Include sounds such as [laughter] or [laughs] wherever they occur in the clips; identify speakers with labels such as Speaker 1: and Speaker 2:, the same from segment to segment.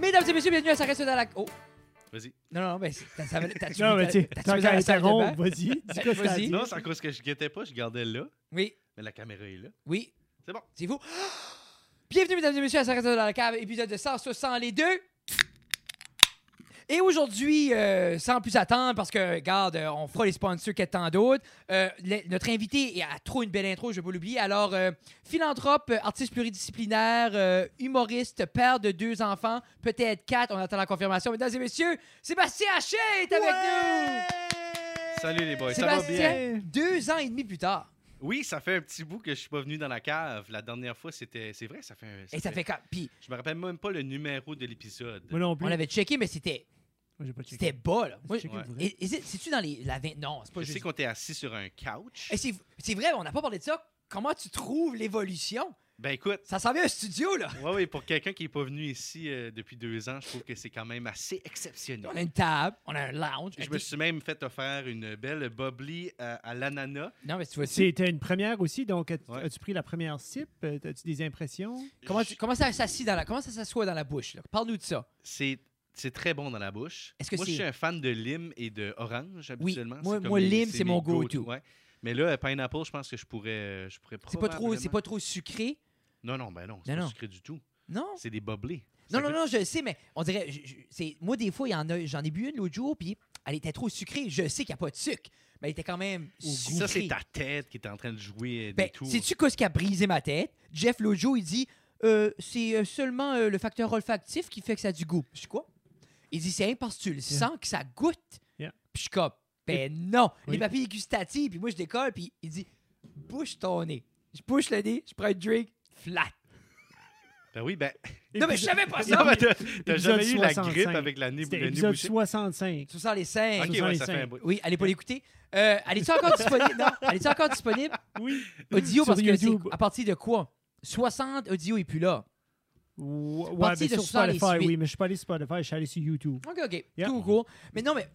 Speaker 1: Mesdames et messieurs, bienvenue à Ça reste dans la... Oh!
Speaker 2: Vas-y.
Speaker 1: Non, non, mais c'est- t'as- ça va- t'as-tu vu-
Speaker 3: Non, mais
Speaker 1: t'as-
Speaker 3: tu sais,
Speaker 1: t'as-tu
Speaker 3: tant
Speaker 1: vu
Speaker 3: qu'à
Speaker 1: dans la salle de
Speaker 3: interrompre,
Speaker 1: bain?
Speaker 3: vas-y, dis quoi que t'as
Speaker 1: Vas-y.
Speaker 3: dit.
Speaker 2: Non, c'est à cause que je guettais pas, je gardais là,
Speaker 1: Oui,
Speaker 2: mais la caméra est là.
Speaker 1: oui,
Speaker 2: C'est bon.
Speaker 1: c'est vous. [gasps] Bienvenue, mesdames et messieurs, à Ça reste dans la cave, épisode de 100 les deux. Et aujourd'hui, euh, sans plus attendre, parce que, regarde, euh, on fera les sponsors qu'il y a tant d'autres, euh, le- notre invité a trop une belle intro, je vais pas l'oublier. Alors, euh, philanthrope, euh, artiste pluridisciplinaire, euh, humoriste, père de deux enfants, peut-être quatre, on attend la confirmation. Mesdames et messieurs, Sébastien Haché est avec nous!
Speaker 2: Salut les boys, Ben, ça va bien?
Speaker 1: Sébastien, deux ans et demi plus tard.
Speaker 2: Oui, ça fait un petit bout que je suis pas venu dans la cave. La dernière fois, c'était. C'est vrai, ça fait un.
Speaker 1: Et ça fait quand? Puis
Speaker 2: Je me rappelle même pas le numéro de l'épisode.
Speaker 3: Moi non plus.
Speaker 1: on
Speaker 3: Moi,
Speaker 1: avait checké, mais c'était
Speaker 3: j'ai pas checké.
Speaker 1: c'était bas, là. Moi,
Speaker 3: J'ai checké
Speaker 2: Ouais.
Speaker 3: pour vrai.
Speaker 1: et, et c'est- c'est-tu dans les, la vingt- Non, c'est pas
Speaker 2: Je sais
Speaker 1: juste.
Speaker 2: qu'on était assis sur un couch.
Speaker 1: Et c'est c'est vrai, on n'a pas parlé de ça. Comment tu trouves l'évolution?
Speaker 2: Ben écoute,
Speaker 1: Ça s'en vient un studio, là.
Speaker 2: ouais, ouais, pour quelqu'un qui est pas venu ici euh, depuis deux ans, je trouve que c'est quand même assez exceptionnel.
Speaker 1: On a une table, on a un lounge.
Speaker 2: Je
Speaker 1: un
Speaker 2: me
Speaker 1: dé-
Speaker 2: suis même fait offrir une belle bubbly à, à l'ananas.
Speaker 1: Non, mais tu vois,
Speaker 3: C'était une première aussi, donc as-
Speaker 2: Ouais.
Speaker 3: as-tu pris la première sip? Euh, As-tu des impressions?
Speaker 1: comment, tu- comment ça s'assit dans la... Comment ça s'assoit dans la bouche, là? Parle-nous de ça.
Speaker 2: C'est c'est très bon dans la bouche.
Speaker 1: Est-ce que
Speaker 2: moi, je
Speaker 1: c'est-
Speaker 2: suis un fan de lime et de orange habituellement.
Speaker 1: moi-
Speaker 2: C'est comme
Speaker 1: moi,
Speaker 2: mes-
Speaker 1: lime, c'est
Speaker 2: mes
Speaker 1: mon go-to.
Speaker 2: ouais. Mais là, euh, pineapple, je pense que je pourrais, euh, je pourrais
Speaker 1: C'est pas, trop- c'est
Speaker 2: probablement-
Speaker 1: pas trop sucré?
Speaker 2: Non, non, ben non, c'est
Speaker 1: Non,
Speaker 2: pas
Speaker 1: non.
Speaker 2: sucré du tout.
Speaker 1: Non?
Speaker 2: C'est des boblés.
Speaker 1: Non, non, non, je le sais, mais on dirait. je- je- c'est- moi, des fois, il y en a- j'en ai bu une l'autre jour, puis elle était trop sucrée. Je sais qu'il n'y a pas de sucre, mais elle était quand même sucrée.
Speaker 2: Ça, c'est ta tête qui est en train de jouer euh, des
Speaker 1: Ben,
Speaker 2: tours.
Speaker 1: sais-tu quoi ce qui a brisé ma tête? Jeff l'autre jour, il dit Euh, c'est euh, seulement euh, le facteur olfactif qui fait que ça a du goût. Je suis quoi? Il dit c'est parce que tu le sens que ça goûte.
Speaker 3: Yeah.
Speaker 1: Puis je suis comme ben non, les
Speaker 3: Oui.
Speaker 1: papilles gustatives, puis moi je décolle, puis il dit bouche ton nez. Je bouche le nez, je prends un drink flat.
Speaker 2: Ben oui, ben.
Speaker 1: Non, mais je savais pas ça!
Speaker 2: [laughs] Non, mais t'as- t'as
Speaker 3: Épisode
Speaker 2: jamais eu la
Speaker 3: 65.
Speaker 2: grippe avec la nez,
Speaker 3: C'était
Speaker 2: le nez
Speaker 3: épisode
Speaker 2: bouché.
Speaker 3: 65.
Speaker 1: Tu sens les seins.
Speaker 2: Ok, ouais, ça fait un
Speaker 3: 65.
Speaker 2: bout.
Speaker 1: Oui, allez pas l'écouter. Euh, allez-tu encore disponible? Non, allez-tu encore disponible?
Speaker 3: [laughs] Oui.
Speaker 1: Audio,
Speaker 3: Sur
Speaker 1: parce que c'est
Speaker 3: YouTube.
Speaker 1: à partir de quoi? 60 audio et puis là.
Speaker 3: Ou- Ouais,
Speaker 1: parti
Speaker 3: mais
Speaker 1: de
Speaker 3: sur
Speaker 1: 68.
Speaker 3: Spotify, oui, mais je suis pas allé sur Spotify, je suis allé sur YouTube.
Speaker 1: OK, OK.
Speaker 3: Yeah.
Speaker 1: Tout court. Mais non, mais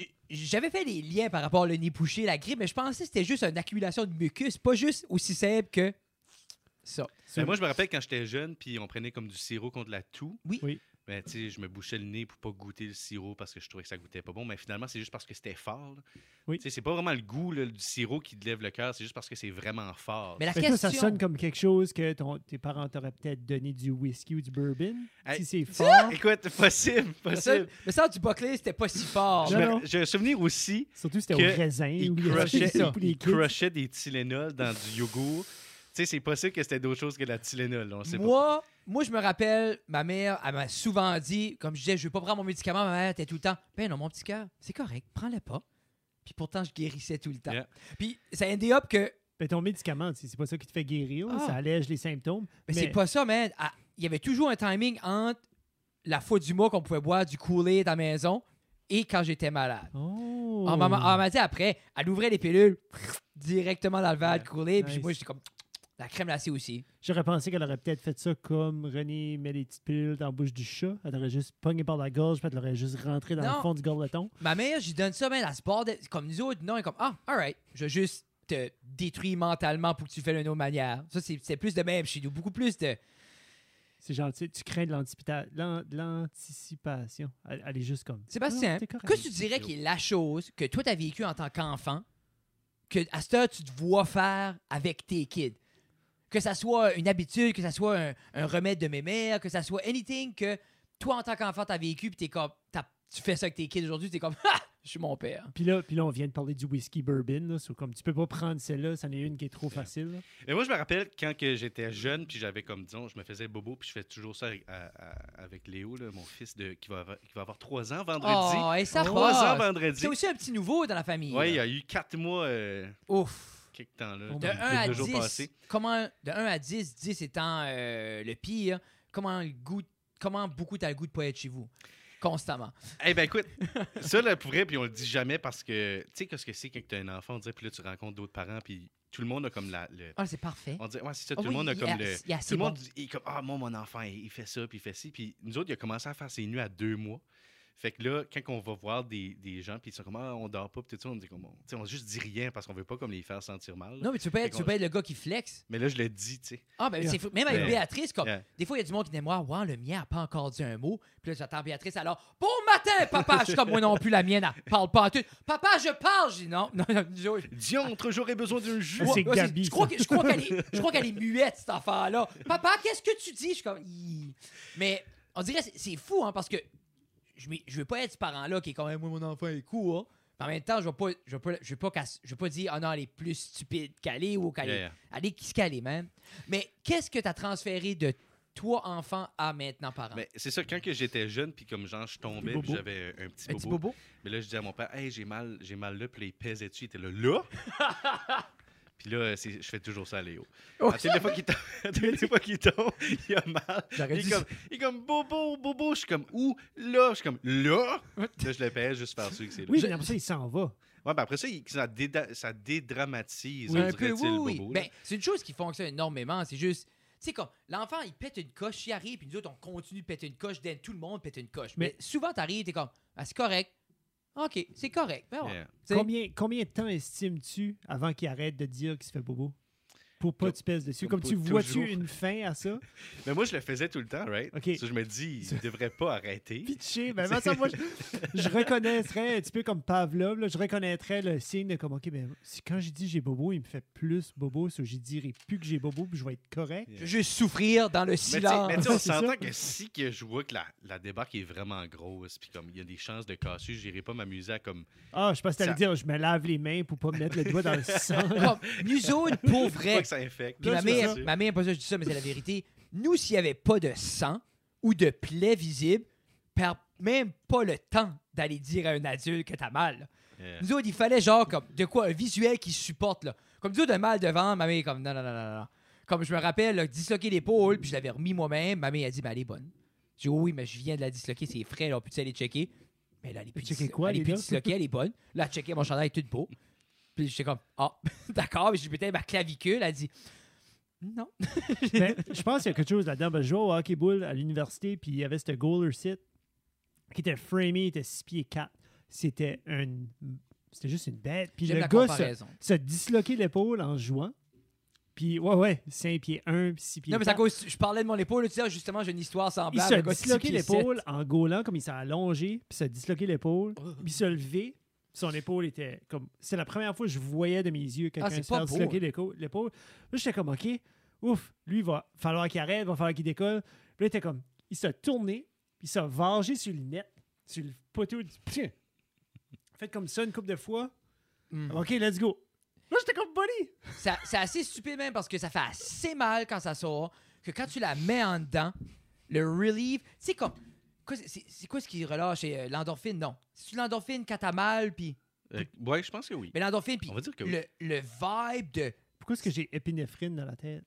Speaker 1: euh, j'avais fait des liens par rapport au nez bouché, la grippe, mais je pensais que c'était juste une accumulation de mucus, pas juste aussi simple que ça.
Speaker 2: Ben, moi, je me rappelle quand j'étais jeune, puis on prenait comme du sirop contre la toux.
Speaker 1: Oui.
Speaker 3: Oui.
Speaker 2: Ben, tu sais, je me bouchais le nez pour pas goûter le sirop parce que je trouvais que ça goûtait pas bon. Mais finalement, c'est juste parce que c'était fort. là.
Speaker 3: Oui.
Speaker 2: Tu sais, c'est pas vraiment le goût là, du sirop qui te lève le cœur, c'est juste parce que c'est vraiment fort.
Speaker 1: Mais la
Speaker 3: Fait que
Speaker 1: question.
Speaker 3: toi, ça sonne comme quelque chose que ton- tes parents t'auraient peut-être donné du whisky ou du bourbon.
Speaker 2: Hey.
Speaker 3: Si c'est
Speaker 2: [laughs]
Speaker 3: fort,
Speaker 2: Écoute, possible,
Speaker 1: Le sens-
Speaker 2: possible.
Speaker 1: le sens du Buckley, c'était pas si fort.
Speaker 2: Je
Speaker 3: Non,
Speaker 2: me-
Speaker 3: non.
Speaker 2: J'ai un souvenir aussi,
Speaker 3: surtout c'était
Speaker 2: Que
Speaker 3: au raisin.
Speaker 2: il
Speaker 3: ou il y avait
Speaker 2: crushait,
Speaker 3: ça pour les
Speaker 2: il
Speaker 3: kids.
Speaker 2: crushait des Tylenol dans du yogourt. Tu sais, c'est possible que c'était d'autres choses que de la Tylenol, on sait pas.
Speaker 1: Moi, moi, je me rappelle, ma mère, elle m'a souvent dit, comme je disais, je veux pas prendre mon médicament, ma mère était tout le temps, ben non, mon petit cœur, c'est correct, prends-le pas. Puis pourtant, je guérissais tout le temps.
Speaker 2: Yeah.
Speaker 1: Puis ça ended up que,
Speaker 3: Ben, ton médicament, c'est c'est pas ça qui te fait guérir,
Speaker 1: Ah.
Speaker 3: ça allège les symptômes.
Speaker 1: mais, c'est pas ça, man. Ah, Il y avait toujours un timing entre la fois du mois qu'on pouvait boire du coulé dans la maison et quand j'étais malade.
Speaker 3: Oh.
Speaker 1: On m'a- on m'a dit après, elle ouvrait les pilules directement dans le verre de coulé, puis
Speaker 3: Nice.
Speaker 1: moi, j'étais comme, la crème glacée aussi.
Speaker 3: J'aurais pensé qu'elle aurait peut-être fait ça comme René met les petites pilules dans la bouche du chat. Elle aurait juste pogné par la gorge, puis elle aurait juste rentré dans
Speaker 1: Non.
Speaker 3: le fond du gorleton.
Speaker 1: Ma mère, j'y donne ça, mais à se barre de- Comme nous autres, non, elle est comme Ah, alright, je vais juste te détruire mentalement pour que tu le fasses d'une autre manière. Ça, c'est c'est plus de même chez nous. Beaucoup plus de.
Speaker 3: C'est gentil. Tu crains de l'antipita- l'an- de l'anticipation. Elle, elle est juste comme.
Speaker 1: Sébastien,
Speaker 3: Ah, t'es correct.
Speaker 1: qu'est-ce que tu dirais qui est la chose que toi, t'as vécu en tant qu'enfant, que à cette heure, tu te vois faire avec tes kids? Que ça soit une habitude, que ça soit un, un remède de mémère, que ça soit anything que toi, en tant qu'enfant, t'as vécu, puis t'es comme. t'as- Tu fais ça avec tes kids aujourd'hui, t'es comme [laughs] Ah, je suis mon père.
Speaker 3: Puis là, puis là, on vient de parler du whisky bourbon. Là, so comme tu peux pas prendre celle-là, c'en est une qui est trop facile. là.
Speaker 2: Mais moi, je me rappelle quand que j'étais jeune, puis j'avais comme, disons, je me faisais bobo, puis je fais toujours ça avec, à- à- avec Léo, là, mon fils de, qui, va avoir, qui va avoir 3 ans vendredi.
Speaker 1: Oh, et ça
Speaker 2: Trois ans
Speaker 1: passe.
Speaker 2: vendredi.
Speaker 1: C'est aussi un petit nouveau dans la famille.
Speaker 2: Oui, il
Speaker 1: là.
Speaker 2: y a eu 4 mois, euh,
Speaker 1: Ouf.
Speaker 2: quelques temps là.
Speaker 3: Oh
Speaker 1: De
Speaker 3: Ben,
Speaker 1: 1 à
Speaker 2: deux jours
Speaker 1: 10,
Speaker 2: passés.
Speaker 1: comment, de 1 à 10, 10 étant euh, le pire, comment, le goût, comment beaucoup t'as le goût de pas être chez vous? Constamment.
Speaker 2: Eh ben écoute, [laughs] ça là pour vrai, puis on le dit jamais parce que tu sais qu'est-ce que c'est quand t'as un enfant, on dirait puis là tu rencontres d'autres parents puis tout le monde a comme la le-
Speaker 1: Ah, c'est parfait.
Speaker 2: on dirait ouais, c'est ça,
Speaker 1: Ah
Speaker 2: tout
Speaker 1: oui,
Speaker 2: le monde a
Speaker 1: il
Speaker 2: comme
Speaker 1: a-
Speaker 2: le
Speaker 1: il a
Speaker 2: tout
Speaker 1: assez
Speaker 2: le
Speaker 1: bon.
Speaker 2: monde il est comme ah moi mon enfant il, il fait ça puis il fait ci puis nous autres il a commencé à faire ses nuits à deux mois. Fait que là, quand on va voir des, des gens, puis ils sont comme, ah, on dort pas, puis tout ça, on dit comme, on, tu sais, on juste dit rien parce qu'on veut pas comme les faire sentir mal. là.
Speaker 1: Non, mais tu peux être,
Speaker 2: Fait
Speaker 1: tu
Speaker 2: qu'on-
Speaker 1: peux être le gars qui flex.
Speaker 2: Mais là, je le dis, tu sais.
Speaker 1: Ah, ben,
Speaker 3: Yeah.
Speaker 1: c'est fou. Même avec
Speaker 2: Yeah.
Speaker 1: Béatrice, comme.
Speaker 2: Yeah.
Speaker 1: Des fois, il y a du monde qui dit, moi, wow, le mien n'a pas encore dit un mot. Puis là, j'attends Béatrice, alors, bon matin, papa. Je suis comme, moi non plus, la mienne, elle parle pas en tout. Papa, je parle. Je dis, non, non, non, Joe,
Speaker 2: Diantre, j'aurais besoin d'un jus.
Speaker 3: Ah,
Speaker 1: [laughs]
Speaker 3: c'est
Speaker 1: Ouais, ouais,
Speaker 3: Gabi,
Speaker 1: Je crois que- je crois qu'elle
Speaker 2: [laughs]
Speaker 1: est, je crois qu'elle est muette, cette affaire-là. Papa, qu'est-ce que tu dis? Je suis comme. Ih. Mais on dirait, c'est- c'est fou, hein, parce que je m'ai- je veux pas être ce parent-là qui est quand même, moi, mon enfant est cool. hein. Mais en même temps, je veux pas, je veux pas, je veux pas, qu'elle- je veux pas dire, ah non, elle est plus stupide qu'elle est ou qu'elle
Speaker 2: Yeah,
Speaker 1: est-
Speaker 2: yeah.
Speaker 1: elle est qui ce qu'elle est, même. Mais qu'est-ce que tu as transféré de toi, enfant, à maintenant parent?
Speaker 2: Mais c'est ça, quand que j'étais jeune, puis comme genre, je tombais,
Speaker 3: bobo.
Speaker 2: puis j'avais un petit
Speaker 1: un
Speaker 2: bobo.
Speaker 1: petit bobo?
Speaker 2: Mais là, je dis à mon père, hey, j'ai mal, j'ai mal là, puis là, il pesait dessus, il était là, là.
Speaker 1: [laughs]
Speaker 2: puis là, c'est- je fais toujours ça à Léo.
Speaker 1: Oh.
Speaker 2: À toutes les fois qu'il tombe, à toutes les fois qu'il tombe, [laughs] il a mal.
Speaker 1: J'aurais
Speaker 2: Il
Speaker 1: dû-
Speaker 2: est, comme, il est comme bobo, bobo. Je suis comme où Là. Je suis comme là. Là, je le pèse juste par sûr que c'est là.
Speaker 3: Oui, j'ai l'impression qu'il s'en va.
Speaker 2: Ouais, ben après ça, il- ça, déda- ça dédramatise.
Speaker 1: Oui,
Speaker 2: on
Speaker 1: un peu,
Speaker 2: dirait-il,
Speaker 1: oui, oui.
Speaker 2: bobo, là.
Speaker 1: Ben, c'est une chose qui fonctionne énormément. C'est juste, tu sais, comme l'enfant, il pète une coche, il arrive, puis nous autres, on continue de péter une coche, then tout le monde pète une coche. Mais,
Speaker 3: Mais-
Speaker 1: souvent, t'arrives, t'es comme, ah, c'est correct. OK, c'est correct. Ben, ouais.
Speaker 2: Yeah.
Speaker 1: Tu sais,
Speaker 3: Combien, combien de temps estimes-tu avant qu'il arrête de dire qu'il se fait bobo? Pour pas
Speaker 2: Comme-
Speaker 3: que tu pèses dessus.
Speaker 2: comme
Speaker 3: Comme, tu
Speaker 2: pour
Speaker 3: vois-tu
Speaker 2: toujours.
Speaker 3: une fin
Speaker 2: [laughs]
Speaker 3: à ça?
Speaker 2: Mais moi, je le faisais tout le temps, right?
Speaker 3: Ok.
Speaker 2: Ça, je me dis, il devrait pas arrêter.
Speaker 3: Pitché. Ben, moi, ça, moi, je, je reconnaîtrais, un petit peu comme Pavlov, là, je reconnaîtrais le signe de comme, OK, ben, si quand j'ai dit j'ai bobo, il me fait plus bobo, ça, j'y dirai plus que j'ai bobo, puis je vais être correct.
Speaker 1: Je veux juste souffrir dans le
Speaker 2: Mais tu sais-
Speaker 1: silence.
Speaker 2: mais
Speaker 1: [laughs]
Speaker 2: tu sais, on
Speaker 3: C'est ça.
Speaker 2: s'entend que si que je vois que la, la débarque est vraiment grosse, puis comme il y a des chances de casser, j'irai pas m'amuser à comme.
Speaker 3: Ah, je pense que t'allais
Speaker 2: Ça-
Speaker 3: dire, je me lave les mains pour pas mettre le
Speaker 2: [laughs]
Speaker 3: doigt dans le sang.
Speaker 1: Comme, nous autres, pour
Speaker 2: Faut Pas
Speaker 1: vrai.
Speaker 2: que ça infecte.
Speaker 1: Puis ma
Speaker 3: Là, tu fais
Speaker 1: mère,
Speaker 3: ça.
Speaker 1: ma mère, pas ça, je dis ça, mais c'est la vérité. Nous, s'il n'y avait pas de sang ou de plaie visible, par même pas le temps d'aller dire à un adulte que t'as mal.
Speaker 2: Yeah.
Speaker 1: Nous autres, il fallait genre comme de quoi un visuel qui supporte là. Comme nous autres, un mal de ventre, ma mère est comme non non non non non. Comme je me rappelle, là, disloquer l'épaule, puis je l'avais remis moi-même, ma mère a dit ben elle est bonne. J'ai dit oh oui, mais je viens de la disloquer, c'est frais, là, on peut aller checker. Mais là, elle est plus,
Speaker 3: checker
Speaker 1: dislo-
Speaker 3: quoi,
Speaker 1: elle est
Speaker 3: les
Speaker 1: plus
Speaker 3: gars?
Speaker 1: disloquée, elle est bonne. Là, elle checkait mon chandail tout beau. Puis j'étais comme ah, [laughs] d'accord, mais j'ai peut-être ma clavicule, elle a dit non.
Speaker 3: Ben, je pense qu'il y a quelque chose là-dedans. Ben, je jouais au hockey ball à l'université, puis il y avait ce goaler sit qui était framé, il était 6 pieds 4. C'était une... C'était juste une bête. Puis
Speaker 1: J'aime
Speaker 3: le
Speaker 1: la
Speaker 3: gars se,
Speaker 1: comparaison.
Speaker 3: se disloquait l'épaule en jouant. Puis, ouais, ouais, 5 pieds 1, 6 pieds
Speaker 1: Non, mais ça
Speaker 3: quatre.
Speaker 1: cause je parlais de mon épaule, tu sais justement, j'ai une histoire
Speaker 3: Il
Speaker 1: semblable.
Speaker 3: se
Speaker 1: le gars, six
Speaker 3: disloquait
Speaker 1: pieds
Speaker 3: l'épaule
Speaker 1: sept.
Speaker 3: en gaulant, comme il s'est allongé, puis se disloquait l'épaule,
Speaker 1: Oh.
Speaker 3: puis se lever. Son épaule était comme. C'est la première fois que je voyais de mes yeux quelqu'un
Speaker 1: Ah, c'est
Speaker 3: se
Speaker 1: pas
Speaker 3: faire
Speaker 1: beau,
Speaker 3: disloquer l'éco- l'épaule. Là, j'étais comme, OK, ouf, lui, il va falloir qu'il arrête, il va falloir qu'il décolle. Puis là, il était comme, il s'est tourné, puis il s'est vengé sur le net, sur le poteau. du- Pfiou. Faites comme ça une couple de fois.
Speaker 1: Mm.
Speaker 3: OK, let's go. Là, j'étais comme, buddy.
Speaker 1: Ça- c'est assez stupide même parce que ça fait assez mal quand ça sort que quand tu la mets en dedans, le relief, tu sais comme quoi- c'est c'est quoi ce qui relâche c'est, euh, l'endorphine non. C'est l'endorphine quand t'as mal puis
Speaker 2: Euh, ouais, je pense que oui.
Speaker 1: mais l'endorphine puis
Speaker 2: On va dire que oui.
Speaker 1: le, le vibe
Speaker 2: [laughs]
Speaker 1: de
Speaker 3: Pourquoi est-ce que j'ai épinéphrine dans la tête?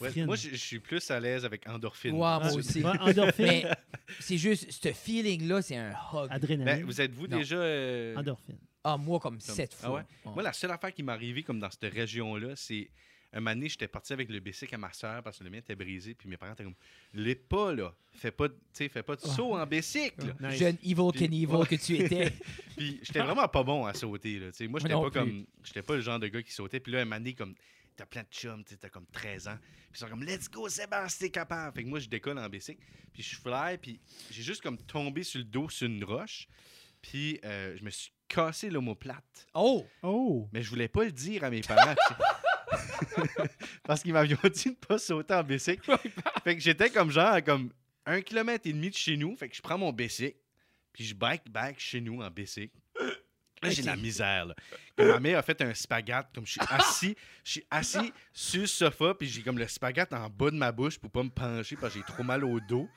Speaker 2: Ouais,
Speaker 3: Frine.
Speaker 2: moi, je je suis plus à l'aise avec endorphine.
Speaker 1: Ouais, moi
Speaker 3: Ah,
Speaker 1: aussi.
Speaker 3: ouais, endorphine,
Speaker 1: mais c'est juste ce feeling là, c'est un hug.
Speaker 2: Ben,
Speaker 3: adrénaline,
Speaker 2: vous êtes-vous
Speaker 1: Non.
Speaker 2: déjà. euh,
Speaker 3: endorphine.
Speaker 1: Ah moi comme sept
Speaker 2: Ah
Speaker 1: fois.
Speaker 2: ouais? Moi, la seule affaire qui m'est arrivée comme dans cette région-là, c'est un moment donné, j'étais parti avec le bicycle à ma soeur parce que le mien était brisé, puis mes parents étaient comme les pas là, fais pas, de- tu sais, fais pas de saut en bicycle. là.
Speaker 3: Nice.
Speaker 1: Jeune evil
Speaker 2: Puis-
Speaker 1: Knievel que tu
Speaker 2: [laughs]
Speaker 1: étais.
Speaker 2: Puis j'étais vraiment pas bon à sauter. Là. tu sais. Moi, j'étais
Speaker 1: Moi
Speaker 2: pas
Speaker 1: non plus.
Speaker 2: comme. J'étais pas le genre de gars qui sautait. Puis là, un moment donné, comme. T'as plein de chums, tu sais, t'as comme 13 ans. Puis ils sont comme, let's go, Sébastien, t'es capable. Fait que moi, je décolle en bicycle. Puis je fly. Puis j'ai juste comme tombé sur le dos sur une roche. Puis euh, je me suis cassé l'omoplate.
Speaker 1: Oh,
Speaker 3: Oh!
Speaker 2: Mais je voulais pas le dire à mes parents. tu sais. [laughs] Parce qu'ils m'avaient dit de pas sauter en bicycle.
Speaker 1: bah.
Speaker 2: fait que j'étais comme genre à comme un kilomètre et demi de chez nous. Fait que je prends mon bicycle, puis je bike back chez nous en bicycle. Là, j'ai de la misère. Là. Comme ma mère a fait un spaghette, comme je suis assis, je suis assis sur le sofa, puis j'ai comme le spaghette en bas de ma bouche pour pas me pencher parce que j'ai trop mal au dos.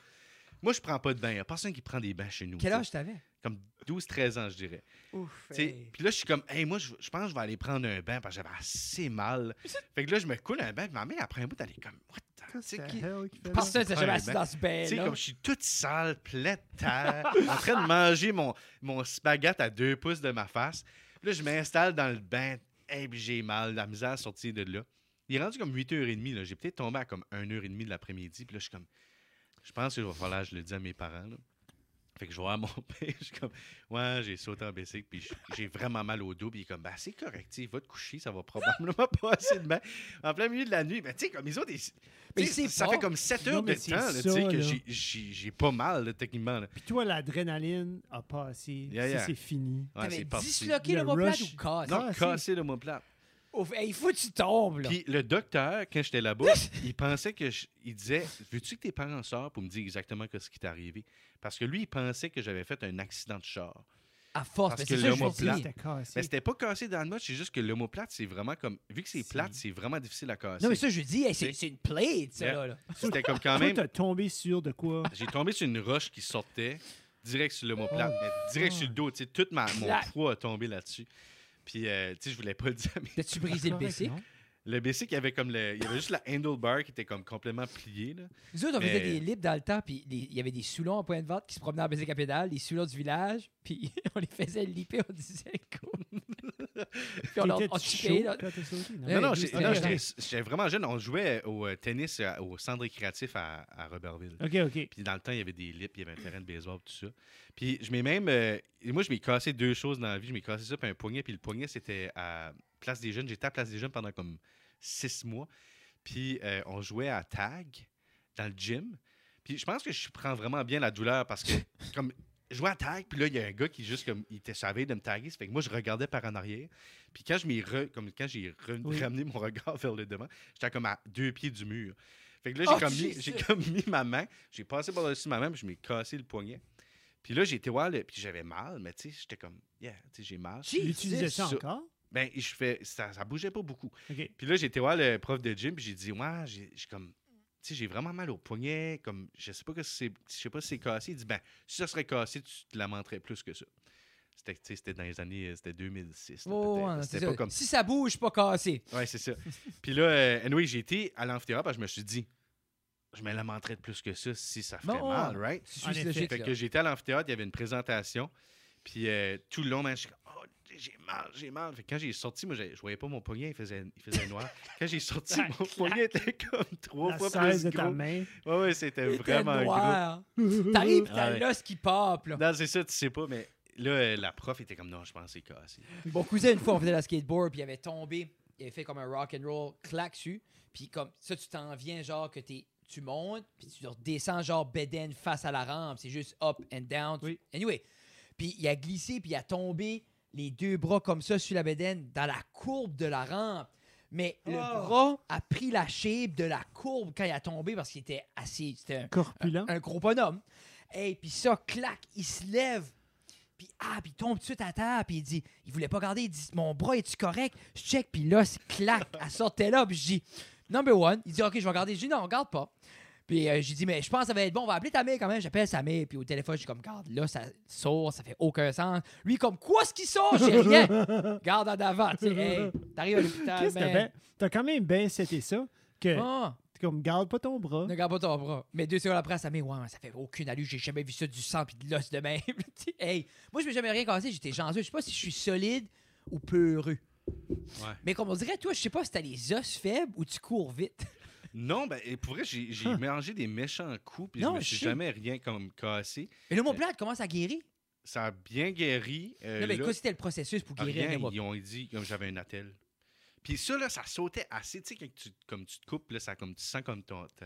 Speaker 2: Moi, je prends pas de bain. Il a personne qui prend des bains chez nous.
Speaker 1: quel
Speaker 2: tu sais.
Speaker 1: âge t'avais
Speaker 2: Comme 12-13 ans, je dirais.
Speaker 1: Ouf.
Speaker 2: T'sais, Puis là, je suis comme, hey, moi, je je pense que je vais aller prendre un bain parce que j'avais assez mal. Fait que là, je me coule un bain. Puis ma mère, après un bout, elle est comme, what the- tu sais, qui-
Speaker 1: Personne s'est jamais
Speaker 2: Ouais,
Speaker 1: assis
Speaker 2: ben,
Speaker 1: dans ce bain
Speaker 2: tu sais,
Speaker 1: là.
Speaker 2: comme je suis toute sale, pleine de terre, en train de manger mon, mon spaghette à deux pouces de ma face. Puis là, je m'installe dans le bain. Hey, puis j'ai mal, la misère sortie de là. Il est rendu comme 8h30. là. J'ai peut-être tombé à comme 1h30 de l'après-midi. Puis là, je suis comme, je pense qu'il va falloir que je le dise à mes parents. là. Fait que je vois mon [laughs] père, je suis comme, ouais, j'ai sauté en bicycle, puis j- j'ai vraiment mal au dos. Puis il est comme, ben, c'est correct, tu sais, va te coucher, ça va probablement [laughs] passer demain. En plein milieu de la nuit, ben, tu sais, comme ils ont des. tu
Speaker 1: Mais
Speaker 2: sais,
Speaker 1: c'est
Speaker 2: ça
Speaker 1: pas-
Speaker 2: fait comme 7
Speaker 3: Non,
Speaker 2: heures
Speaker 3: mais
Speaker 2: de
Speaker 3: c'est
Speaker 2: temps, là, tu
Speaker 3: ça,
Speaker 2: sais, que
Speaker 3: là.
Speaker 2: j'ai- j'ai j'ai pas mal, là, techniquement. là.
Speaker 3: Puis toi, l'adrénaline a passé.
Speaker 2: Yeah,
Speaker 3: Ça,
Speaker 2: yeah.
Speaker 3: c'est fini.
Speaker 2: Ouais, c'est
Speaker 1: T'avais
Speaker 2: parti.
Speaker 1: disloqué
Speaker 3: Le
Speaker 1: l'homoplate
Speaker 3: rush.
Speaker 1: ou cassé?
Speaker 2: Non,
Speaker 3: Ah,
Speaker 2: cassé l'homoplate.
Speaker 1: Oh, hey, faut que tu tombes, là.
Speaker 2: Puis le docteur, quand j'étais là-bas,
Speaker 1: [laughs]
Speaker 2: il pensait que. je- il disait Veux-tu que tes parents sortent pour me dire exactement ce qui t'est arrivé Parce que lui, il pensait que j'avais fait un accident de char.
Speaker 1: à force,
Speaker 2: parce
Speaker 1: mais
Speaker 2: que
Speaker 1: c'est ça que je
Speaker 2: l'homoplate-
Speaker 1: me dis.
Speaker 3: C'était cassé.
Speaker 2: Mais c'était pas cassé dans le match, c'est juste que l'homoplate, c'est vraiment comme. Vu que c'est
Speaker 3: C'est-
Speaker 2: plate, c'est vraiment difficile à casser.
Speaker 1: Non, mais ça, je dis, hey, c'est
Speaker 2: C'est-
Speaker 1: c'est une plaid, ça,
Speaker 2: Yeah.
Speaker 1: là.
Speaker 2: C'était comme quand
Speaker 3: Toi,
Speaker 2: même. Ah,
Speaker 3: t'as tombé sur de quoi?
Speaker 2: J'ai tombé sur une roche qui sortait direct sur l'homoplate, mais direct sur le dos. Tu sais, tout ma, mon
Speaker 1: Clac.
Speaker 2: poids a tombé là-dessus. Puis, euh, tu sais, je voulais pas le dire, mais
Speaker 1: T'as-tu brisé le BC?
Speaker 2: le BC, il y avait comme le. Il y avait juste la handlebar qui était comme complètement pliée, là.
Speaker 1: Nous autres, on
Speaker 2: Mais-
Speaker 1: faisait des lips dans le temps, puis les- il y avait des soulons en point de vente qui se promenaient en baiser capitale, les soulons du village, puis [laughs] on les faisait liper, on disait [laughs] quoi.
Speaker 3: [laughs]
Speaker 1: puis on leur on
Speaker 3: T'étais-tu
Speaker 1: chipait,
Speaker 3: chaud
Speaker 1: là.
Speaker 3: quand t'as sauté?
Speaker 1: Ouais,
Speaker 2: Non, non,
Speaker 1: nous,
Speaker 2: j'ai-
Speaker 1: c'était
Speaker 2: non,
Speaker 1: raide.
Speaker 2: j'étais j'étais vraiment jeune. On jouait au euh, tennis euh, au centre récréatif à, à Robertville.
Speaker 3: OK, OK.
Speaker 2: Puis dans le temps, il y avait des lips, il y avait un terrain de baseball, tout ça. Puis je m'ai même. euh, et moi, je m'ai cassé deux choses dans la vie. Je m'ai cassé ça, puis un poignet. Puis le poignet, c'était à Place des Jeunes. J'étais à Place des Jeunes pendant comme six mois. Puis euh, on jouait à tag dans le gym. Puis je pense que je prends vraiment bien la douleur parce
Speaker 3: [laughs]
Speaker 2: que, comme, je jouais à tag, puis là, il y a un gars qui juste, comme, il était savé de me taguer. Ça fait que moi, je regardais par en arrière. Puis quand je m'y re- comme, quand j'ai re-
Speaker 3: Oui.
Speaker 2: ramené mon regard [laughs] vers le devant, j'étais comme à deux pieds du mur. Fait que là,
Speaker 1: Oh,
Speaker 2: j'ai comme, mis-
Speaker 1: Jesus!
Speaker 2: j'ai comme mis ma main, j'ai passé par-dessus ma main, puis je m'ai cassé le poignet. Puis là, j'ai été voir, le- puis j'avais mal, mais tu sais, j'étais comme, yeah, tu sais, j'ai mal.
Speaker 1: Jesus!
Speaker 3: L'utilisais-tu
Speaker 2: ça.
Speaker 3: encore?
Speaker 2: Ben, je fais, ça, ça bougeait pas beaucoup.
Speaker 3: OK.
Speaker 2: Puis là, j'étais voir le prof de gym, puis j'ai dit, ouais, j'ai j'ai comme, tu sais, j'ai vraiment mal au poignet, comme, je sais pas que c'est, je sais pas si c'est cassé. Il dit, ben, si ça serait cassé, tu te lamenterais plus que ça. C'était, tu sais, c'était dans les années, euh, c'était 2006. là,
Speaker 1: Oh,
Speaker 2: peut-être.
Speaker 1: ouais, c'est
Speaker 2: c'était
Speaker 1: ça.
Speaker 2: pas comme,
Speaker 1: Si ça bouge, pas cassé.
Speaker 2: ouais, c'est
Speaker 3: [laughs]
Speaker 2: ça. puis là, euh, anyway, j'ai été à l'amphithéâtre, parce que je me suis dit, je me lamenterais de plus que ça si ça ferait
Speaker 1: Non,
Speaker 2: mal, right?
Speaker 1: C'est
Speaker 3: En
Speaker 1: juste
Speaker 3: effet.
Speaker 1: logique,
Speaker 2: Fait
Speaker 1: là.
Speaker 2: que j'étais à l'amphithéâtre, il y avait une présentation. Puis euh, tout le long, man, je suis comme, oh, j'ai mal, j'ai mal. Fait que quand j'ai sorti, moi, j'ai- je voyais pas mon poignet, il faisait, il faisait
Speaker 3: [laughs]
Speaker 2: noir. quand j'ai sorti,
Speaker 3: Ça
Speaker 2: mon
Speaker 3: claque.
Speaker 2: poignet était comme trois
Speaker 3: La
Speaker 2: fois
Speaker 3: size
Speaker 2: plus
Speaker 3: de ta
Speaker 2: gros.
Speaker 3: main.
Speaker 2: Ouais, ouais, c'était
Speaker 1: Il était
Speaker 2: vraiment gros.
Speaker 1: noir. [laughs] T'arrives, pis
Speaker 2: Ah
Speaker 1: t'as
Speaker 2: ouais.
Speaker 1: l'os qui pop, là.
Speaker 2: Non, c'est ça, tu sais pas, mais là, euh, la prof était comme, non, je pense que c'est cassé.
Speaker 1: Mon cousin, une fois, on faisait de la skateboard, puis il avait tombé, il avait fait comme un rock and roll, claque dessus, puis comme ça, tu t'en viens, genre, que t'es, tu montes, puis tu redescends, genre, beden face à la rampe, c'est juste up and down.
Speaker 3: Oui.
Speaker 1: Anyway, puis il a glissé, puis il a tombé les deux bras comme ça sur la bedaine dans la courbe de la rampe. Mais le
Speaker 2: Oh.
Speaker 1: bras a pris la shape de la courbe quand il a tombé parce qu'il était assis. C'était un
Speaker 3: Corpulent.
Speaker 1: un gros bonhomme. Et puis ça, clac, il se lève. Puis ah, puis il tombe tout de suite à terre, puis il dit, il voulait pas garder, il dit, mon bras, est tu correct? Je check, puis là, c'est clac, elle sortait là, puis je dis, number one. Il dit, ok, je vais regarder. Je dis, non, on regarde pas. Puis euh, j'ai dit, mais je pense que ça va être bon, on va appeler ta mère quand même. J'appelle sa mère, puis au téléphone, je suis comme, garde, là, ça sort, ça fait aucun sens. Lui, comme, quoi, ce qui sort? J'ai
Speaker 3: [laughs]
Speaker 1: rien. Garde en avant, tu sais, hey, t'arrives à l'hôpital,
Speaker 3: Qu'est-ce que t'as
Speaker 1: man.
Speaker 3: ben- T'as quand même bien c'était ça que
Speaker 1: Ah.
Speaker 3: t'es comme garde pas ton bras.
Speaker 1: Ne garde pas ton bras. Mais deux secondes après, ça met, ouais, ça fait aucune allure, j'ai jamais vu ça du sang puis de l'os de même. [laughs] Tu sais, hey, moi, je m'ai jamais rien cassé, j'étais chanceux. Je sais pas si je suis solide ou peureux.
Speaker 2: Ouais.
Speaker 1: Mais comme on dirait, toi, je sais pas si t'as les os faibles ou tu cours vite.
Speaker 2: Non, ben, et pour vrai, j'ai j'ai mélangé des méchants coups, puis
Speaker 1: Non,
Speaker 2: je me
Speaker 1: je
Speaker 2: suis
Speaker 1: sais.
Speaker 2: jamais rien comme cassé.
Speaker 1: Mais le mot plate commence à guérir.
Speaker 2: Ça a bien guéri. euh,
Speaker 1: non, mais
Speaker 2: là.
Speaker 1: quoi, c'était le processus pour
Speaker 2: Ah,
Speaker 1: guérir
Speaker 2: rien,
Speaker 1: le
Speaker 2: ils ont dit comme j'avais un attel. Puis ça, là, ça sautait assez. Tu sais, quand tu, comme tu te coupes, là, ça, comme, tu sens comme, ton, ta-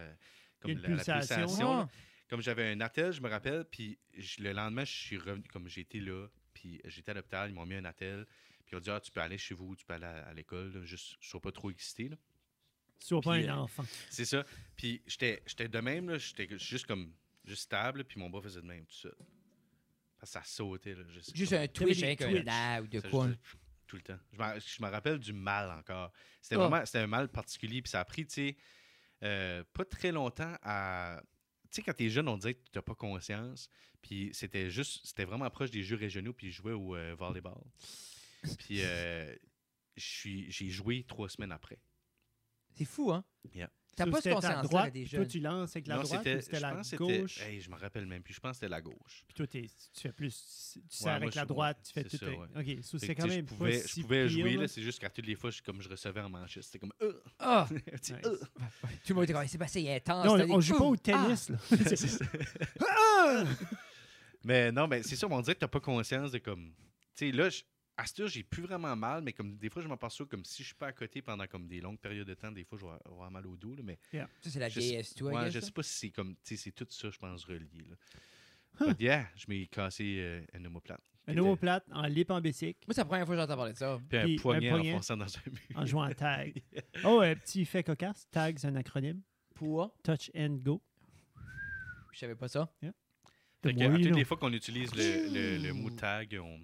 Speaker 2: comme
Speaker 3: Une
Speaker 2: la, la
Speaker 3: pulsation.
Speaker 2: pulsation, là. Comme j'avais un attel, je me rappelle. Puis je- le lendemain, je suis revenu, comme j'étais là, puis j'étais à l'hôpital, ils m'ont mis un attel. Puis ils ont dit, ah, tu peux aller chez vous, tu peux aller à, à l'école, là, juste, sois pas trop excité. là.
Speaker 3: Sois pas
Speaker 2: Puis, euh,
Speaker 3: un enfant.
Speaker 2: C'est ça. Puis j'étais j'étais de même, là, j'étais juste comme, juste stable, puis mon bras faisait de même, tout ça. Parce que ça sautait, là. Juste,
Speaker 1: Juste
Speaker 2: comme-
Speaker 1: un twitch
Speaker 3: des
Speaker 1: avec
Speaker 3: twitch.
Speaker 1: un œil ou de
Speaker 2: Ça, je
Speaker 3: hein?
Speaker 1: quoi.
Speaker 2: dis tout le temps. Je m'en- Je me rappelle du mal encore. C'était
Speaker 1: Ah.
Speaker 2: vraiment c'était un mal particulier. Puis ça a pris, tu sais, euh, pas très longtemps à. Tu sais, quand t'es jeune, on disait que t'as pas conscience. Puis c'était juste. C'était vraiment proche des jeux régionaux. Puis je jouais au euh, volleyball. Puis euh, je suis- j'ai joué trois semaines après.
Speaker 1: C'est fou, hein?
Speaker 2: Yeah.
Speaker 1: T'as
Speaker 3: Ça,
Speaker 1: pas ce
Speaker 3: c'était ta
Speaker 1: conscience-là
Speaker 3: droite,
Speaker 1: quand t'es
Speaker 3: puis Toi,
Speaker 1: jeune.
Speaker 3: tu lances avec la
Speaker 2: Non,
Speaker 3: droite,
Speaker 2: c'était-
Speaker 3: puis c'était
Speaker 2: je
Speaker 3: la
Speaker 2: pense que c'était-
Speaker 3: gauche.
Speaker 2: hey, je me rappelle même plus. Je pense que c'était la gauche.
Speaker 3: Puis toi, t'es- tu fais plus. Tu sers
Speaker 2: moi,
Speaker 3: avec
Speaker 2: je-
Speaker 3: la droite, tu fais
Speaker 2: c'est
Speaker 3: tout.
Speaker 2: ça,
Speaker 3: avec- OK, so
Speaker 2: Fait
Speaker 3: c'est
Speaker 2: que,
Speaker 3: quand
Speaker 2: tu sais,
Speaker 3: même
Speaker 2: je
Speaker 3: pas
Speaker 2: pouvais, je
Speaker 3: si
Speaker 2: pouvais
Speaker 3: pire,
Speaker 2: jouer,
Speaker 3: là.
Speaker 2: là. C'est juste qu'à toutes les fois, je, comme je recevais en manchette, c'était comme. Euh, [laughs]
Speaker 1: Ah!
Speaker 2: un petit,
Speaker 3: Nice.
Speaker 2: euh.
Speaker 1: Tout le monde Ah, était comme, c'est passé, il est intense.
Speaker 2: [laughs]
Speaker 3: Non,
Speaker 1: t'as
Speaker 3: on,
Speaker 1: des-
Speaker 2: euh.
Speaker 3: [laughs] on joue pas
Speaker 1: Ouh!
Speaker 3: au
Speaker 1: Ah!
Speaker 3: tennis, là.
Speaker 2: C'est ça. Mais non, mais c'est sûr, mais on dirait que t'as pas conscience de comme. Tu sais, là, je- à cette heure, j'ai plus vraiment mal, mais comme des fois, je m'en passe comme si je suis pas à côté pendant comme des longues périodes de temps, des fois, je vais avoir mal au dos, là, mais.
Speaker 1: Ça, c'est la
Speaker 2: Je sais-
Speaker 1: vieillesse, toi.
Speaker 2: Ouais,
Speaker 1: I guess, hein?
Speaker 2: je
Speaker 1: là.
Speaker 2: sais pas si c'est comme. Tu sais, c'est tout ça, je pense, relié. Là. But yeah, je m'ai cassé euh, un omoplate.
Speaker 3: Un
Speaker 2: Puis
Speaker 3: omoplate en lip ambétique
Speaker 1: Moi, c'est la première fois que j'entends parler de ça.
Speaker 2: Puis un
Speaker 3: Puis un
Speaker 2: poignet en
Speaker 3: poignet.
Speaker 2: fonçant dans un mur.
Speaker 3: en jouant
Speaker 2: [laughs]
Speaker 3: à tag. Oh, un petit fait cocasse. Tag, c'est un acronyme.
Speaker 1: Poids.
Speaker 3: Touch and go.
Speaker 1: Je savais pas ça.
Speaker 2: Fait
Speaker 3: De
Speaker 2: que, à
Speaker 3: moi,
Speaker 2: toutes
Speaker 3: là.
Speaker 2: les fois qu'on utilise le, le- le
Speaker 1: Mmh.
Speaker 2: mot tag, on,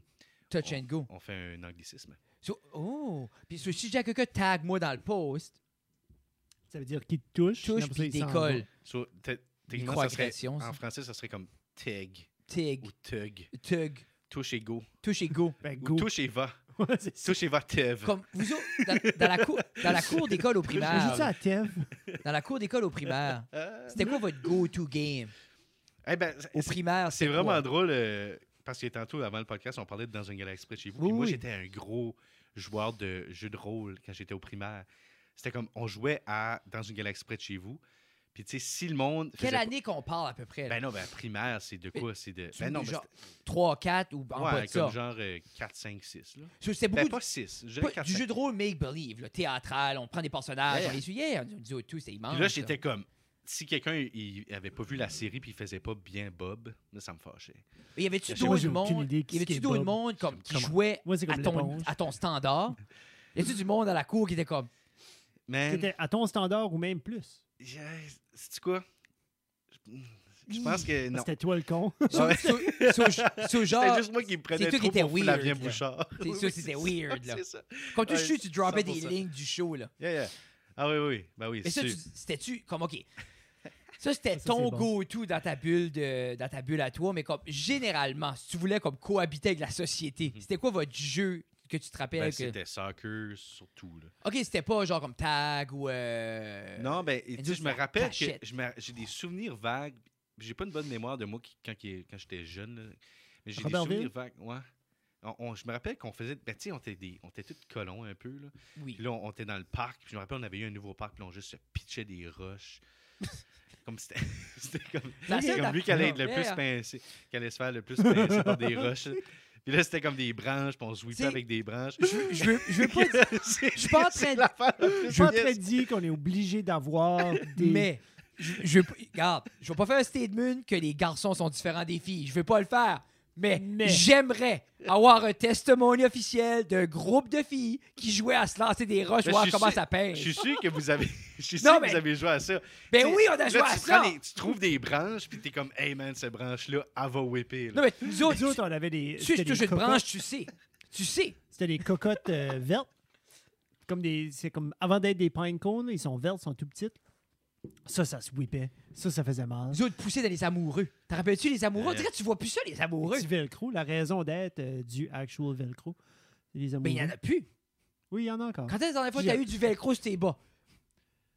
Speaker 1: Touch and go.
Speaker 2: on fait un anglicisme.
Speaker 1: So- oh! Puis so, si j'ai quelqu'un, tag moi dans le post.
Speaker 3: Ça veut dire qu'il te touche.
Speaker 1: Touche
Speaker 3: après ça,
Speaker 1: puis
Speaker 3: il s'en
Speaker 1: décolle.
Speaker 3: va.
Speaker 2: So, te- techniquement, ça serait-
Speaker 1: Microagression. ça.
Speaker 2: en français, ça serait comme tag
Speaker 1: Tig.
Speaker 2: ou tug.
Speaker 1: Tug.
Speaker 2: Touche et go.
Speaker 1: Touche et go.
Speaker 3: Ben,
Speaker 2: Ou
Speaker 3: go.
Speaker 2: touche et va.
Speaker 3: [laughs] Ouais, c'est ça.
Speaker 2: Touche et va, tev.
Speaker 1: Comme vous autres, dans, dans la cour, dans la cour d'école au
Speaker 3: Je joue ça
Speaker 1: primaire.
Speaker 3: à Tev.
Speaker 1: Dans la cour d'école au primaire.
Speaker 2: Euh,
Speaker 1: C'était quoi votre go-to game?
Speaker 2: eh ben,
Speaker 1: Au
Speaker 2: c'est-
Speaker 1: primaire, c'est
Speaker 2: C'est vraiment
Speaker 1: quoi?
Speaker 2: drôle euh, parce que tantôt, avant le podcast, on parlait de Dans une galaxie près de chez vous. Puis
Speaker 1: Oui,
Speaker 2: moi,
Speaker 1: oui.
Speaker 2: j'étais un gros joueur de jeux de rôle quand j'étais au primaire. C'était comme on jouait à Dans une galaxie près de chez vous. Puis tu sais, si le monde.
Speaker 1: Quelle
Speaker 2: faisait
Speaker 1: année qu'on parle à peu près?
Speaker 2: pas-
Speaker 1: là?
Speaker 2: Ben non, ben primaire, c'est de quoi C'est de.
Speaker 1: Tu
Speaker 2: Ben
Speaker 1: dis
Speaker 2: non, ben,
Speaker 1: genre 3, 4 ou
Speaker 2: c'était-
Speaker 1: en
Speaker 2: ouais,
Speaker 1: bas de ça.
Speaker 2: comme genre euh, 4, 5, 6. Là.
Speaker 1: So, C'était
Speaker 2: Ben
Speaker 1: beaucoup
Speaker 2: pas 6. Je
Speaker 1: de-
Speaker 2: dirais
Speaker 1: pas-
Speaker 2: 4,
Speaker 1: du
Speaker 2: 5.
Speaker 1: jeu de rôle make-believe, là, théâtral. On prend des personnages,
Speaker 2: Ouais.
Speaker 1: on les suit. Yeah, on dit au tout, c'est immense.
Speaker 2: Puis là,
Speaker 1: ça.
Speaker 2: j'étais comme. Si quelqu'un il il avait pas vu la série puis il faisait pas bien Bob, là, ça me fâchait.
Speaker 1: Mais y avait-tu
Speaker 2: Je sais pas,
Speaker 1: d'autres
Speaker 3: j'ai aucune
Speaker 1: monde,
Speaker 3: idée qui
Speaker 1: y avait-tu
Speaker 3: c'est
Speaker 1: d'autres
Speaker 3: Bob.
Speaker 1: monde comme, qui
Speaker 2: Comment?
Speaker 1: jouait
Speaker 3: Moi, c'est
Speaker 1: à,
Speaker 3: comme
Speaker 1: ton,
Speaker 3: l'éponge.
Speaker 1: à ton standard? y a-tu du monde à la cour qui était comme
Speaker 2: Man,
Speaker 3: C'était à ton standard ou même plus.
Speaker 2: c'est quoi Je- Je pense que non.
Speaker 3: C'était toi le con.
Speaker 1: So-
Speaker 2: Ouais.
Speaker 1: so- so- so genre,
Speaker 2: C'était juste moi qui me prenais
Speaker 1: toi
Speaker 2: trop
Speaker 1: qui étais
Speaker 2: pour
Speaker 1: weird,
Speaker 2: Flavien
Speaker 1: là.
Speaker 2: Bouchard.
Speaker 1: C'est
Speaker 2: Oui,
Speaker 1: ça,
Speaker 2: oui,
Speaker 1: c'était
Speaker 2: c'est
Speaker 1: weird,
Speaker 2: ça,
Speaker 1: là.
Speaker 2: c'est ça.
Speaker 1: quand tu
Speaker 2: Ouais,
Speaker 1: chutes, tu droppais des
Speaker 2: 100%.
Speaker 1: lignes du show, là.
Speaker 2: Yeah, yeah. Ah oui, oui. Ben oui,
Speaker 1: Mais ça,
Speaker 2: c'est
Speaker 1: tu- c'était-tu comme, OK, ça, c'était
Speaker 3: Ça, c'est
Speaker 1: ton
Speaker 3: bon.
Speaker 1: go-to dans ta bulle de, dans ta bulle à toi, mais comme, généralement, si tu voulais comme cohabiter avec la société, c'était quoi votre jeu que tu te rappelles?
Speaker 2: Mhm. Ben,
Speaker 1: que-
Speaker 2: c'était soccer surtout. Là.
Speaker 1: OK, c'était pas genre comme tag ou... euh,
Speaker 2: non, ben, et tu sais, je me
Speaker 1: Industrial
Speaker 2: rappelle
Speaker 1: Cachette.
Speaker 2: que je me- j'ai des souvenirs vagues. J'ai pas une bonne mémoire de moi qui- quand, qui- quand j'étais jeune. là. Mais j'ai des
Speaker 3: Robertville?
Speaker 2: souvenirs vagues. Ouais. On- on- je me rappelle qu'on faisait. Ben, tu sais, on était des- on était tous colons un peu. Là.
Speaker 1: Oui.
Speaker 2: Puis là, on, on était dans le parc. Puis je me rappelle, on avait eu un nouveau parc. Puis on juste se pitchait des
Speaker 1: [laughs]
Speaker 2: roches. comme c'était. [laughs] c'était comme.
Speaker 1: La
Speaker 2: C'est
Speaker 1: seule
Speaker 2: comme
Speaker 1: affaire-
Speaker 2: lui qui allait être le
Speaker 1: Yeah.
Speaker 2: plus pincé, qui allait se faire le plus pincé
Speaker 1: [laughs]
Speaker 2: par des roches. Puis là, c'était comme des branches, puis on se whippait
Speaker 1: C'est-
Speaker 2: avec des branches.
Speaker 1: Je veux- je veux, je veux pas dire...
Speaker 2: [laughs] Je
Speaker 1: suis pas en train de-
Speaker 3: Je suis pas en train de dire qu'on est obligé d'avoir
Speaker 1: [laughs]
Speaker 3: des.
Speaker 1: Mais, je, je veux pas- regarde, je vais pas faire un statement que les garçons sont différents des filles. Je veux pas le faire. Mais,
Speaker 3: Mais.
Speaker 1: j'aimerais avoir un testimony officiel d'un groupe de filles qui jouaient à se lancer des roches,
Speaker 2: Ben,
Speaker 1: voir
Speaker 2: je suis
Speaker 1: comment
Speaker 2: sûr-
Speaker 1: ça pèse.
Speaker 2: Je suis sûr que vous avez, [laughs] je suis
Speaker 1: Non,
Speaker 2: sûr que
Speaker 1: mais-
Speaker 2: vous avez joué à ça.
Speaker 1: Ben
Speaker 2: Tu sais,
Speaker 1: oui, on a
Speaker 2: là,
Speaker 1: joué à
Speaker 2: tu
Speaker 1: ça.
Speaker 2: prends des- tu trouves des branches, puis t'es comme, hey man, cette branche-là, elle va whipper. là.
Speaker 1: Non, mais nous autres,
Speaker 3: Nous autres, on avait des.
Speaker 1: tu sais, je
Speaker 3: c'était
Speaker 1: touche
Speaker 3: des
Speaker 1: une
Speaker 3: cocottes.
Speaker 1: branche, tu sais. Tu sais.
Speaker 3: C'était des cocottes euh, vertes. Comme des, c'est comme avant d'être des pine cones, ils sont vertes, ils sont tout petites. Ça, ça se whippait. Ça, ça faisait mal.
Speaker 1: Nous autres, poussés dans les amoureux. T'en rappelles-tu les amoureux? On
Speaker 2: Euh.
Speaker 1: dirait que tu vois plus ça, les amoureux.
Speaker 3: Du velcro, la raison d'être euh, du actual velcro. Les
Speaker 1: Mais Ben, il y en
Speaker 3: amoureux.
Speaker 1: a plus.
Speaker 3: Oui, il y en a encore.
Speaker 1: Quand est-ce la dernière fois que t'as eu du velcro sur tes bas?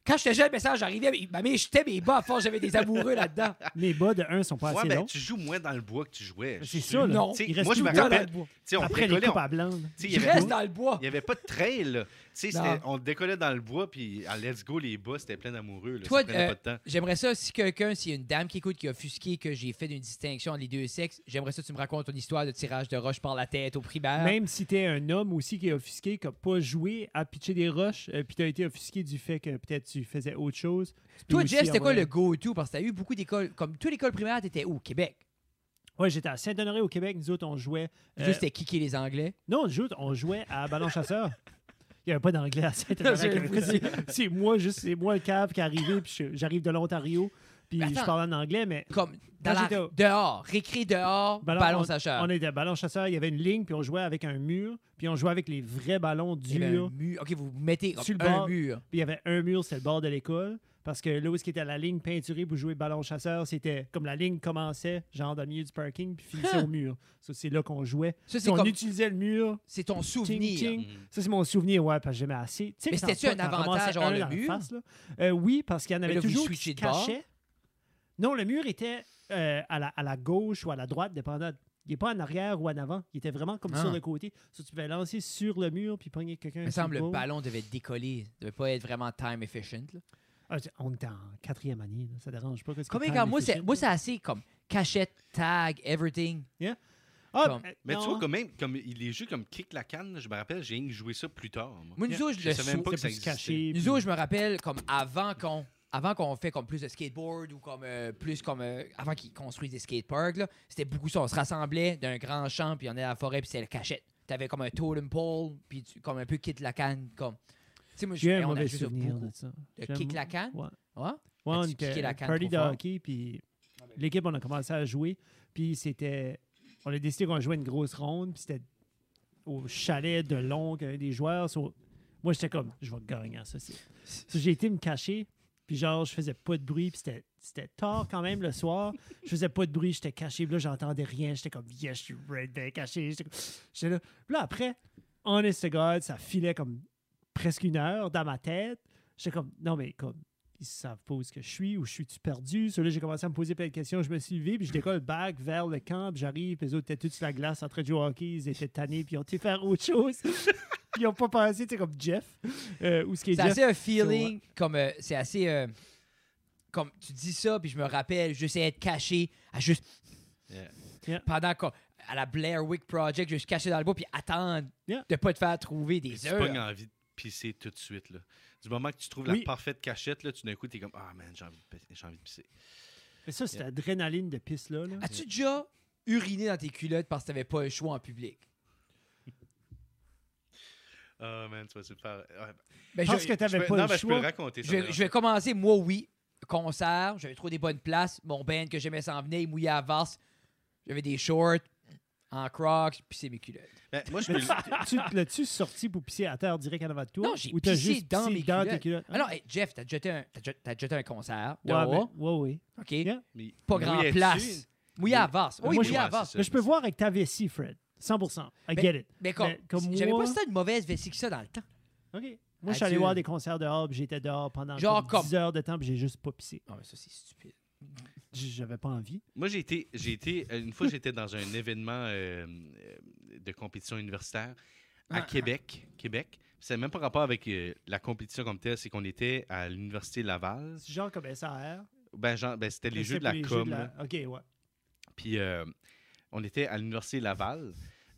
Speaker 1: Quand j'étais jeune, mais ça, j'arrivais, mais- ma mère jetait mes bas à force, j'avais des amoureux là-dedans.
Speaker 3: Mes bas de 1 sont pas
Speaker 2: Ouais,
Speaker 3: assez
Speaker 2: ben,
Speaker 3: longs.
Speaker 2: tu joues moins dans le bois que tu jouais.
Speaker 3: C'est
Speaker 2: Tu
Speaker 3: ça, là.
Speaker 1: Non.
Speaker 2: sais,
Speaker 3: Il reste
Speaker 2: moi, je
Speaker 3: tout
Speaker 2: me
Speaker 3: le temps dans
Speaker 2: rappelle,
Speaker 3: le bois.
Speaker 2: tu sais, on
Speaker 3: Après les
Speaker 2: décollait,
Speaker 3: coupes
Speaker 2: on-
Speaker 3: à blonde.
Speaker 2: tu sais, il y
Speaker 1: Je
Speaker 2: avait
Speaker 1: reste
Speaker 2: tout-
Speaker 1: dans le bois.
Speaker 2: Il n'y avait pas de trail. là. Tu sais,
Speaker 1: Non.
Speaker 2: c'était- on décollait dans le bois, puis à Let's Go, les bas, c'était plein d'amoureux. là.
Speaker 1: Toi,
Speaker 2: ça prenait
Speaker 1: euh,
Speaker 2: pas de temps.
Speaker 1: J'aimerais ça, si quelqu'un, s'il y a une dame qui écoute qui a offusqué que j'ai fait une distinction entre les deux sexes, j'aimerais ça que tu me racontes une histoire de tirage de roche par la tête au primaire.
Speaker 3: Même si t'es un homme aussi qui est offusqué, qui n'a pas joué à pitcher des roches, euh, puis t'as été offusqué du fait que peut-être tu faisais autre chose. tu peux
Speaker 1: Toi,
Speaker 3: aussi
Speaker 1: Jeff, c'était quoi
Speaker 3: avoir-
Speaker 1: le go-to? Parce que t'as eu beaucoup d'écoles. Comme toute l'école primaire, t'étais où? Au Québec.
Speaker 3: Ouais, j'étais à Saint-Honoré au Québec. Nous autres, on jouait. euh,
Speaker 1: Juste, c'était kicker les Anglais.
Speaker 3: Non, nous autres, on jouait à Ballon Chasseur. Il n'y avait pas d'anglais
Speaker 1: [laughs]
Speaker 3: à
Speaker 1: Non, c'est
Speaker 3: Saint-Honoré.
Speaker 1: vrai.
Speaker 3: C'est- c'est moi, juste, c'est moi le cave qui est arrivé, puis je- j'arrive de l'Ontario, puis
Speaker 1: Mais attends.
Speaker 3: je parle en anglais, mais.
Speaker 1: Comme dans
Speaker 3: Moi,
Speaker 1: la-
Speaker 3: j'étais au-
Speaker 1: dehors, récré dehors,
Speaker 3: Ballon-
Speaker 1: ballon
Speaker 3: on-
Speaker 1: sacheur. Eh
Speaker 3: On était à Ballon Chasseur, il y avait une ligne, puis on jouait avec un mur, puis on jouait avec les vrais ballons
Speaker 1: Il y avait ben, un
Speaker 3: durs.
Speaker 1: mur. OK, vous vous mettez
Speaker 3: Sur
Speaker 1: comme
Speaker 3: le
Speaker 1: un
Speaker 3: bord.
Speaker 1: mur.
Speaker 3: Puis il y avait un mur, c'était le bord de l'école. Parce que là où était la ligne peinturée pour jouer ballon chasseur, c'était comme la ligne commençait, genre dans le milieu du parking, puis finissait
Speaker 1: [laughs] Hein?
Speaker 3: au mur. Ça, c'est là qu'on jouait.
Speaker 1: Ça,
Speaker 3: Si
Speaker 1: c'est
Speaker 3: on
Speaker 1: comme...
Speaker 3: utilisait le mur,
Speaker 1: C'est ton souvenir.
Speaker 3: ting, ting.
Speaker 2: Mhm.
Speaker 3: Ça, c'est mon souvenir, ouais, parce que j'aimais assez. Tu sais,
Speaker 1: Mais
Speaker 3: quand
Speaker 1: c'était-tu
Speaker 3: t'en-
Speaker 1: un
Speaker 3: t'en
Speaker 1: avantage
Speaker 3: ramassais
Speaker 1: avoir
Speaker 3: un
Speaker 1: le
Speaker 3: dans la
Speaker 1: mur?
Speaker 3: face, là? Euh, oui, parce qu'il y en
Speaker 1: Mais
Speaker 3: avait
Speaker 1: là, vous
Speaker 3: toujours qui
Speaker 1: switchez
Speaker 3: se
Speaker 1: de bord?
Speaker 3: cachaient. Non, le mur était euh, à, la, à la gauche ou à la droite, dépendant. Il n'est pas en arrière ou en avant. Il était vraiment comme
Speaker 1: Ah.
Speaker 3: sur le côté. Ça, tu pouvais lancer sur le mur puis pogner quelqu'un.
Speaker 1: Il me
Speaker 3: sur
Speaker 1: semble le
Speaker 3: bord.
Speaker 1: ballon devait décoller. Il devait pas être vraiment time efficient. là.
Speaker 3: Ah, c'est- on était en quatrième année, là, ça dérange pas. que c'est
Speaker 1: Combien
Speaker 3: pas
Speaker 1: quand
Speaker 3: time
Speaker 1: moi, c'est,
Speaker 3: efficient,
Speaker 1: moi,
Speaker 3: là.
Speaker 1: c'est assez comme cachette, tag, everything.
Speaker 3: Ah,
Speaker 1: Comme-
Speaker 3: ben,
Speaker 2: Mais tu
Speaker 3: non.
Speaker 2: vois, quand même, comme, les jeux comme Kick la canne, je me rappelle, j'ai rien que joué ça plus tard. moi.
Speaker 1: Moi, nous autres,
Speaker 2: Je
Speaker 1: le
Speaker 2: savais même
Speaker 1: sou-
Speaker 2: pas que ça
Speaker 3: C'est plus
Speaker 2: existait.
Speaker 3: caché.
Speaker 1: Nous autres, je me rappelle comme avant qu'on avant qu'on fait comme plus de skateboard ou comme euh, plus comme euh, avant qu'ils construisent des skateparks là, c'était beaucoup ça on se rassemblait d'un grand champ puis on est à la forêt puis c'était la cachette. T'avais comme un totem pole puis tu- comme un peu kick la canne comme tu sais moi je
Speaker 3: J'ai un
Speaker 1: on
Speaker 3: mauvais
Speaker 1: avait joué ça
Speaker 3: souvenir
Speaker 1: beaucoup.
Speaker 3: de ça.
Speaker 1: de
Speaker 3: J'ai un
Speaker 1: kick
Speaker 3: mau-
Speaker 1: la canne.
Speaker 3: Ouais.
Speaker 1: Ouais.
Speaker 3: Ouais, on
Speaker 1: As-tu
Speaker 3: était
Speaker 1: kické la canne
Speaker 3: party
Speaker 1: trop
Speaker 3: de
Speaker 1: fort?
Speaker 3: hockey, puis l'équipe, on a commencé à jouer, puis c'était... On a décidé qu'on jouait une grosse ronde, puis c'était au chalet de long qu'il y avait des joueurs. So, moi, j'étais comme, je vais gagner en ceci. So, j'ai été me cacher, puis genre, je faisais pas de bruit, puis c'était- c'était tard quand même le soir. Je faisais pas de bruit, j'étais caché, puis là, j'entendais rien. J'étais comme, yes, je suis red, bien caché. J'étais comme- j'étais là. Puis là, après, honest to God, ça filait comme presque une heure dans ma tête. J'étais comme, non, mais comme, ils savent pas où est-ce que je suis, ou je suis-tu perdu? So, là, j'ai commencé à me poser plein de questions. Je me suis levé, puis je décolle back vers le camp, puis j'arrive, puis les autres étaient tous sur la glace en train de jouer au hockey. Ils étaient tannés, puis ils ont été faire
Speaker 1: [laughs]
Speaker 3: autre chose. ils ont pas pensé, tu sais, comme Jeff, euh, ou ce qui est
Speaker 1: C'est
Speaker 3: Jeff.
Speaker 1: assez un feeling comme euh, c'est assez euh, comme tu dis ça puis je me rappelle j'essayais de cacher à juste
Speaker 2: Yeah.
Speaker 1: pendant qu'on- à la Blair Wick Project je suis caché dans le bois puis attendre
Speaker 3: Yeah.
Speaker 1: de pas te faire trouver
Speaker 2: Puis
Speaker 1: des
Speaker 2: Tu pognes
Speaker 1: heures.
Speaker 2: envie de pisser tout de suite. Là. Du moment que tu trouves
Speaker 3: Oui.
Speaker 2: la parfaite cachette, là, tu d'un coup, t'es comme Ah man, j'ai envie, de pisser- j'ai envie de pisser.
Speaker 3: Mais ça, c'est l'adrénaline de piste-là. Là.
Speaker 1: As-tu déjà uriné dans tes culottes parce que t'avais pas le choix en public?
Speaker 2: Ah man, tu vas super. Ouais,
Speaker 1: Ben,
Speaker 3: Je pense
Speaker 1: je,
Speaker 3: que t'avais
Speaker 2: peux-
Speaker 3: pas
Speaker 2: non,
Speaker 3: le
Speaker 2: mais je peux
Speaker 3: choix.
Speaker 2: le raconter.
Speaker 1: je
Speaker 2: Ah, ça,
Speaker 1: vais,
Speaker 2: d'ailleurs.
Speaker 1: je vais commencer, moi oui, concert, j'avais trouvé des bonnes places, mon band que j'aimais s'en venait, il mouillait à Vars, j'avais des shorts en crocs, puis c'est mes culottes.
Speaker 2: Ben, moi, je
Speaker 3: Mais
Speaker 2: peux
Speaker 3: tu
Speaker 2: le-
Speaker 3: tu te l'as-tu sorti pour pisser à terre direct en avant de toi?
Speaker 1: Non, j'ai
Speaker 3: Ou t'as
Speaker 1: pissé
Speaker 3: juste
Speaker 1: dans
Speaker 3: pissé
Speaker 1: mes
Speaker 3: dans tes
Speaker 1: culottes.
Speaker 3: culottes?
Speaker 1: Ah non, hey, Jeff, t'as jeté un, t'as jeté- t'as jeté un concert,
Speaker 3: ouais,
Speaker 1: dehors,
Speaker 3: mais- ouais, ouais.
Speaker 1: ok?
Speaker 3: Yeah.
Speaker 2: mais-
Speaker 1: Pas
Speaker 2: mais
Speaker 1: grand
Speaker 2: oui,
Speaker 1: place.
Speaker 2: là-dessus,
Speaker 1: Mouillé à Vars. Oui,
Speaker 3: Moi,
Speaker 1: mouillé
Speaker 2: je-
Speaker 1: à
Speaker 2: ouais,
Speaker 1: Vars.
Speaker 2: c'est
Speaker 3: Mais je peux voir avec ta vessie, Fred. 100 I
Speaker 1: Ben-
Speaker 3: get it.
Speaker 1: Mais comme,
Speaker 3: Mais comme
Speaker 1: j'avais
Speaker 3: moi-
Speaker 1: pas ça une mauvaise vessie que ça dans le temps.
Speaker 3: OK. Moi, je suis allé
Speaker 1: Adieu.
Speaker 3: voir des concerts dehors, puis j'étais dehors pendant
Speaker 1: Genre
Speaker 3: comme
Speaker 1: comme-
Speaker 3: 10 heures de temps, puis j'ai juste pas pissé.
Speaker 1: Non, mais ça, c'est stupide.
Speaker 3: J- J'avais pas envie.
Speaker 2: Moi, j'ai été, j'ai été- euh, une fois, j'étais dans un événement euh, euh, de compétition universitaire à
Speaker 1: Ah,
Speaker 2: Québec. Québec. C'est même pas rapport avec euh, la compétition comme telle, c'est qu'on était à l'université Laval.
Speaker 3: C'est genre comme SAR.
Speaker 2: Ben, genre, ben, c'était les
Speaker 3: mais
Speaker 2: jeux
Speaker 3: c'est
Speaker 2: de la
Speaker 3: pour les jeux
Speaker 2: com.
Speaker 3: de la-
Speaker 2: là.
Speaker 3: OK, ouais.
Speaker 2: Puis euh, on était à l'université Laval.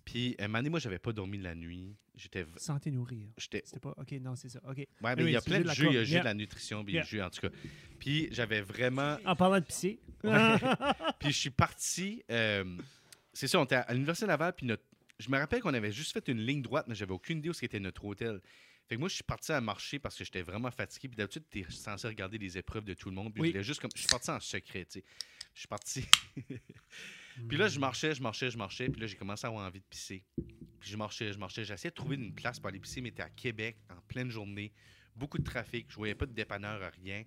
Speaker 2: Puis euh, Mané, moi, j'avais pas dormi de la nuit. J'étais, v-
Speaker 3: Santé nourrir.
Speaker 2: j'étais
Speaker 3: C'était pas... OK, non, c'est ça. OK.
Speaker 2: Ouais, mais
Speaker 3: Oui,
Speaker 2: il y a
Speaker 3: c'est
Speaker 2: plein
Speaker 3: le
Speaker 2: de
Speaker 3: jeu de
Speaker 2: jeux. Il y a
Speaker 3: la com.
Speaker 2: le jeu
Speaker 3: Yeah.
Speaker 2: de la nutrition, puis
Speaker 3: Yeah.
Speaker 2: le jeu, en tout cas. Puis j'avais vraiment.
Speaker 3: En parlant de pisser. Ah. [laughs]
Speaker 2: puis je suis parti. euh, c'est ça, on était à l'Université Laval, puis notre. Je me rappelle qu'on avait juste fait une ligne droite, mais j'avais aucune idée où c'était notre hôtel. Fait que moi, je suis parti à marcher parce que j'étais vraiment fatigué. Puis d'habitude, t'es censé regarder les épreuves de tout le monde. Puis
Speaker 1: Oui.
Speaker 2: je voulais juste comme. Je suis parti en secret, tu sais. Je suis parti. Puis là, je marchais, je marchais, je marchais. Puis là, j'ai commencé à avoir envie de pisser. Puis je marchais, je marchais. J'essayais de trouver une place pour aller pisser, mais t'es à Québec, en pleine journée. Beaucoup de trafic. Je voyais pas de dépanneur, rien.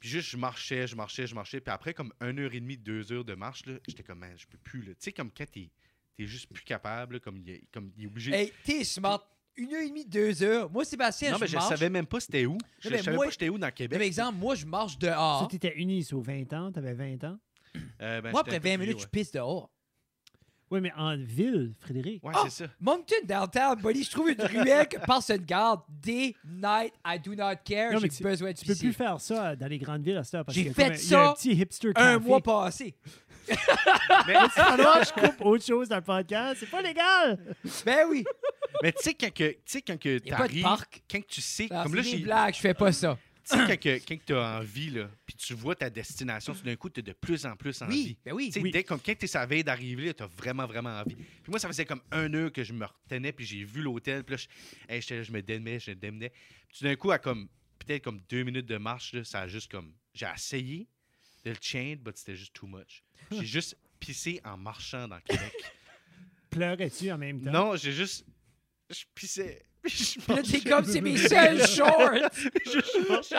Speaker 2: Puis juste, je marchais, je marchais, je marchais. Puis après, comme une heure et demie, deux heures de marche, là, j'étais comme, man, je peux plus. là. Tu sais, comme quand t'es t'es juste plus capable, là, comme il est, comme il est obligé.
Speaker 1: Hey, t'es smart. Une heure et demie, deux heures. Moi, Sébastien,
Speaker 2: non, mais je
Speaker 1: marche.
Speaker 2: savais même pas c'était où. Je,
Speaker 1: mais
Speaker 2: je savais
Speaker 1: moi-
Speaker 2: pas j'étais où dans Québec.
Speaker 1: Même exemple, moi, je marche dehors.
Speaker 3: Si t'étais uni, c'est aux 20 ans, t'avais 20 ans.
Speaker 2: Euh, ben,
Speaker 1: moi, après
Speaker 2: j'étais un
Speaker 1: 20
Speaker 2: peu plus
Speaker 1: minutes,
Speaker 2: vieux,
Speaker 1: je pisse dehors.
Speaker 3: Oui, mais en ville, Frédéric.
Speaker 2: Ouais, Ouais,
Speaker 1: Ah!
Speaker 2: c'est ça.
Speaker 1: Moncton, downtown, buddy, je trouve une ruelle que passe une garde. Day, night, I do not care.
Speaker 3: Non, mais
Speaker 1: J'ai besoin de
Speaker 3: Tu peux
Speaker 1: pisser.
Speaker 3: plus faire ça dans les grandes villes à cette heure. parce
Speaker 1: J'ai
Speaker 3: qu'il y a
Speaker 1: fait
Speaker 3: comme un- Il y a un
Speaker 1: ça
Speaker 3: petit hipster
Speaker 1: Un
Speaker 3: café.
Speaker 1: mois
Speaker 3: [laughs]
Speaker 1: passé. [laughs]
Speaker 3: Alors, je coupe autre chose dans le podcast. C'est pas légal.
Speaker 1: Ben oui.
Speaker 2: Mais tu sais, quand que, tu sais, quand que
Speaker 1: Y a pas de
Speaker 2: t'arrives,
Speaker 1: parc.
Speaker 2: quand que tu sais,
Speaker 1: Alors,
Speaker 2: comme
Speaker 1: C'est
Speaker 2: là,
Speaker 1: des
Speaker 2: j'ai-
Speaker 1: blagues, je fais pas ça.
Speaker 2: Tu sais, quand, que- quand tu as envie, là, puis tu vois ta destination, tout d'un coup, tu as de plus en plus envie.
Speaker 1: Oui, ben oui.
Speaker 2: Tu sais,
Speaker 3: Oui.
Speaker 2: dès comme quand tu es sa veille d'arriver, tu as vraiment, vraiment envie. Puis moi, ça faisait comme un heure que je me retenais, puis j'ai vu l'hôtel, puis là, je, hey, j'étais là, je me démenais, je me démenais. Puis tout d'un coup, à comme peut-être comme deux minutes de marche, là, ça a juste comme. J'ai essayé de le change, mais c'était juste too much.
Speaker 1: [laughs]
Speaker 2: J'ai juste pissé en marchant dans Québec.
Speaker 3: Pleurais-tu en même temps?
Speaker 2: non, j'ai juste. Je pissais. [laughs] Je
Speaker 1: Puis là, t'es
Speaker 2: marchais.
Speaker 1: comme, c'est [laughs] mes seuls [laughs] shorts.
Speaker 2: Je marchais.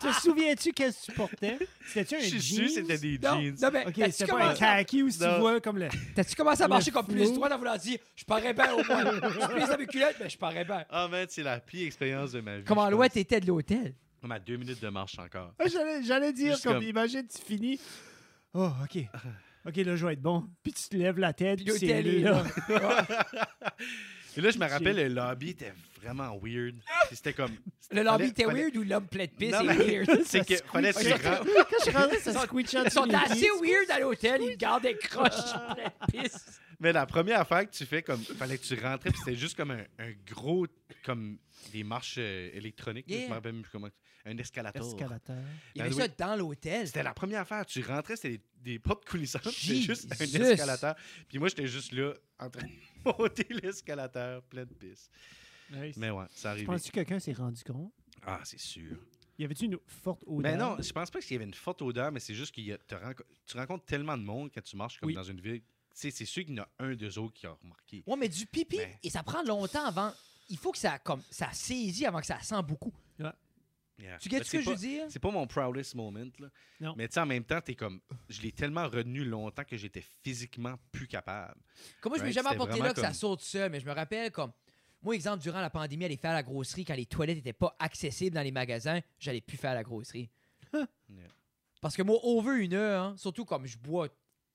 Speaker 3: Te souviens-tu qu'est-ce que tu portais? C'était-tu un
Speaker 2: Je suis sûr
Speaker 3: jeans?
Speaker 2: c'était des
Speaker 1: Non,
Speaker 2: jeans.
Speaker 1: non, mais
Speaker 3: OK,
Speaker 1: t'as-tu
Speaker 3: c'était pas un
Speaker 1: commencé,
Speaker 3: khaki ou si tu
Speaker 2: Non.
Speaker 3: vois comme le...
Speaker 1: t'as-tu commencé à marcher
Speaker 3: Le
Speaker 1: comme plus
Speaker 3: flow.
Speaker 1: droit en voulant dire, je parais bien au moins. je pisse dans mes culottes, mais je parais bien.
Speaker 2: Ah, man, c'est la pire expérience de ma vie.
Speaker 1: Comment
Speaker 2: je
Speaker 1: loin
Speaker 2: pense.
Speaker 1: t'étais de l'hôtel?
Speaker 2: Comme à deux minutes de marche encore.
Speaker 3: Ah, J'allais, j'allais dire,
Speaker 2: Juste
Speaker 3: comme,
Speaker 2: comme-
Speaker 3: imagine, tu finis... Oh, OK. OK, là, je vais être bon. Puis tu te lèves la tête,
Speaker 1: Puis
Speaker 3: puis c'est
Speaker 1: l'hôtel est
Speaker 3: là.
Speaker 1: là.
Speaker 2: Et là, je me
Speaker 3: Pitié.
Speaker 2: rappelle, le lobby était vraiment weird. Puis C'était comme.
Speaker 1: [laughs] Le lobby
Speaker 2: fallait-
Speaker 1: était
Speaker 2: fallait-
Speaker 1: weird ou l'homme plein de pisse
Speaker 2: Non,
Speaker 1: est
Speaker 2: mais-
Speaker 1: weird?
Speaker 2: [laughs] C'est que fallait
Speaker 3: squeeze.
Speaker 2: se rendre-
Speaker 3: [laughs] Quand je suis rendu, ça
Speaker 1: Ils sont-
Speaker 3: squeezait entre
Speaker 1: Ils sont
Speaker 3: les
Speaker 1: assez
Speaker 3: pieds.
Speaker 1: weird à l'hôtel, ils gardent des croches [laughs] plein de pisse.
Speaker 2: Mais la première affaire que tu fais, comme fallait que tu rentrais, puis c'était juste comme un, un gros, comme des marches euh, électroniques, là,
Speaker 1: Yeah.
Speaker 2: je me rappelle plus comment, un escalator.
Speaker 3: Escalateur.
Speaker 1: Il y avait
Speaker 2: Ben oui.
Speaker 1: ça dans l'hôtel.
Speaker 2: C'était la première affaire. Tu rentrais, c'était des, des portes coulissantes, [laughs] puis c'était juste un
Speaker 1: Jesus.
Speaker 2: escalateur. Puis moi, j'étais juste là, en train de [laughs] monter l'escalateur, plein de pisse. Mais ouais, ça
Speaker 3: Je
Speaker 2: arrive.
Speaker 3: pense que quelqu'un s'est rendu compte.
Speaker 2: Ah, c'est sûr.
Speaker 3: Y avait-tu une forte odeur?
Speaker 2: Mais Ben non, je pense pas qu'il y avait une forte odeur, mais c'est juste que tu rencontres tellement de monde quand tu marches comme
Speaker 3: Oui.
Speaker 2: dans une ville. Tu sais, C'est sûr qu'il y en a un, deux autres qui a remarqué.
Speaker 1: Ouais, mais du pipi,
Speaker 2: Ben.
Speaker 1: et ça prend longtemps avant. Il faut que ça, comme, ça saisit avant que ça sent beaucoup.
Speaker 2: Yeah.
Speaker 1: Tu gagnes
Speaker 2: Mais
Speaker 1: ce
Speaker 2: c'est
Speaker 1: que je
Speaker 2: pas-
Speaker 1: veux dire?
Speaker 2: C'est pas mon proudest moment, là.
Speaker 3: Non.
Speaker 2: Mais tu sais, en même temps, t'es comme. Je l'ai tellement retenu longtemps que j'étais physiquement plus capable.
Speaker 1: Comme moi, je m'ai
Speaker 2: Right,
Speaker 1: jamais
Speaker 2: c'était
Speaker 1: apporté là
Speaker 2: vraiment
Speaker 1: que ça
Speaker 2: comme-
Speaker 1: saute seul, mais je me rappelle comme. Moi, exemple, durant la pandémie, aller faire la grosserie quand les toilettes n'étaient pas accessibles dans les magasins, j'allais plus faire la grosserie.
Speaker 2: Yeah.
Speaker 1: Parce que moi, over une heure, hein, surtout comme je bois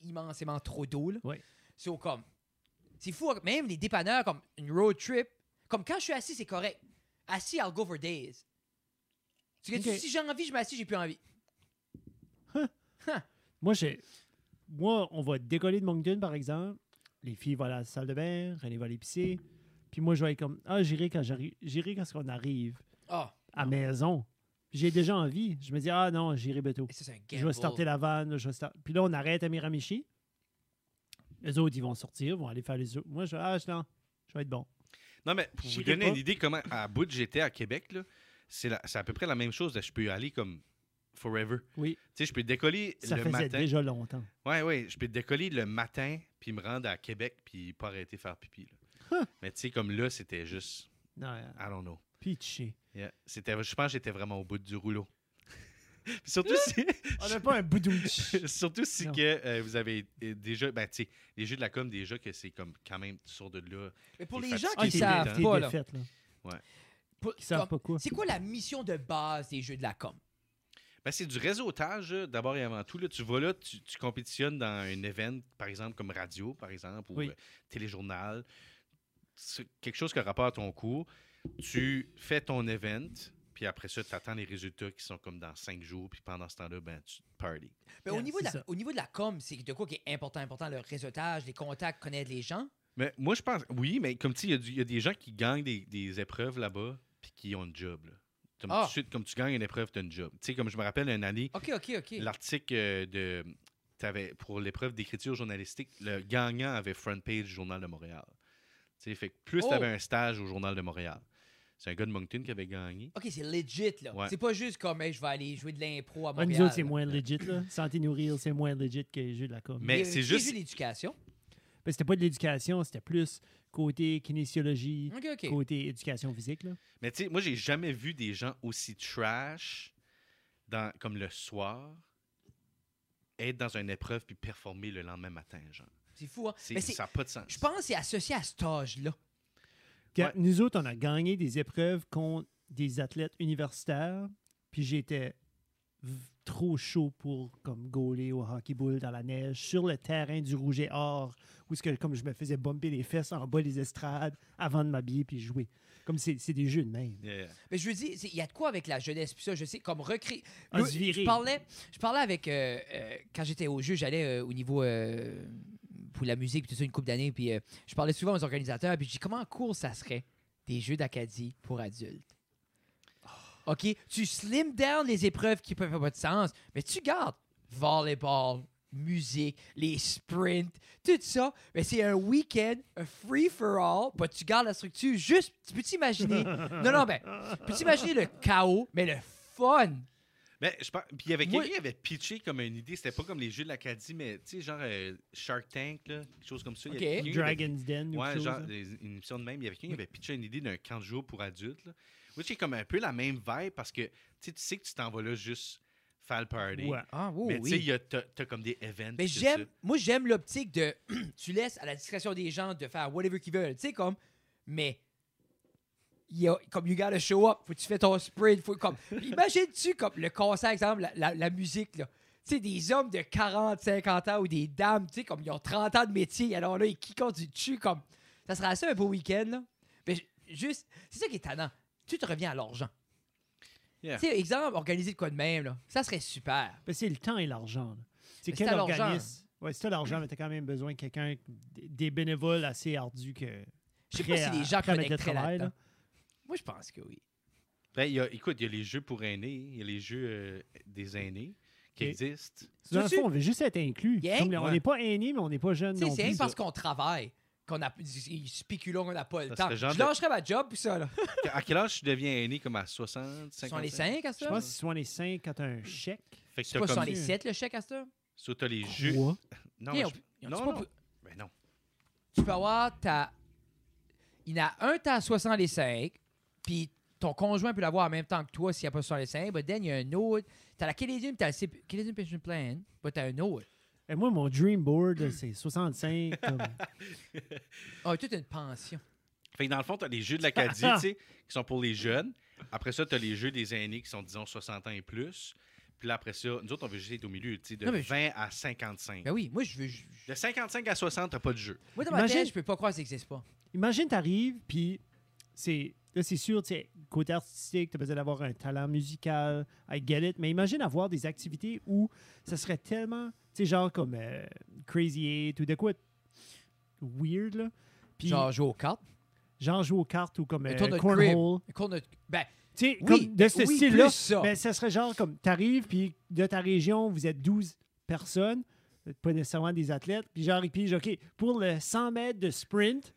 Speaker 1: immensément trop d'eau, là,
Speaker 3: Ouais.
Speaker 1: c'est au comme. C'est fou, hein, même les dépanneurs, comme une road trip, comme quand je suis assis, c'est correct. Assis, I'll go for days. Tu sais,
Speaker 3: Ok.
Speaker 1: si j'ai envie, je m'assis, j'ai plus envie.
Speaker 3: Moi, j'ai. Moi, on va décoller de Moncton, par exemple. Les filles vont à la salle de bain, René va à l'épicerie. Puis moi, je vais être comme Ah, j'irai quand j'arrive. J'irai quand on arrive
Speaker 1: Ah,
Speaker 3: à maison. Puis j'ai déjà envie. Je me dis Ah non, j'irai bientôt.
Speaker 1: et ça, c'est un gamble.
Speaker 3: Je vais starter la vanne. Je vais start- Puis là, on arrête à Miramichi. Les autres, ils vont sortir, vont aller faire les autres. Moi, je vais Ah, je- non, je vais être bon.
Speaker 2: Non, mais pour vous
Speaker 3: J'irai
Speaker 2: donner
Speaker 3: pas.
Speaker 2: une idée comment à bout de j'étais à Québec, là, c'est, la- c'est à peu près la même chose. là. Je peux y aller comme forever.
Speaker 3: Oui.
Speaker 2: Tu sais, je peux décoller
Speaker 3: Ça
Speaker 2: le
Speaker 3: faisait
Speaker 2: matin.
Speaker 3: déjà longtemps.
Speaker 2: Ouais, ouais, je peux décoller le matin, puis me rendre à Québec, puis pas arrêter de faire pipi. là.
Speaker 3: Huh.
Speaker 2: Mais tu sais, comme là, c'était juste.
Speaker 3: Non, euh,
Speaker 2: I don't know.
Speaker 3: pitché.
Speaker 2: Yeah. C'était, je pense que j'étais vraiment au bout du rouleau. [laughs] Puis surtout si.
Speaker 3: On n'a pas un boudouche.
Speaker 1: [laughs]
Speaker 2: [laughs] Surtout si
Speaker 3: Non.
Speaker 2: que euh, vous avez euh, déjà, ben tu sais, les jeux de la com déjà que c'est comme quand même tu sors de là.
Speaker 1: Mais pour
Speaker 2: T'es
Speaker 1: les gens
Speaker 3: Ah,
Speaker 1: qui
Speaker 2: fatigué, t'es
Speaker 1: savent
Speaker 2: détente.
Speaker 1: pas, là,
Speaker 3: Défaite, là.
Speaker 1: pour-
Speaker 3: Qui savent
Speaker 1: comme-
Speaker 3: pas quoi. Ah,
Speaker 1: c'est quoi la mission de base des jeux de la com?
Speaker 2: Ben c'est du réseautage euh, d'abord et avant tout là. Tu vas là, tu, tu compétitionnes dans un event, par exemple comme radio, par exemple ou
Speaker 3: Oui.
Speaker 2: euh, téléjournal, C'est quelque chose qui a rapport à ton cours. Tu fais ton event, puis après ça, tu attends les résultats qui sont comme dans cinq jours, puis pendant ce temps-là, ben tu party.
Speaker 1: Ben, au,
Speaker 3: Yeah,
Speaker 1: niveau de
Speaker 3: c'est
Speaker 1: la,
Speaker 3: ça.
Speaker 1: au niveau de la com, c'est de quoi qui est important, important, le réseautage, les contacts, connaître les gens.
Speaker 2: Mais moi, je pense, oui, mais comme tu sais, il y a du- il y, a des gens qui gagnent des, des épreuves là-bas, puis qui ont une job. Là. Comme,
Speaker 1: Ah.
Speaker 2: tout de suite, comme tu gagnes une épreuve, tu as une job. Tu sais, comme je me rappelle, une année,
Speaker 1: OK, OK, OK.
Speaker 2: l'article euh, de. Avais, pour l'épreuve d'écriture journalistique, le gagnant avait front page Journal de Montréal. Tu sais, fait que plus
Speaker 1: Oh.
Speaker 2: tu avais un stage au Journal de Montréal. C'est un gars de Moncton qui avait gagné.
Speaker 1: OK, c'est legit, là.
Speaker 2: Ouais.
Speaker 1: C'est pas juste comme, hey, je vais aller jouer de l'impro à
Speaker 3: Ouais,
Speaker 1: Montréal.
Speaker 3: nous autres, c'est moins legit. Là. Santé nourrir, c'est moins legit que les jeux de la com.
Speaker 2: Mais c'est juste.
Speaker 1: l'éducation.
Speaker 3: Ben, c'était pas de l'éducation, c'était plus côté kinésiologie,
Speaker 1: OK, OK.
Speaker 3: côté éducation physique. Là.
Speaker 2: Mais tu sais, moi, j'ai jamais vu des gens aussi trash dans, comme le soir être dans une épreuve puis performer le lendemain matin, genre.
Speaker 1: C'est fou, hein?
Speaker 2: C'est-
Speaker 1: Mais c'est-
Speaker 2: ça n'a pas de sens.
Speaker 1: je pense que c'est associé à cet âge-là.
Speaker 3: Puis,
Speaker 2: Ouais.
Speaker 3: Nous autres, on a gagné des épreuves contre des athlètes universitaires, puis j'étais v- trop chaud pour comme gauler au hockey ball dans la neige sur le terrain du rouge et or où ce que comme je me faisais bomber les fesses en bas des estrades avant de m'habiller puis jouer comme c'est c'est des jeux de même
Speaker 2: Yeah.
Speaker 1: Mais je veux dire, c'est- il y a de quoi avec la jeunesse, puis ça, je sais, comme recréer.
Speaker 3: Ah, se virer.
Speaker 1: Je parlais, je parlais avec. euh, euh, quand j'étais au jeu, j'allais euh, au niveau. euh, pour la musique, puis tout ça, une coupe d'années, puis euh, je parlais souvent aux organisateurs, puis je dis comment cool ça serait des jeux d'Acadie pour adultes. OK? Tu slim down les épreuves qui peuvent avoir pas de sens, mais tu gardes volleyball, musique, les sprints, tout ça. Mais c'est un week-end, un free-for-all. Bah, tu gardes la structure juste. Tu peux t'imaginer. non, non, ben. Peux-tu imaginer le chaos, mais le fun?
Speaker 2: Mais je pense. Puis il y avait
Speaker 1: Moi-
Speaker 2: quelqu'un qui avait pitché comme une idée. C'était pas comme les jeux de l'Acadie, mais tu sais, genre euh, Shark Tank, là, quelque chose comme ça. Il y
Speaker 1: Ok.
Speaker 2: avait quelqu'un qui avait-
Speaker 3: Dragon's Den ou
Speaker 2: Ouais,
Speaker 3: quelque chose, hein.
Speaker 2: genre
Speaker 3: là.
Speaker 2: des- une émission de même. Il y avait quelqu'un qui avait pitché une idée d'un camp de jour pour adultes. Là. Oui, c'est comme un peu la même vibe parce que tu sais, tu sais que tu t'en vas là juste faire le party.
Speaker 3: Ouais.
Speaker 1: Ah,
Speaker 2: oh, Mais tu sais, il y a- t'as t'as comme des events.
Speaker 1: Mais
Speaker 2: pis tout
Speaker 1: j'aime, moi, j'aime l'optique de [clears throat] tu laisses à la discrétion des gens de faire whatever qu'ils veulent. Tu sais, comme, mais. il y a- comme you gotta show up, faut que tu fais ton sprint, faut
Speaker 3: [laughs]
Speaker 1: comme. Imagine-tu comme le concert, exemple, la, la- la musique, là. Tu sais, des hommes de 40, 50 ans ou des dames, tu sais, comme ils ont 30 ans de métier, alors là, ils kickent du dessus, comme. Ça serait assez un beau week-end, là. Mais je- juste. C'est ça qui est tannant. Tu te reviens à l'argent.
Speaker 2: Yeah.
Speaker 1: Tu sais, exemple, organiser de quoi de même, là. Ça serait super.
Speaker 3: Ben, c'est le temps et l'argent. là. C'est
Speaker 1: Mais
Speaker 3: quel
Speaker 1: c'est à l'argent.
Speaker 3: organisme? Ouais, c'est à l'argent, mais t'as quand même besoin de quelqu'un, des des bénévoles assez ardus que.
Speaker 1: Je sais
Speaker 3: prêts
Speaker 1: pas si
Speaker 3: à-
Speaker 1: les gens
Speaker 3: prêts à mettre le
Speaker 1: connecteraient
Speaker 3: travail,
Speaker 1: là-dedans. Moi, je pense que oui.
Speaker 2: Ben, il y a- écoute, il y a les jeux pour aînés, il y a les jeux euh, des aînés qui
Speaker 3: Ok.
Speaker 2: existent.
Speaker 3: Dans le
Speaker 1: Veux-tu-
Speaker 3: fond, on veut juste être inclus.
Speaker 1: Yeah.
Speaker 3: Comme, On
Speaker 2: Ouais.
Speaker 3: n'est pas aînés, mais on n'est pas jeunes
Speaker 1: Tu sais,
Speaker 3: non
Speaker 1: c'est
Speaker 3: plus.
Speaker 1: rien que parce qu'on travaille qu'on a spéculons qu'on n'a pas le
Speaker 2: Ça
Speaker 1: temps.
Speaker 2: serait genre
Speaker 1: Je
Speaker 2: de-
Speaker 1: lâcherais ma job puis ça, là.
Speaker 2: À quel âge tu deviens aîné Comme à 60, 50
Speaker 1: Sont les 5 à
Speaker 3: Je
Speaker 1: ça?
Speaker 3: pense que c'est soit les 5 quand t'as un chèque.
Speaker 2: Fait que
Speaker 1: C'est
Speaker 2: t'as
Speaker 1: pas
Speaker 2: comme.
Speaker 1: sont
Speaker 3: ça.
Speaker 1: les 7 le chèque à ça?
Speaker 2: So, t'as les jeux.
Speaker 3: Trois.
Speaker 2: Non,
Speaker 1: Hey,
Speaker 2: mais
Speaker 1: on-
Speaker 2: je-
Speaker 1: on-
Speaker 2: non,
Speaker 1: c'est pas
Speaker 2: non.
Speaker 1: pour-
Speaker 2: Ben non.
Speaker 1: tu peux avoir ta. Il y en a un, t'as 65, puis ton conjoint peut l'avoir en même temps que toi s'il n'y a pas 65. But then, il y a un autre. T'as la Canadian, t'as le CP Canadian Pension Plan, but t'as un autre.
Speaker 3: Et moi, mon dream board, c'est 65. comme-
Speaker 1: Ah, toute une pension.
Speaker 2: Fait que dans le fond, t'as les jeux
Speaker 1: [laughs]
Speaker 2: de l'Acadie, tu sais, qui sont pour les jeunes. Après ça, t'as les jeux des aînés qui sont, disons, 60 ans et plus. Puis là, après ça, nous autres, on veut juste être au milieu, tu sais, de
Speaker 1: Non, mais je-
Speaker 2: 20 à 55.
Speaker 1: Ben oui, moi, je veux. je-
Speaker 2: De 55 à 60, t'as pas de jeu.
Speaker 1: Moi, dans ma
Speaker 3: Imagine-
Speaker 1: tête, je peux pas croire que ça n'existe pas.
Speaker 3: Imagine, t'arrives, puis c'est. Là, c'est sûr, tu sais, côté artistique, t'as besoin d'avoir un talent musical, I get it, mais imagine avoir des activités où ça serait tellement, tu sais, genre comme euh, Crazy Eight ou de quoi de weird, là. Puis
Speaker 1: Genre,
Speaker 3: genre,
Speaker 1: jouer aux cartes.
Speaker 3: jouer aux cartes ou comme
Speaker 1: Un
Speaker 3: euh,
Speaker 1: tour de
Speaker 3: Cornhole.
Speaker 1: Un cours de- Ben,
Speaker 3: Tu sais,
Speaker 1: Oui,
Speaker 3: comme de ce
Speaker 1: oui,
Speaker 3: style-là.
Speaker 1: plus ça.
Speaker 3: Mais ça serait genre comme, t'arrives, puis de ta région, vous êtes 12 personnes, vous êtes pas nécessairement des athlètes, puis genre, ils pigent, OK, pour le 100 mètres de sprint,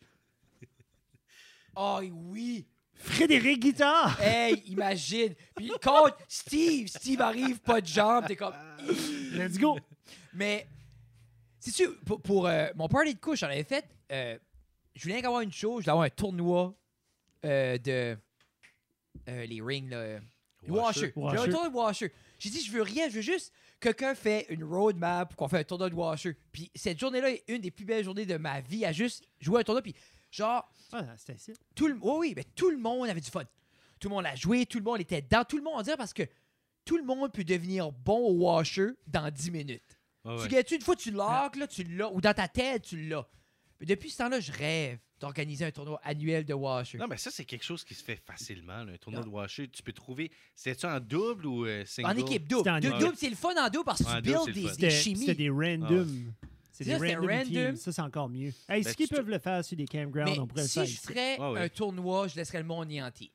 Speaker 1: oh oui!
Speaker 3: Frédéric Guitard!
Speaker 1: [laughs] Hey, imagine! Puis contre Steve, Steve arrive, pas de jambe, t'es comme.
Speaker 3: Let's go!
Speaker 1: Mais, si tu pour, pour, euh, mon party de couche, j'en avais fait. euh, je voulais avoir une chose, je voulais avoir un tournoi euh, de. euh, les rings, là. euh, les Washers.
Speaker 2: Washer.
Speaker 1: J'ai un
Speaker 3: Washer.
Speaker 1: tournoi de washer. J'ai dit, je veux rien, je veux juste que quelqu'un fait une roadmap pour qu'on fait un tournoi de washer. Puis cette journée-là est une des plus belles journées de ma vie à juste jouer un tournoi. Puis genre,
Speaker 3: Ah, c'était ça.
Speaker 1: tout le, oui, oui, mais tout le monde avait du fun. Tout le monde a joué, tout le monde était dedans. Tout le monde, on dirait parce que tout le monde peut devenir bon au washer dans 10 minutes.
Speaker 2: Ouais, ouais. Ah.
Speaker 1: Tu gagnes une fois tu l'as, là, tu l'as, ou dans ta tête, tu l'as. Mais depuis ce temps-là, je rêve d'organiser un tournoi annuel de Washer.
Speaker 2: Non, mais ça, c'est quelque chose qui se fait facilement, là, un tournoi
Speaker 1: Non.
Speaker 2: de washer. Tu peux trouver. C'est-tu en double ou euh, single
Speaker 1: en équipe
Speaker 3: C'était
Speaker 1: double.
Speaker 3: en
Speaker 1: De
Speaker 3: double.
Speaker 1: double, c'est le fun en double parce que
Speaker 2: En
Speaker 1: tu
Speaker 2: double,
Speaker 1: builds
Speaker 2: c'est
Speaker 1: des,
Speaker 2: le fun.
Speaker 1: des
Speaker 3: C'était c'était
Speaker 1: chimies.
Speaker 3: des randoms. C'est des
Speaker 1: Là, c'était
Speaker 3: random,
Speaker 1: random.
Speaker 3: teams. Ça, c'est encore mieux. Hey,
Speaker 2: Ben,
Speaker 3: ce qu'ils
Speaker 2: tu-
Speaker 3: peuvent le faire sur des campgrounds, on pourrait
Speaker 1: Mais
Speaker 3: le faire
Speaker 1: si je
Speaker 3: ici.
Speaker 1: ferais
Speaker 2: Ah oui.
Speaker 1: un tournoi, je laisserais le monde y entier.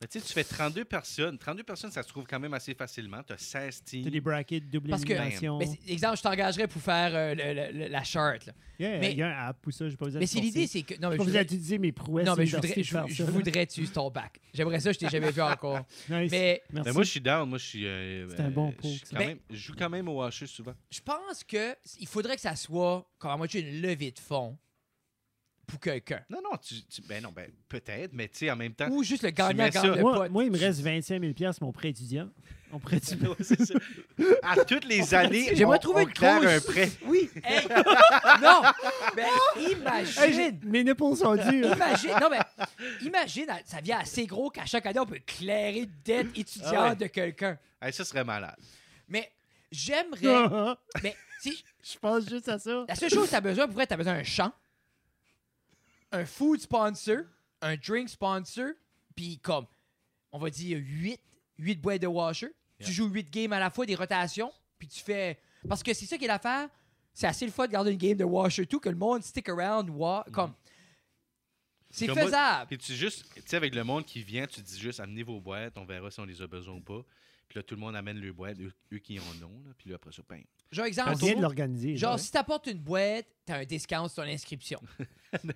Speaker 2: Mais tu sais, tu fais 32 personnes. 32 personnes, ça se trouve quand même assez facilement. Tu as 16 teams. Ben,
Speaker 3: T'as des brackets, double
Speaker 1: Parce que-
Speaker 2: Ah
Speaker 3: élimination.
Speaker 1: Mais c'est- exemple, je t'engagerais pour faire euh, le- le- le- la charte. là.
Speaker 3: Yeah,
Speaker 1: mais-
Speaker 3: Il y a un app pour ça, j'ai pas besoin
Speaker 1: Mais
Speaker 3: de
Speaker 1: c'est l'idée, c'est que. Non, mais je
Speaker 3: Je pas besoin
Speaker 1: voudrais,
Speaker 3: d'utiliser mes prouesses.
Speaker 1: non, mais je voudrais,
Speaker 3: universitaires
Speaker 1: je,
Speaker 3: pour
Speaker 1: je
Speaker 3: faire ça.
Speaker 1: voudrais que tu ton bac. J'aimerais ça, je t'ai jamais vu
Speaker 3: [laughs]
Speaker 1: encore.
Speaker 3: Nice.
Speaker 1: Mais
Speaker 3: Merci.
Speaker 2: Ben, moi, je suis down. Moi, je suis. euh,
Speaker 3: C'est un bon
Speaker 2: euh, je
Speaker 3: poke,
Speaker 2: suis
Speaker 3: ça.
Speaker 2: quand
Speaker 1: Ben-
Speaker 2: même- Je joue quand même au washer souvent.
Speaker 1: je pense que il faudrait que ça soit comme à moitié une levée de fonds pour quelqu'un.
Speaker 2: Non, non, tu, tu- ben non, ben peut-être, mais Ah, tu sais, en même temps.
Speaker 1: Ou juste le gagnant
Speaker 2: mets
Speaker 1: gagne
Speaker 2: ça.
Speaker 1: le
Speaker 3: moi,
Speaker 1: pot.
Speaker 3: moi, il me reste 25 000 piastres, mon prêt étudiant. On [laughs] prêt étudiant.
Speaker 2: Ouais, c'est ça. À toutes les années,
Speaker 1: J'aimerais
Speaker 2: on-
Speaker 1: trouver
Speaker 2: on
Speaker 1: une
Speaker 2: claire
Speaker 1: grosse-
Speaker 2: un prêt.
Speaker 1: Oui. Hey, non. Mais imagine.
Speaker 3: Hey, j'ai- mes nipples [laughs] sont hein. durs.
Speaker 1: imagine. Non, mais imagine, ça vient assez gros qu'à chaque année, on peut clairer une dette étudiante
Speaker 2: Ah ouais.
Speaker 1: de quelqu'un.
Speaker 2: Hey, ça serait malade.
Speaker 1: Mais j'aimerais.
Speaker 3: Ah, je
Speaker 1: mais si,
Speaker 3: pense juste à ça.
Speaker 1: la seule chose que tu as besoin, pour vrai, tu as besoin d'un champ, un food sponsor, un drink sponsor, puis comme, on va dire 8, 8 boîtes de washer. Tu
Speaker 2: Yeah.
Speaker 1: joues 8 games à la fois, des rotations, puis tu fais. Parce que c'est ça qui est l'affaire. C'est assez le fun de garder une game de washer tout, que le monde stick around, wa- comme. C'est
Speaker 2: Comme moi,
Speaker 1: faisable.
Speaker 2: Puis tu juste, tu sais, avec le monde qui vient, tu dis juste amenez vos boîtes, on verra si on les a besoin ou pas. Puis là, tout le monde amène leurs boîtes, eux, eux qui en ont. Là. Puis là, après ça, ben. bang.
Speaker 1: Genre,
Speaker 3: On
Speaker 1: exemple,
Speaker 3: vient de l'organiser.
Speaker 1: genre
Speaker 3: là. [laughs]
Speaker 1: si t'apportes une boîte, t'as un discount sur ton inscription.
Speaker 2: Mais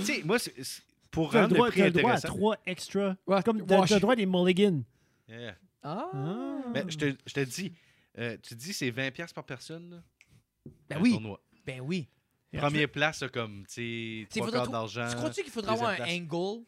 Speaker 2: tu sais, moi, c'est- c'est- pour
Speaker 3: T'as le
Speaker 2: rendre
Speaker 3: droit,
Speaker 2: le prix
Speaker 3: t'as le droit à
Speaker 2: intéressant. Ah,
Speaker 3: trois extra.
Speaker 1: Ouais,
Speaker 3: Comme t'as
Speaker 1: wash.
Speaker 3: t'as le droit à des mulligans.
Speaker 2: Yeah.
Speaker 1: Ah.
Speaker 3: Ah.
Speaker 2: Mais je te, je te dis, euh, tu dis c'est 20$ piastres par personne. Là,
Speaker 1: Ben
Speaker 2: un
Speaker 1: oui.
Speaker 2: tournoi.
Speaker 1: Ben oui.
Speaker 3: Yeah.
Speaker 2: Première place, ça, comme, tu
Speaker 1: T'sais,
Speaker 2: sais, trois
Speaker 1: faudrait
Speaker 2: quarts
Speaker 1: trou-
Speaker 2: d'argent.
Speaker 1: Tu crois-tu qu'il faudrait avoir un
Speaker 2: deuxième
Speaker 1: angle?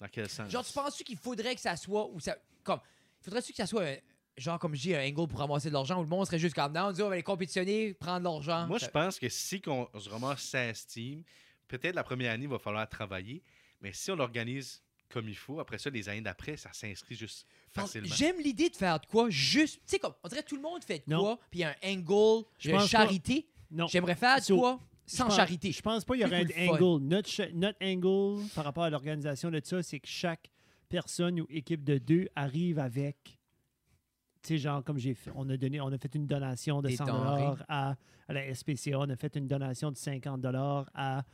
Speaker 2: Dans quel sens
Speaker 1: Genre, tu penses-tu qu'il faudrait que ça soit. Ou ça, comme, faudrait-tu que ça soit. un- genre, comme j'ai un angle pour ramasser de l'argent, où le monde serait juste comme. Non, on dit, on va aller compétitionner, prendre de l'argent. Euh,
Speaker 2: Moi, je
Speaker 1: Ça-
Speaker 2: pense que si on, se ramasse 16 teams, peut-être la première année, il va falloir travailler. Mais si on l'organise comme il faut, après ça, les années d'après, ça s'inscrit juste
Speaker 1: Parce-
Speaker 2: facilement.
Speaker 1: J'aime l'idée de faire de quoi juste. Tu sais, comme, on dirait tout le monde fait de
Speaker 3: Non.
Speaker 1: quoi, puis il y a un angle,
Speaker 3: Je
Speaker 1: il y a une
Speaker 3: pense pas.
Speaker 1: charité.
Speaker 3: Non.
Speaker 1: J'aimerais faire de
Speaker 3: Sur-
Speaker 1: quoi sans
Speaker 3: pense-
Speaker 1: charité.
Speaker 3: Je pense pas qu'il y aurait
Speaker 1: C'est
Speaker 3: un
Speaker 1: le fun.
Speaker 3: angle. Notre, cha- notre angle par rapport à l'organisation de ça, c'est que chaque personne ou équipe de deux arrive avec. Tu sais, genre, comme j'ai fait, on a, donné, on a fait une donation de
Speaker 1: Des
Speaker 3: 100
Speaker 1: denrées.
Speaker 3: à, à la SPCA, on a fait une donation de 50 à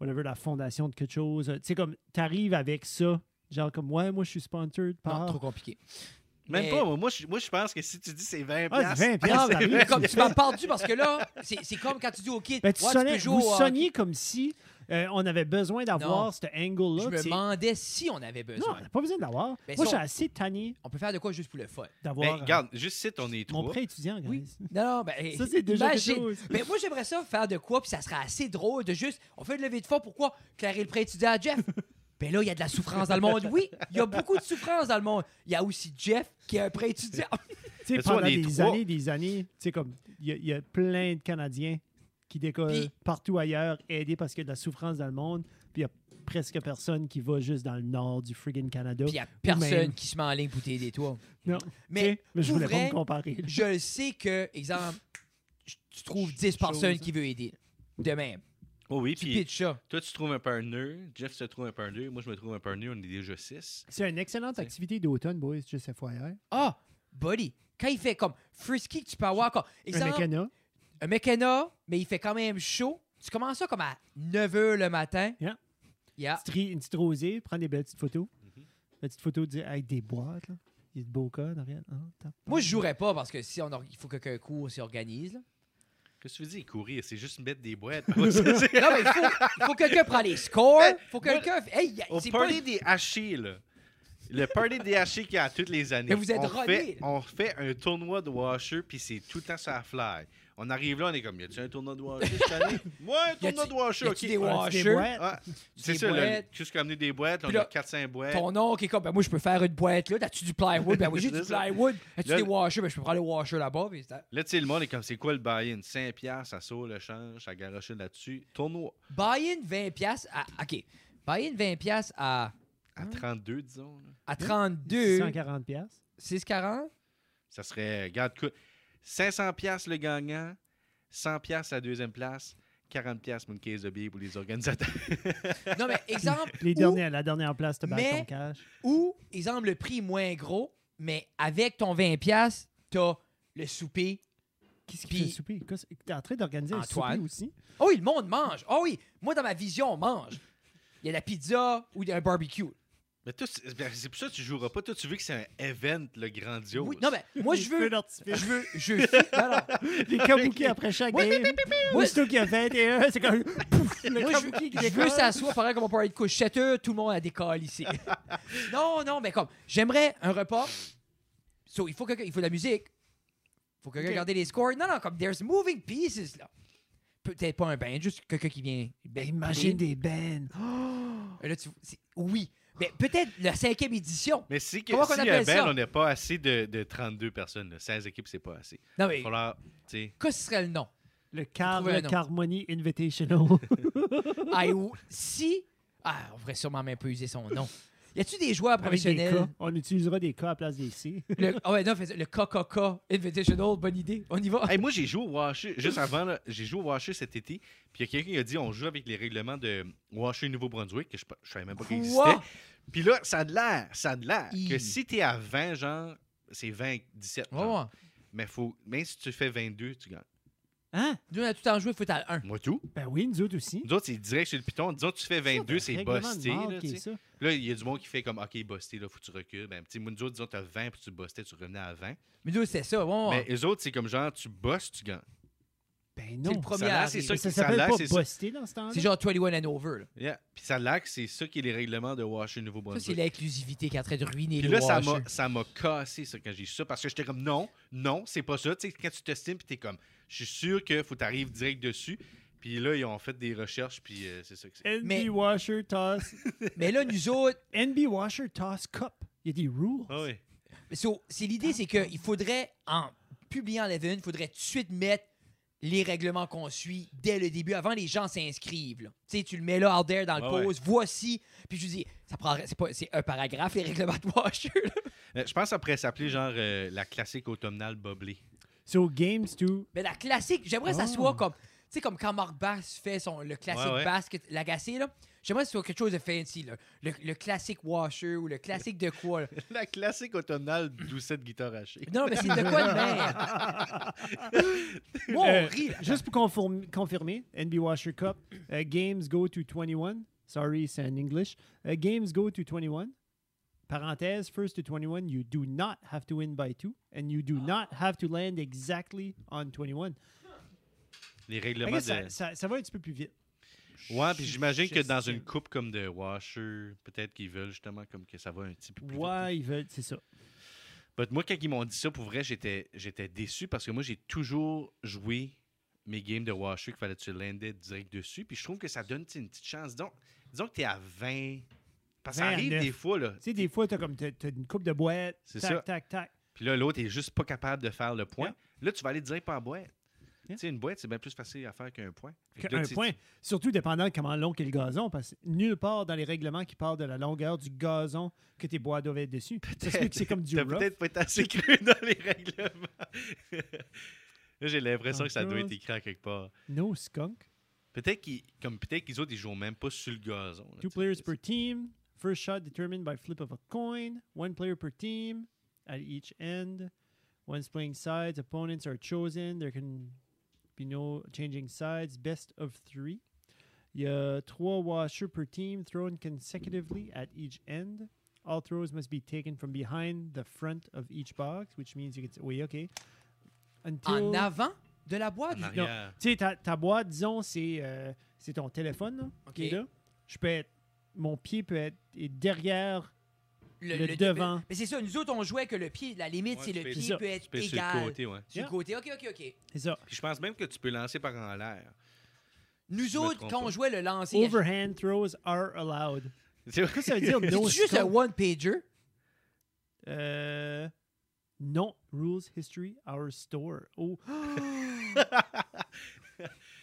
Speaker 3: whatever, la fondation de quelque chose. Tu sais, comme, t'arrives avec ça. Genre, comme, ouais, moi, je suis sponsored par.
Speaker 1: Non, trop compliqué.
Speaker 2: Même
Speaker 1: Mais-
Speaker 2: pas, moi, moi, je, moi, je pense que si tu dis [laughs] c'est Ben, 20
Speaker 3: Ah, c'est 20 piastres,
Speaker 1: Ah,
Speaker 3: ça
Speaker 1: mais
Speaker 3: arrive.
Speaker 1: comme tu m'as perdu parce que là, c'est c'est comme quand tu dis au kid,
Speaker 3: Ben, tu
Speaker 1: ouais,
Speaker 3: sonnais-
Speaker 1: peux jouer
Speaker 3: vous
Speaker 1: au hockey.
Speaker 3: sonniez comme si euh, on avait besoin
Speaker 1: Non.
Speaker 3: d'avoir cet
Speaker 1: Je
Speaker 3: angle-là.
Speaker 1: me
Speaker 3: C'est-
Speaker 1: demandais si on avait
Speaker 3: Non,
Speaker 1: besoin.
Speaker 3: on n'a pas besoin de l'avoir.
Speaker 1: Ben,
Speaker 3: Moi,
Speaker 1: si
Speaker 3: je suis
Speaker 1: on-
Speaker 3: assez tanné
Speaker 1: On peut faire de quoi juste pour le fun.
Speaker 3: d'avoir. euh,
Speaker 2: Ben, regarde, juste si on est
Speaker 3: mon
Speaker 2: trois.
Speaker 3: prêt étudiant,
Speaker 1: Oui.
Speaker 3: guys.
Speaker 1: Non, non, ben.
Speaker 3: Ça, c'est déjà quelque
Speaker 1: imagine.
Speaker 3: chose.
Speaker 1: Mais moi, j'aimerais ça faire de quoi, puis ça serait assez drôle de juste. On fait une levée de fonds, pourquoi clarer le prêt étudiant à
Speaker 3: [laughs]
Speaker 1: Jeff? Ben là, il y a de la souffrance dans le monde. Oui, il y a beaucoup de souffrance dans le monde. Il y a aussi Jeff qui a un prêt
Speaker 3: [laughs]
Speaker 1: étudiant.
Speaker 3: Tu sais,
Speaker 2: Mais ça, on
Speaker 3: pendant
Speaker 2: est
Speaker 3: des
Speaker 2: trois.
Speaker 3: années, des années, tu sais, comme, il y, a- il y a plein de Canadiens qui décollent
Speaker 1: Puis-
Speaker 3: partout ailleurs, aidés parce qu'il y a de la souffrance dans le monde, puis il y a presque personne qui va juste dans le nord du friggin' Canada.
Speaker 1: Puis il y a personne
Speaker 3: même.
Speaker 1: qui se met en ligne pour t'aider, toi.
Speaker 3: Non. Tu
Speaker 1: Mais,
Speaker 3: sais, mais je
Speaker 1: pour
Speaker 3: voulais
Speaker 1: vrai,
Speaker 3: pas me comparer. là.
Speaker 1: je le sais que, exemple, je- tu trouves 10
Speaker 3: Chose.
Speaker 1: personnes qui veulent aider. De même.
Speaker 2: Oh oui,
Speaker 1: Tu
Speaker 2: puis
Speaker 1: pitches ça.
Speaker 2: toi, tu trouves un partner, Jeff se trouve un partner, moi, je me trouve un partner, on est déjà 6.
Speaker 3: C'est une excellente activité d'automne, boys, juste cette fois hier.
Speaker 1: Ah, buddy, quand il fait comme frisky, que tu peux avoir comme.
Speaker 3: Un
Speaker 1: Exemple,
Speaker 3: mécana.
Speaker 1: un mécana, mais il fait quand même chaud. Tu commences ça comme à 9 h le matin.
Speaker 3: Yeah.
Speaker 1: Yeah.
Speaker 3: Petite ri- une petite rosée, prendre des belles petites photos.
Speaker 2: Mm-hmm.
Speaker 3: Des petites photos de- avec des boîtes, là. Il y a de beaux cas derrière. Hein, t'as-
Speaker 1: Moi, je jouerais pas parce que si on or- il faut que quelqu'un court s'organise.
Speaker 2: [laughs]
Speaker 1: là.
Speaker 2: Qu'est-ce que tu veux dire, courir? C'est juste mettre des
Speaker 3: [laughs]
Speaker 2: boîtes.
Speaker 1: Non, mais il faut, il faut que quelqu'un prenne les scores. faut que quelqu'un. Hey, y a-
Speaker 2: Ben, Au
Speaker 1: c'est pas-
Speaker 2: party des hachés, là. Le party des hachés qu'il y a à toutes les années.
Speaker 1: Mais vous êtes
Speaker 2: on
Speaker 1: rodés,
Speaker 2: fait,
Speaker 1: là.
Speaker 2: on fait un tournoi de washer, puis c'est tout le temps sur la fly. On arrive là, on est comme, y a-tu un tournoi de washer cette
Speaker 1: [laughs]
Speaker 2: année? Ouais, un
Speaker 1: Y a-tu-
Speaker 2: tournoi de washer,
Speaker 1: y
Speaker 2: ok.
Speaker 1: a-tu des
Speaker 3: Ouais,
Speaker 1: washers?
Speaker 3: c'est des boîtes.
Speaker 2: Ah, c'est
Speaker 1: Des
Speaker 2: ça, là,
Speaker 1: boîtes.
Speaker 2: juste amener des boîtes,
Speaker 1: Puis
Speaker 2: on
Speaker 1: là,
Speaker 2: a 4-5 boîtes.
Speaker 1: Ton oncle est comme, ben moi je peux faire une boîte là, t'as-tu du plywood? Ben oui,
Speaker 2: [laughs]
Speaker 1: j'ai du
Speaker 2: C'est ça.
Speaker 1: plywood. As-tu
Speaker 2: Là,
Speaker 1: des
Speaker 2: le-
Speaker 1: washers? Ben je peux prendre le washer là-bas. puis c'est-
Speaker 2: Là, tu sais, le monde est comme, c'est quoi le buy-in? 5 piastres, ça sort le change, ça garoche là-dessus. Tournoi
Speaker 1: Buy-in 20$ piastres à. OK. Buy-in 20$ piastres à,
Speaker 2: à 32, disons. là.
Speaker 1: à 32.
Speaker 3: 140 pièces.
Speaker 1: 6,40.
Speaker 2: Ça serait, regarde, cou- 500 piastres le gagnant, 100 piastres la deuxième place, 40 piastres pour une caisse de billets pour les organisateurs.
Speaker 1: Non, mais exemple.
Speaker 3: Les
Speaker 1: où-
Speaker 3: dernières, la dernière place, te
Speaker 1: Mais-
Speaker 3: bat ton cash.
Speaker 1: Ou, exemple, le prix moins gros, mais avec ton 20$, t'as le souper.
Speaker 3: Qu'est-ce qui
Speaker 1: Puis-
Speaker 3: fait le souper? Qu'est-ce- T'es en train d'organiser un
Speaker 1: Antoine.
Speaker 3: souper aussi?
Speaker 1: Oh oui, le monde mange. Oh oui, moi, dans ma vision, on mange. Il y a la pizza ou il y a un barbecue.
Speaker 2: Mais toi, c'est ben, c'est pour ça que tu joueras pas. Toi, tu veux que c'est un event le grandiose.
Speaker 1: Oui, non, ben, mais
Speaker 3: [laughs]
Speaker 1: moi,
Speaker 3: Les
Speaker 1: je veux.
Speaker 3: feux d'artifice.
Speaker 1: Je veux. Je veux. non, non.
Speaker 3: Les kabuki après chaque
Speaker 1: Oui,
Speaker 3: game.
Speaker 1: oui.
Speaker 3: Aussitôt qu'il y a 21, c'est comme... Pouf, le
Speaker 1: Moi, je veux,
Speaker 3: kabuki qui
Speaker 1: je veux
Speaker 3: décolle.
Speaker 1: que ça soit pareil comme on parlait de couchetteux, tout le monde a des calls
Speaker 3: [laughs]
Speaker 1: ici. non, non, mais comme, j'aimerais un repas. So, il faut que, il faut de la musique. Il faut que quelqu'un
Speaker 3: Ok.
Speaker 1: garde les scores. Non, non, comme, there's moving pieces, là. Peut-être pas un band, juste quelqu'un qui vient.
Speaker 3: Ben, imagine des bands.
Speaker 1: Là, tu- c'est- oui. Mais peut-être la cinquième édition.
Speaker 2: Mais si, que,
Speaker 1: Comment qu'on
Speaker 2: si
Speaker 1: appelle
Speaker 2: un
Speaker 1: ça?
Speaker 2: band, on n'a pas assez de, de 32 personnes, là. 16 équipes, c'est pas assez.
Speaker 1: Non,
Speaker 2: Il
Speaker 1: mais,
Speaker 2: va falloir, tu sais.
Speaker 1: que ce serait le
Speaker 3: [laughs]
Speaker 1: nom?
Speaker 3: Le Car
Speaker 1: Trouver un nom.
Speaker 3: Carmony Invitational. [laughs]
Speaker 1: Ah, et où- si. Ah, on pourrait sûrement même pas user son nom. Y a-tu des joueurs
Speaker 3: Avec des
Speaker 1: professionnels?
Speaker 3: K. On utilisera des cas à la place des C.
Speaker 1: Le, ah ouais, non, fais- le KKK Invitational, bonne idée. On y va.
Speaker 2: Hey, moi, j'ai joué au Washer, juste avant, là, j'ai joué au Washer cet été. Puis il y a quelqu'un qui a dit on joue avec les règlements de Washer Nouveau-Brunswick, que je, je savais même pas qu'ils
Speaker 1: Quoi?
Speaker 2: existaient. Puis là, ça a de l'air, ça a de l'air.
Speaker 1: Hi.
Speaker 2: Que si t'es à 20, genre, c'est 20, 17.
Speaker 1: Ouais,
Speaker 2: genre.
Speaker 1: ouais.
Speaker 2: Mais faut, même si tu fais 22, tu gagnes.
Speaker 3: Hein?
Speaker 1: Nous, on a tout en joué, faut être à 1.
Speaker 2: Moi, tout.
Speaker 3: Ben oui, nous autres aussi.
Speaker 2: Nous autres, c'est direct sur le piton. Disons, tu fais 22, c'est
Speaker 3: Règlement de
Speaker 2: busté.
Speaker 3: mort
Speaker 2: Là,
Speaker 3: qui est
Speaker 2: tu sais.
Speaker 3: ça.
Speaker 2: Là, il y a du monde qui fait comme, OK, busté, là, faut que tu recules. Ben, tu sais, moi, nous autres, disons, t'as 20, puis tu bustais, tu revenais à 20.
Speaker 1: Mais nous, c'est ça. Ouais, ouais.
Speaker 2: Mais eux autres, c'est comme genre, tu bosses, tu gagnes.
Speaker 3: Ben
Speaker 1: c'est
Speaker 3: non.
Speaker 1: le premier
Speaker 2: ça a l'air,
Speaker 1: à
Speaker 2: c'est
Speaker 1: arriver.
Speaker 2: ça
Speaker 3: Mais Ça
Speaker 2: Ça a
Speaker 3: s'appelle
Speaker 2: l'air,
Speaker 3: pas
Speaker 2: c'est ça.
Speaker 3: busté dans ce temps-là.
Speaker 1: C'est genre 21 and over. là.
Speaker 2: Yeah. Puis ça a l'air que c'est ça qui est les règlements de
Speaker 1: Ça,
Speaker 2: Washer
Speaker 1: c'est
Speaker 2: Nouveau-Brunswick.
Speaker 1: l'inclusivité qui est en train de ruiner
Speaker 2: Puis
Speaker 1: le
Speaker 2: là, ça
Speaker 1: washer.
Speaker 2: m'a- ça m'a cassé, ça, quand j'ai su ça, parce que j'étais comme, non, non, c'est pas ça. Tu sais, quand tu t'estimes, puis t'es comme, je suis sûr que faut t'arrives direct dessus. Puis là, ils ont fait des recherches, puis euh, c'est ça que c'est.
Speaker 3: NB
Speaker 1: Mais-
Speaker 3: Washer Toss.
Speaker 1: Mais là, nous autres,
Speaker 3: NB Washer Toss Cup. Il y a des rules.
Speaker 2: Ah oui.
Speaker 1: so, c'est l'idée, c'est qu'il faudrait, en publiant l'event, il faudrait tout de suite mettre les règlements qu'on suit dès le début, avant les gens s'inscrivent. là. Tu sais, tu le mets là, out there, dans le
Speaker 2: Ouais, ouais.
Speaker 1: post, voici. Puis je dis, ça prend, c'est, pas, c'est un paragraphe, les règlements de washer. là.
Speaker 2: Euh, je pense que ça pourrait s'appeler genre euh, la classique automnale boblée.
Speaker 3: So, games to
Speaker 1: Mais la classique, j'aimerais que ça
Speaker 3: Oh.
Speaker 1: soit comme sais, comme quand Marc Bass fait son, le classique
Speaker 2: Ouais, ouais.
Speaker 1: basket, l'agacé, là. J'aimerais que ce soit quelque chose de fancy, là. Le, le classique washer ou le classique de quoi, là.
Speaker 2: [laughs] La classique automnale doucette guitare hachée.
Speaker 1: Non, mais c'est de quoi de
Speaker 3: [laughs]
Speaker 1: merde? Moi,
Speaker 3: Euh,
Speaker 1: on rit, là.
Speaker 3: Juste pour conform- confirmer, NB Washer Cup, euh, games go to 21. Sorry, c'est en English. Euh, games go to 21. Parenthèse, first to 21, you do not have to win by two, and you do not have to land exactly on 21.
Speaker 2: Les
Speaker 3: Fait
Speaker 2: règlements
Speaker 3: que
Speaker 2: de.
Speaker 3: Ça, ça- ça va un petit peu plus vite.
Speaker 2: Ouais, puis j'imagine que dans
Speaker 3: J'estime.
Speaker 2: une coupe comme de washer, peut-être qu'ils veulent justement comme que ça va un petit peu plus vite.
Speaker 3: Ouais, ils veulent, c'est ça.
Speaker 2: But moi, quand ils m'ont dit ça, pour vrai, j'étais, j'étais déçu parce que moi, j'ai toujours joué mes games de washer qu'il fallait que tu landais direct dessus. Puis je trouve que ça donne tu sais, une petite chance. Disons, disons que t'es à 20. Parce que ça
Speaker 3: 20 à
Speaker 2: arrive
Speaker 3: 9.
Speaker 2: des fois, là.
Speaker 3: Tu sais, des fois, t'as comme t'as, t'as une coupe de boîte,
Speaker 2: C'est
Speaker 3: tac,
Speaker 2: ça.
Speaker 3: tac, tac.
Speaker 2: Puis là, l'autre est juste pas capable de faire le point.
Speaker 3: Yeah.
Speaker 2: Là, tu vas aller direct par boîte.
Speaker 3: Yeah.
Speaker 2: Tu sais, une boîte, c'est bien plus facile à faire qu'un point. Fait que
Speaker 3: Que
Speaker 2: là,
Speaker 3: un
Speaker 2: tu sais,
Speaker 3: point. Surtout dépendant de comment long est le gazon, parce que nulle part dans les règlements qui parlent de la longueur du gazon que tes bois doivent être dessus. Ça se peut que c'est comme du
Speaker 2: T'as
Speaker 3: rough.
Speaker 2: peut-être pas été assez cru dans les règlements. [laughs] Là, j'ai l'impression
Speaker 3: En
Speaker 2: que ça
Speaker 3: tout
Speaker 2: doit
Speaker 3: cas,
Speaker 2: être écrit à quelque part.
Speaker 3: No skunk.
Speaker 2: Peut-être qu'ils, comme peut-être qu'ils autres, ils jouent même pas sur le gazon. là, tu
Speaker 3: Two
Speaker 2: sais.
Speaker 3: players per team. First shot determined by flip of a coin. One player per team at each end. Once playing sides, opponents are chosen. There can be no changing sides. Best of three. Il y a trois washers per team thrown consecutively at each end. All throws must be taken from behind the front of each box, which means you can. s- Oui, OK.
Speaker 1: En
Speaker 3: Until.
Speaker 1: avant de la boîte?
Speaker 2: En
Speaker 1: du-
Speaker 3: Non.
Speaker 2: arrière.
Speaker 3: Tu sais, ta, ta boîte, disons, c'est euh, c'est ton téléphone là, qui est
Speaker 1: Ok.
Speaker 3: là. Je peux être. Mon pied peut être est derrière. Le devant.
Speaker 1: Mais c'est ça, nous autres, on jouait que le pied, la limite,
Speaker 2: Ouais,
Speaker 1: c'est
Speaker 2: tu
Speaker 1: le
Speaker 2: fais-
Speaker 1: pied
Speaker 3: C'est ça.
Speaker 1: peut être
Speaker 2: Tu peux sur
Speaker 1: égal.
Speaker 2: le côté, ouais.
Speaker 1: Sur le
Speaker 3: Yeah.
Speaker 1: côté, ok, ok, ok.
Speaker 3: C'est ça.
Speaker 2: Puis je pense même que tu peux lancer par en l'air.
Speaker 1: Nous
Speaker 2: Je me
Speaker 1: autres,
Speaker 2: trompe
Speaker 1: quand
Speaker 2: pas.
Speaker 1: on jouait le lancer,
Speaker 3: Overhand throws are allowed.
Speaker 2: C'est
Speaker 3: Qu'est-ce que ça
Speaker 2: [laughs]
Speaker 3: veut dire
Speaker 1: c'est
Speaker 3: no
Speaker 1: juste un
Speaker 3: scope?
Speaker 1: one-pager.
Speaker 3: Euh, non. Rules, history, our store. Oh.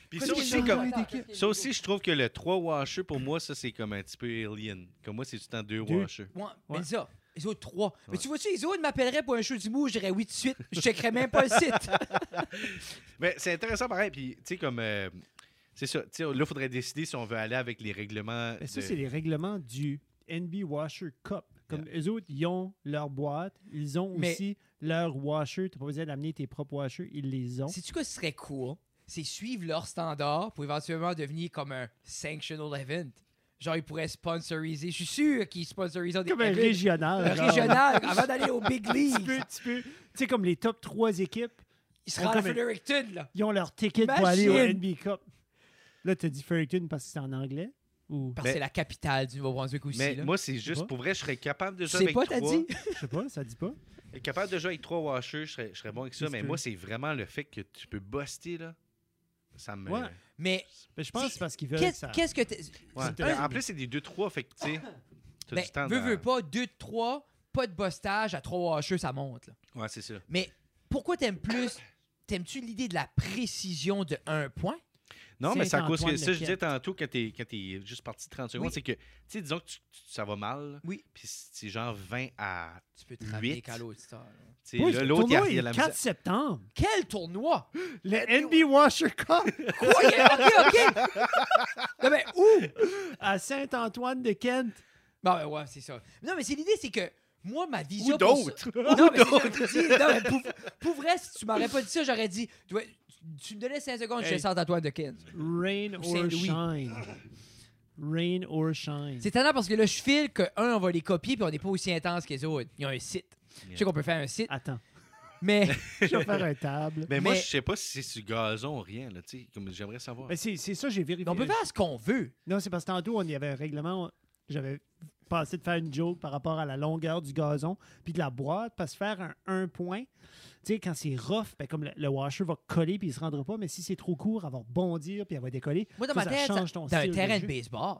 Speaker 2: Puis
Speaker 1: Qu'est-ce
Speaker 2: ça
Speaker 1: que
Speaker 2: aussi,
Speaker 1: c'est
Speaker 2: comme-
Speaker 1: Attends,
Speaker 3: des-
Speaker 1: qu'est-ce que
Speaker 2: ça
Speaker 1: c'est?
Speaker 2: aussi, je trouve que le 3 washer, pour moi, ça, c'est comme un petit peu alien. Comme moi, c'est tout en deux,
Speaker 3: Deux.
Speaker 2: washers.
Speaker 1: Ouais, mais
Speaker 3: Ouais.
Speaker 1: ça, les autres trois. Mais
Speaker 2: Ouais.
Speaker 1: tu vois-tu, les autres m'appelleraient pour un show d'humour, j'irais oui tout de suite. Je checkerais même pas le
Speaker 3: [laughs]
Speaker 1: site.
Speaker 2: Mais c'est intéressant pareil. Puis, tu sais, comme. euh, c'est ça. Tu sais, là, il faudrait décider si on veut aller avec les règlements.
Speaker 3: Mais ça,
Speaker 2: de-
Speaker 3: c'est les règlements du NB Washer Cup. Comme eux autres, ils ont leur boîte. Ils ont
Speaker 1: Mais-
Speaker 3: aussi leur washer. Tu n'as pas besoin d'amener tes propres washers. Ils les ont.
Speaker 1: Sais-tu quoi ce serait cool? C'est suivre leur standard pour éventuellement devenir comme un sanctional event. Genre, ils pourraient sponsoriser. Je suis sûr qu'ils sponsorisent des
Speaker 3: Comme un
Speaker 1: events.
Speaker 3: régional.
Speaker 1: Un
Speaker 3: genre.
Speaker 1: régional avant d'aller aux Big
Speaker 3: [laughs] Tu peux-
Speaker 1: Leagues.
Speaker 3: tu peux- tu sais, comme les top 3 équipes.
Speaker 1: Ils se
Speaker 3: On
Speaker 1: rendent à
Speaker 3: comme-
Speaker 1: Fredericton, là.
Speaker 3: Ils ont leur ticket pour aller au
Speaker 1: Machine.
Speaker 3: NB Cup. Là, t'as dit Fredericton parce que c'est en anglais? Ou...
Speaker 1: Parce
Speaker 2: Mais-
Speaker 1: que c'est la capitale du Nouveau-Brunswick aussi.
Speaker 2: Mais
Speaker 1: là.
Speaker 2: moi, c'est juste
Speaker 3: pas.
Speaker 2: pour vrai, je serais capable de
Speaker 1: je
Speaker 2: jouer
Speaker 1: sais
Speaker 2: avec
Speaker 1: pas, t'as
Speaker 2: trois.
Speaker 1: dit?
Speaker 3: Je sais pas, ça dit pas.
Speaker 2: Capable de jouer avec trois washers, je serais, je serais bon avec ça.
Speaker 3: Ça se
Speaker 2: Mais
Speaker 3: peut.
Speaker 2: moi, c'est vraiment le fait que tu peux buster, là. Ça me.
Speaker 3: Ouais.
Speaker 1: Mais
Speaker 3: Mais Ben, je pense que c'est parce qu'ils veulent que
Speaker 1: qu'est-ce
Speaker 3: ça...
Speaker 1: qu'est-ce que t'es.
Speaker 2: Ouais.
Speaker 3: C'est
Speaker 2: Mais
Speaker 3: un-
Speaker 2: En plus, c'est des 2-3, fait que, tu sais. t'as
Speaker 1: Ben,
Speaker 2: du temps
Speaker 1: veux,
Speaker 2: dans-
Speaker 1: veux pas, 2 3, pas de bostage à 3 hacheux, ça monte. là.
Speaker 2: Ouais, c'est ça.
Speaker 1: Mais pourquoi t'aimes plus T'aimes-tu l'idée de la précision de un point
Speaker 2: Non, mais c'est à cause
Speaker 3: Saint-Antoine
Speaker 2: que
Speaker 3: de
Speaker 2: ça, je
Speaker 3: Piette.
Speaker 2: disais tantôt quand t'es, quand t'es juste parti 30 secondes,
Speaker 1: Oui.
Speaker 2: c'est que, tu sais, disons que tu- tu- ça va mal, là,
Speaker 1: Oui.
Speaker 2: puis c'est genre 20 à.
Speaker 1: Tu peux te ramener
Speaker 2: Huit.
Speaker 1: qu'à l'autre star. là.
Speaker 2: Tu sais, là, l'autre, il
Speaker 3: tournoi
Speaker 2: a- il a la
Speaker 3: est
Speaker 2: misère.
Speaker 3: 4 septembre.
Speaker 1: Quel
Speaker 2: [laughs]
Speaker 1: tournoi
Speaker 3: Le NB Washer Cup
Speaker 1: Quoi il y a- Ok, ok Non, mais où
Speaker 3: à Saint-Antoine-de-Kent.
Speaker 1: Non, mais ouais, c'est ça. Non, mais c'est l'idée, c'est que moi, ma vision.
Speaker 2: Ou
Speaker 1: pour ça-
Speaker 2: d'autres.
Speaker 1: Non, mais c'est ça que je dis. Non, mais pour, pour vrai, si tu m'aurais pas dit ça, j'aurais dit. Tu, tu me donnais 5 secondes, je
Speaker 3: Hey.
Speaker 1: te sors d'Antoine de Kent.
Speaker 3: [laughs] Rain
Speaker 1: Ou
Speaker 3: or
Speaker 1: Saint-Louis.
Speaker 3: shine. Rain or shine.
Speaker 1: C'est étonnant parce que là, je file que, un, on va les copier, puis on n'est pas aussi intense que les autres. Ils ont un site. Je sais qu'on peut faire un site,
Speaker 3: Attends,
Speaker 2: [laughs]
Speaker 1: mais
Speaker 3: [laughs] je vais faire un table.
Speaker 2: Mais, moi,
Speaker 1: Mais-
Speaker 2: je sais pas si c'est sur gazon ou rien, là, tu sais, comme j'aimerais savoir.
Speaker 3: Mais Ben, c'est c'est ça, j'ai vérifié.
Speaker 1: on peut faire ce qu'on veut.
Speaker 3: Non, c'est parce que tantôt, on y avait un règlement. on- J'avais pensé de faire une joke par rapport à la longueur du gazon puis de la boîte. Parce que faire un un point, tu sais, quand c'est rough, ben comme le, le washer va coller puis il se rendra pas. Mais si c'est trop court, elle va rebondir puis elle va décoller.
Speaker 1: Moi, dans
Speaker 3: Ça,
Speaker 1: ma
Speaker 3: ça
Speaker 1: tête, ça-
Speaker 3: change ton
Speaker 1: t'as un
Speaker 3: style de
Speaker 1: terrain de
Speaker 3: jeu.
Speaker 1: baseball.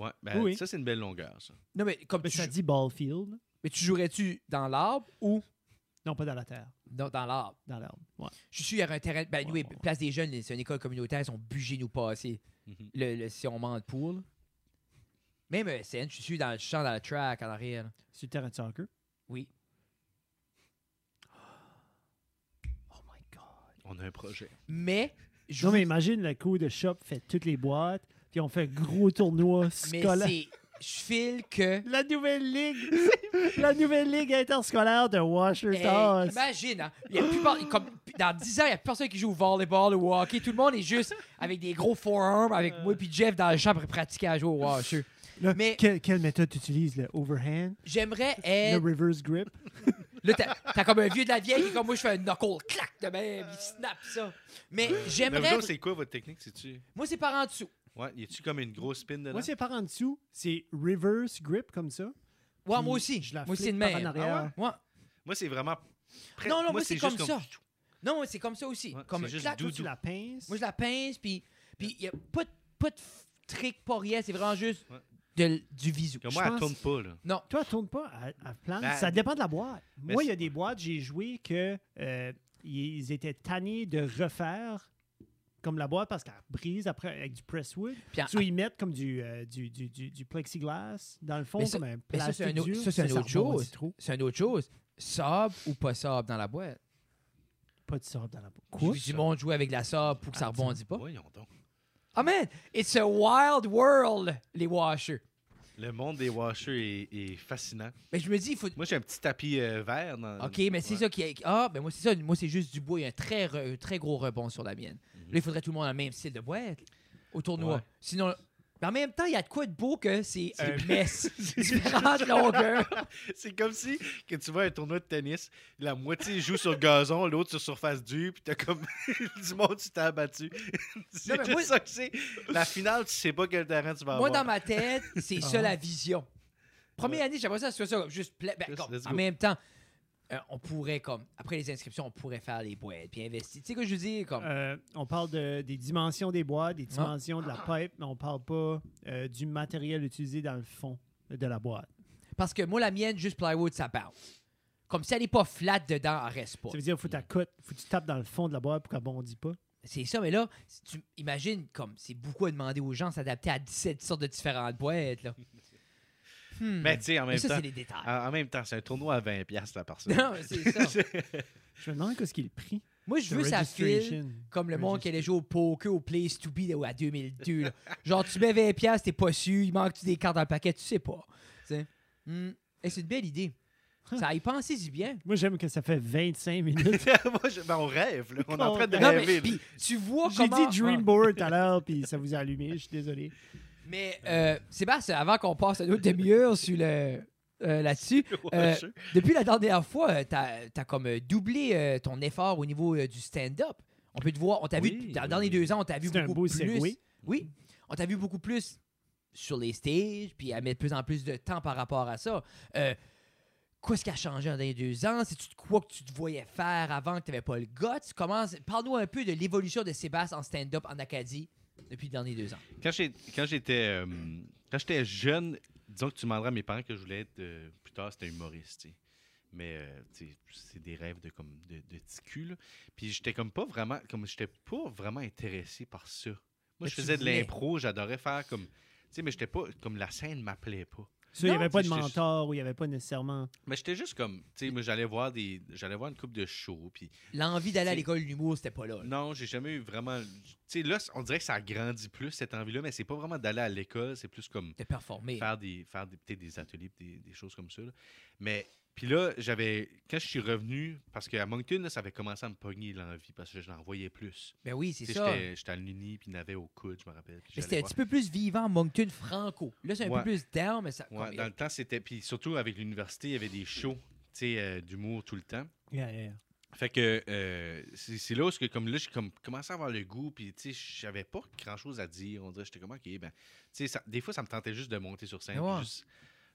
Speaker 2: Ouais, ben,
Speaker 3: Oui.
Speaker 2: ça, c'est une belle longueur, ça.
Speaker 1: Non, mais comme
Speaker 3: Mais
Speaker 1: tu
Speaker 3: ça
Speaker 1: jou-
Speaker 3: dit ball field.
Speaker 1: mais tu jouerais-tu dans l'arbre ou
Speaker 3: Non, pas dans la terre,
Speaker 1: non, dans l'arbre?
Speaker 3: dans l'herbe. Ouais.
Speaker 1: Je suis sûr, il y aurait un terrain. Ben,
Speaker 3: Ouais,
Speaker 1: oui,
Speaker 3: ouais.
Speaker 1: place des jeunes, c'est une école communautaire, ils sont bugés nous passer.
Speaker 2: Mhm.
Speaker 1: le, le- si on mente pour. là. Même euh, SN, je suis dans le champ, dans le track, en arrière. là.
Speaker 3: Sur le terrain de soccer.
Speaker 1: Oui.
Speaker 3: Oh my God.
Speaker 2: On a un projet.
Speaker 1: Mais je
Speaker 3: Non,
Speaker 1: vous-
Speaker 3: mais imagine le coup de shop fait toutes les boîtes, puis on fait gros tournoi
Speaker 1: [laughs] mais
Speaker 3: scolaire.
Speaker 1: c'est. Je file que.
Speaker 3: La nouvelle ligue, [laughs] la nouvelle ligue interscolaire de
Speaker 1: Hey,
Speaker 3: Washington.
Speaker 1: imagine, hein, il y a plus par- comme, dans 10 ans, il n'y a plus personne qui joue au volleyball ou au hockey. Tout le monde est juste avec des gros forearms, avec
Speaker 3: Euh.
Speaker 1: moi et Jeff dans le champ pour pratiquer à jouer au
Speaker 3: [laughs]
Speaker 1: washer.
Speaker 3: Là,
Speaker 1: mais-
Speaker 3: quelle, quelle méthode tu utilises? Le overhand?
Speaker 1: J'aimerais être.
Speaker 3: Le reverse grip?
Speaker 1: Là, t'as t'as comme un vieux de la vieille qui, comme moi, je fais un knuckle, clac de même, il snap ça. Mais
Speaker 2: Mais
Speaker 1: j'aimerais.
Speaker 2: vous autres, c'est quoi votre technique? C'est-tu...
Speaker 1: Moi, c'est par en dessous.
Speaker 2: Ouais, y a-tu comme une grosse spin dedans?
Speaker 3: [laughs] Moi, c'est par en dessous. C'est reverse grip comme ça.
Speaker 1: Ouais,
Speaker 3: Puis
Speaker 1: moi aussi.
Speaker 3: Je la
Speaker 1: moi aussi, de
Speaker 3: flippe par en
Speaker 1: même.
Speaker 3: arrière.
Speaker 2: Ah ouais?
Speaker 1: Ouais.
Speaker 2: Moi, c'est vraiment... prêt-
Speaker 1: Non, non, moi, c'est
Speaker 2: juste
Speaker 1: comme ça. Non, moi, c'est comme ça aussi.
Speaker 2: Ouais,
Speaker 1: comme
Speaker 2: c'est juste
Speaker 1: clac,
Speaker 3: Toi, tu
Speaker 2: Doudou.
Speaker 3: la pinces.
Speaker 1: Moi, je la pince, puis il n'y a pas de, pas de f- trick, pas rien. C'est vraiment juste
Speaker 2: Ouais.
Speaker 1: de- du visou.
Speaker 2: Comme
Speaker 3: Je
Speaker 2: moi, elle
Speaker 3: pense-
Speaker 2: tourne pas, là.
Speaker 1: Non.
Speaker 3: Toi, tourne pas à, à plante.
Speaker 2: Ben,
Speaker 3: ça dépend de la boîte.
Speaker 2: ben,
Speaker 3: Moi,
Speaker 2: c'est-
Speaker 3: il y a des boîtes, j'ai joué que euh, ils étaient tannés de refaire comme la boîte parce qu'elle brise après avec du presswood.
Speaker 1: Puis en-
Speaker 3: Soit ils mettent comme du, euh, du, du, du- du plexiglas dans le fond,
Speaker 1: Mais ça-
Speaker 3: comme un
Speaker 1: mais ça, c'est
Speaker 3: plastique
Speaker 1: un autre-
Speaker 3: dur.
Speaker 1: ça, c'est une autre
Speaker 3: rebondit
Speaker 1: chose.
Speaker 3: trop.
Speaker 1: C'est une autre chose. Sable ou pas sable dans la boîte?
Speaker 3: Pas de sable dans la boîte.
Speaker 1: J'ai vu du monde jouer avec de la sable pour que ça
Speaker 3: Ah,
Speaker 1: rebondisse pas.
Speaker 2: Voyons donc.
Speaker 1: Ah, man! It's a wild world, les washers.
Speaker 2: Le monde des washers est, est fascinant.
Speaker 1: Mais je me dis, il faut...
Speaker 2: Moi, j'ai un petit tapis euh, vert. Dans...
Speaker 1: OK, mais c'est
Speaker 2: Ouais.
Speaker 1: ça qui est... Ah, ben moi, c'est ça. Moi, c'est juste du bois. Il y a un très, re- très gros rebond sur la mienne. Là, il faudrait tout le monde dans le même style de boîte au tournoi.
Speaker 2: Mhm. Ouais.
Speaker 1: Sinon... Mais en même temps, il y a de quoi de beau que c'est
Speaker 2: C'est-
Speaker 1: un
Speaker 2: [laughs]
Speaker 1: mess. [laughs] Différentes longueurs.
Speaker 2: [laughs] C'est comme si que tu vois un tournoi de tennis, la moitié joue sur gazon, l'autre sur surface dure, puis t'as comme [laughs] du monde, tu t'es abattu. [laughs] c'est
Speaker 1: Non, mais
Speaker 2: juste
Speaker 1: moi-
Speaker 2: ça que c'est. La finale, tu sais pas quel terrain tu vas
Speaker 1: Moi,
Speaker 2: avoir.
Speaker 1: dans ma tête, c'est ça
Speaker 3: Ah.
Speaker 1: la vision. Première
Speaker 2: Ouais.
Speaker 1: année, j'aimerais ça que ce soit ça, comme juste pla- ben,
Speaker 2: Juste,
Speaker 1: comme,
Speaker 2: let's
Speaker 1: En
Speaker 2: go.
Speaker 1: même temps, euh, on pourrait, comme, après les inscriptions, on pourrait faire les boîtes puis investir. Tu sais que je veux dire, comme.
Speaker 3: Euh, on parle de- des dimensions des boîtes,
Speaker 1: Ah.
Speaker 3: des dimensions de la pipe, mais on parle pas euh, du matériel utilisé dans le fond de la boîte.
Speaker 1: Parce que moi, la mienne, juste plywood, ça bounce. Comme si elle n'est pas flat dedans, elle reste pas.
Speaker 3: Ça veut dire faut que tu la cotes, faut que tu tapes dans le fond de la boîte pour qu'elle bondit pas.
Speaker 1: C'est ça, mais là, si tu imagines, comme, c'est beaucoup à demander aux gens de s'adapter à 17 sortes de différentes boîtes,
Speaker 2: [laughs]
Speaker 1: là. Hmm.
Speaker 2: Mais tu sais, en
Speaker 1: Mais
Speaker 2: même
Speaker 1: ça,
Speaker 2: temps. ah,
Speaker 1: c'est les détails. [laughs]
Speaker 2: En, en même temps, c'est un tournoi à 20$ piastres, la personne.
Speaker 1: Non, c'est ça.
Speaker 2: [laughs]
Speaker 3: Je me demande qu'est-ce qu'il pris.
Speaker 1: Moi, je veux ça file. Comme le monde qui allait jouer au poker, au Place to Be là, à 2002. là. Genre, tu mets 20 pièces, t'es pas sûr, il manque-tu des cartes dans le paquet, tu sais pas. Tu sais. Hmm. Et c'est une belle idée. Ça y pensé du
Speaker 2: [laughs]
Speaker 1: bien.
Speaker 3: Moi, j'aime que ça fait 25
Speaker 1: [laughs]
Speaker 3: minutes.
Speaker 2: Moi, je- ben, on rêve, là. On est en train de
Speaker 1: Non,
Speaker 2: rêver.
Speaker 1: mais
Speaker 2: [laughs] là.
Speaker 1: puis, tu vois
Speaker 3: J'ai
Speaker 1: comment... ah,
Speaker 3: dit
Speaker 1: Ouais.
Speaker 3: Dream Board tout à l'heure, puis ça vous a allumé. Je suis désolé.
Speaker 1: Mais euh, Sébastien, avant qu'on passe à notre demi-heure sur le... euh, là-dessus. euh,
Speaker 2: Washer.
Speaker 1: depuis la dernière fois, euh, t'as as comme euh, doublé euh, ton effort au niveau euh, du stand-up. On peut te voir, on t'a
Speaker 2: Oui,
Speaker 1: vu dans les
Speaker 2: oui,
Speaker 1: derniers
Speaker 2: oui.
Speaker 1: deux ans, on t'a vu
Speaker 3: C'est un
Speaker 1: beaucoup
Speaker 3: beau
Speaker 1: plus.
Speaker 3: segway.
Speaker 1: Oui, on t'a vu beaucoup plus sur les stages, puis à mettre de plus en plus de temps par rapport à ça. Euh, Qu'est-ce qui a changé dans les deux ans? C'est-tu de quoi que tu te voyais faire avant que tu n'avais pas le guts? Comment- Parle-nous un peu de l'évolution de Sébastien en stand-up en Acadie depuis les derniers deux ans.
Speaker 2: Quand j'ai- quand j'étais euh, quand j'étais jeune, disons que tu demanderas à mes parents que je voulais être euh, plus tard, c'était humoriste, tu sais. Mais euh, tu sais, c'est des rêves de comme de, de petit cul, là. Puis j'étais comme pas vraiment comme j'étais pas vraiment intéressé par ça. Moi
Speaker 1: Mais
Speaker 2: je
Speaker 1: tu
Speaker 2: faisais de
Speaker 1: voulais.
Speaker 2: l'impro, j'adorais faire comme tu sais mais j'étais pas comme la scène m'appelait pas.
Speaker 3: Ça, il n'y
Speaker 1: Non,
Speaker 3: avait pas
Speaker 2: tu
Speaker 3: de
Speaker 2: sais, je-
Speaker 3: mentor ou il n'y avait pas nécessairement.
Speaker 2: Mais j'étais juste comme tu sais moi j'allais voir des j'allais voir une coupe de show puis
Speaker 1: L'envie d'aller à
Speaker 2: C'est-
Speaker 1: l'école de l'humour, c'était pas là. là.
Speaker 2: Non, j'ai jamais eu vraiment. Tu sais, là, on dirait que ça a grandi plus, cette envie-là, mais c'est pas vraiment d'aller à l'école, c'est plus comme
Speaker 1: De performer.
Speaker 2: faire des faire des, peut-être des ateliers, des, des choses comme ça. là. Mais puis là, j'avais quand je suis revenu parce qu'à Moncton, là, ça avait commencé à me pogner l'envie parce que je n'en voyais plus.
Speaker 1: Ben oui,
Speaker 2: Tu
Speaker 1: c'est
Speaker 2: sais,
Speaker 1: ça.
Speaker 2: J'étais j'étais à l'uni puis il y en avait au coude, je me rappelle. puis
Speaker 1: Mais
Speaker 2: j'allais
Speaker 1: c'était un
Speaker 2: voir.
Speaker 1: petit peu plus vivant, Moncton Franco. Là, c'est un
Speaker 2: Ouais.
Speaker 1: peu plus down, mais ça.
Speaker 2: Ouais,
Speaker 1: comme-
Speaker 2: dans le temps, c'était puis surtout avec l'université, il y avait des shows, tu sais, euh, d'humour tout le temps.
Speaker 3: Yeah, yeah.
Speaker 2: Fait que euh, c'est c'est là où ce que comme là j'ai comme commencé à avoir le goût puis tu sais j'avais pas grand chose à dire on dirait j'étais comme ok ben tu sais ça- des fois ça me tentait juste de monter sur scène
Speaker 1: Mais ouais.
Speaker 2: puis juste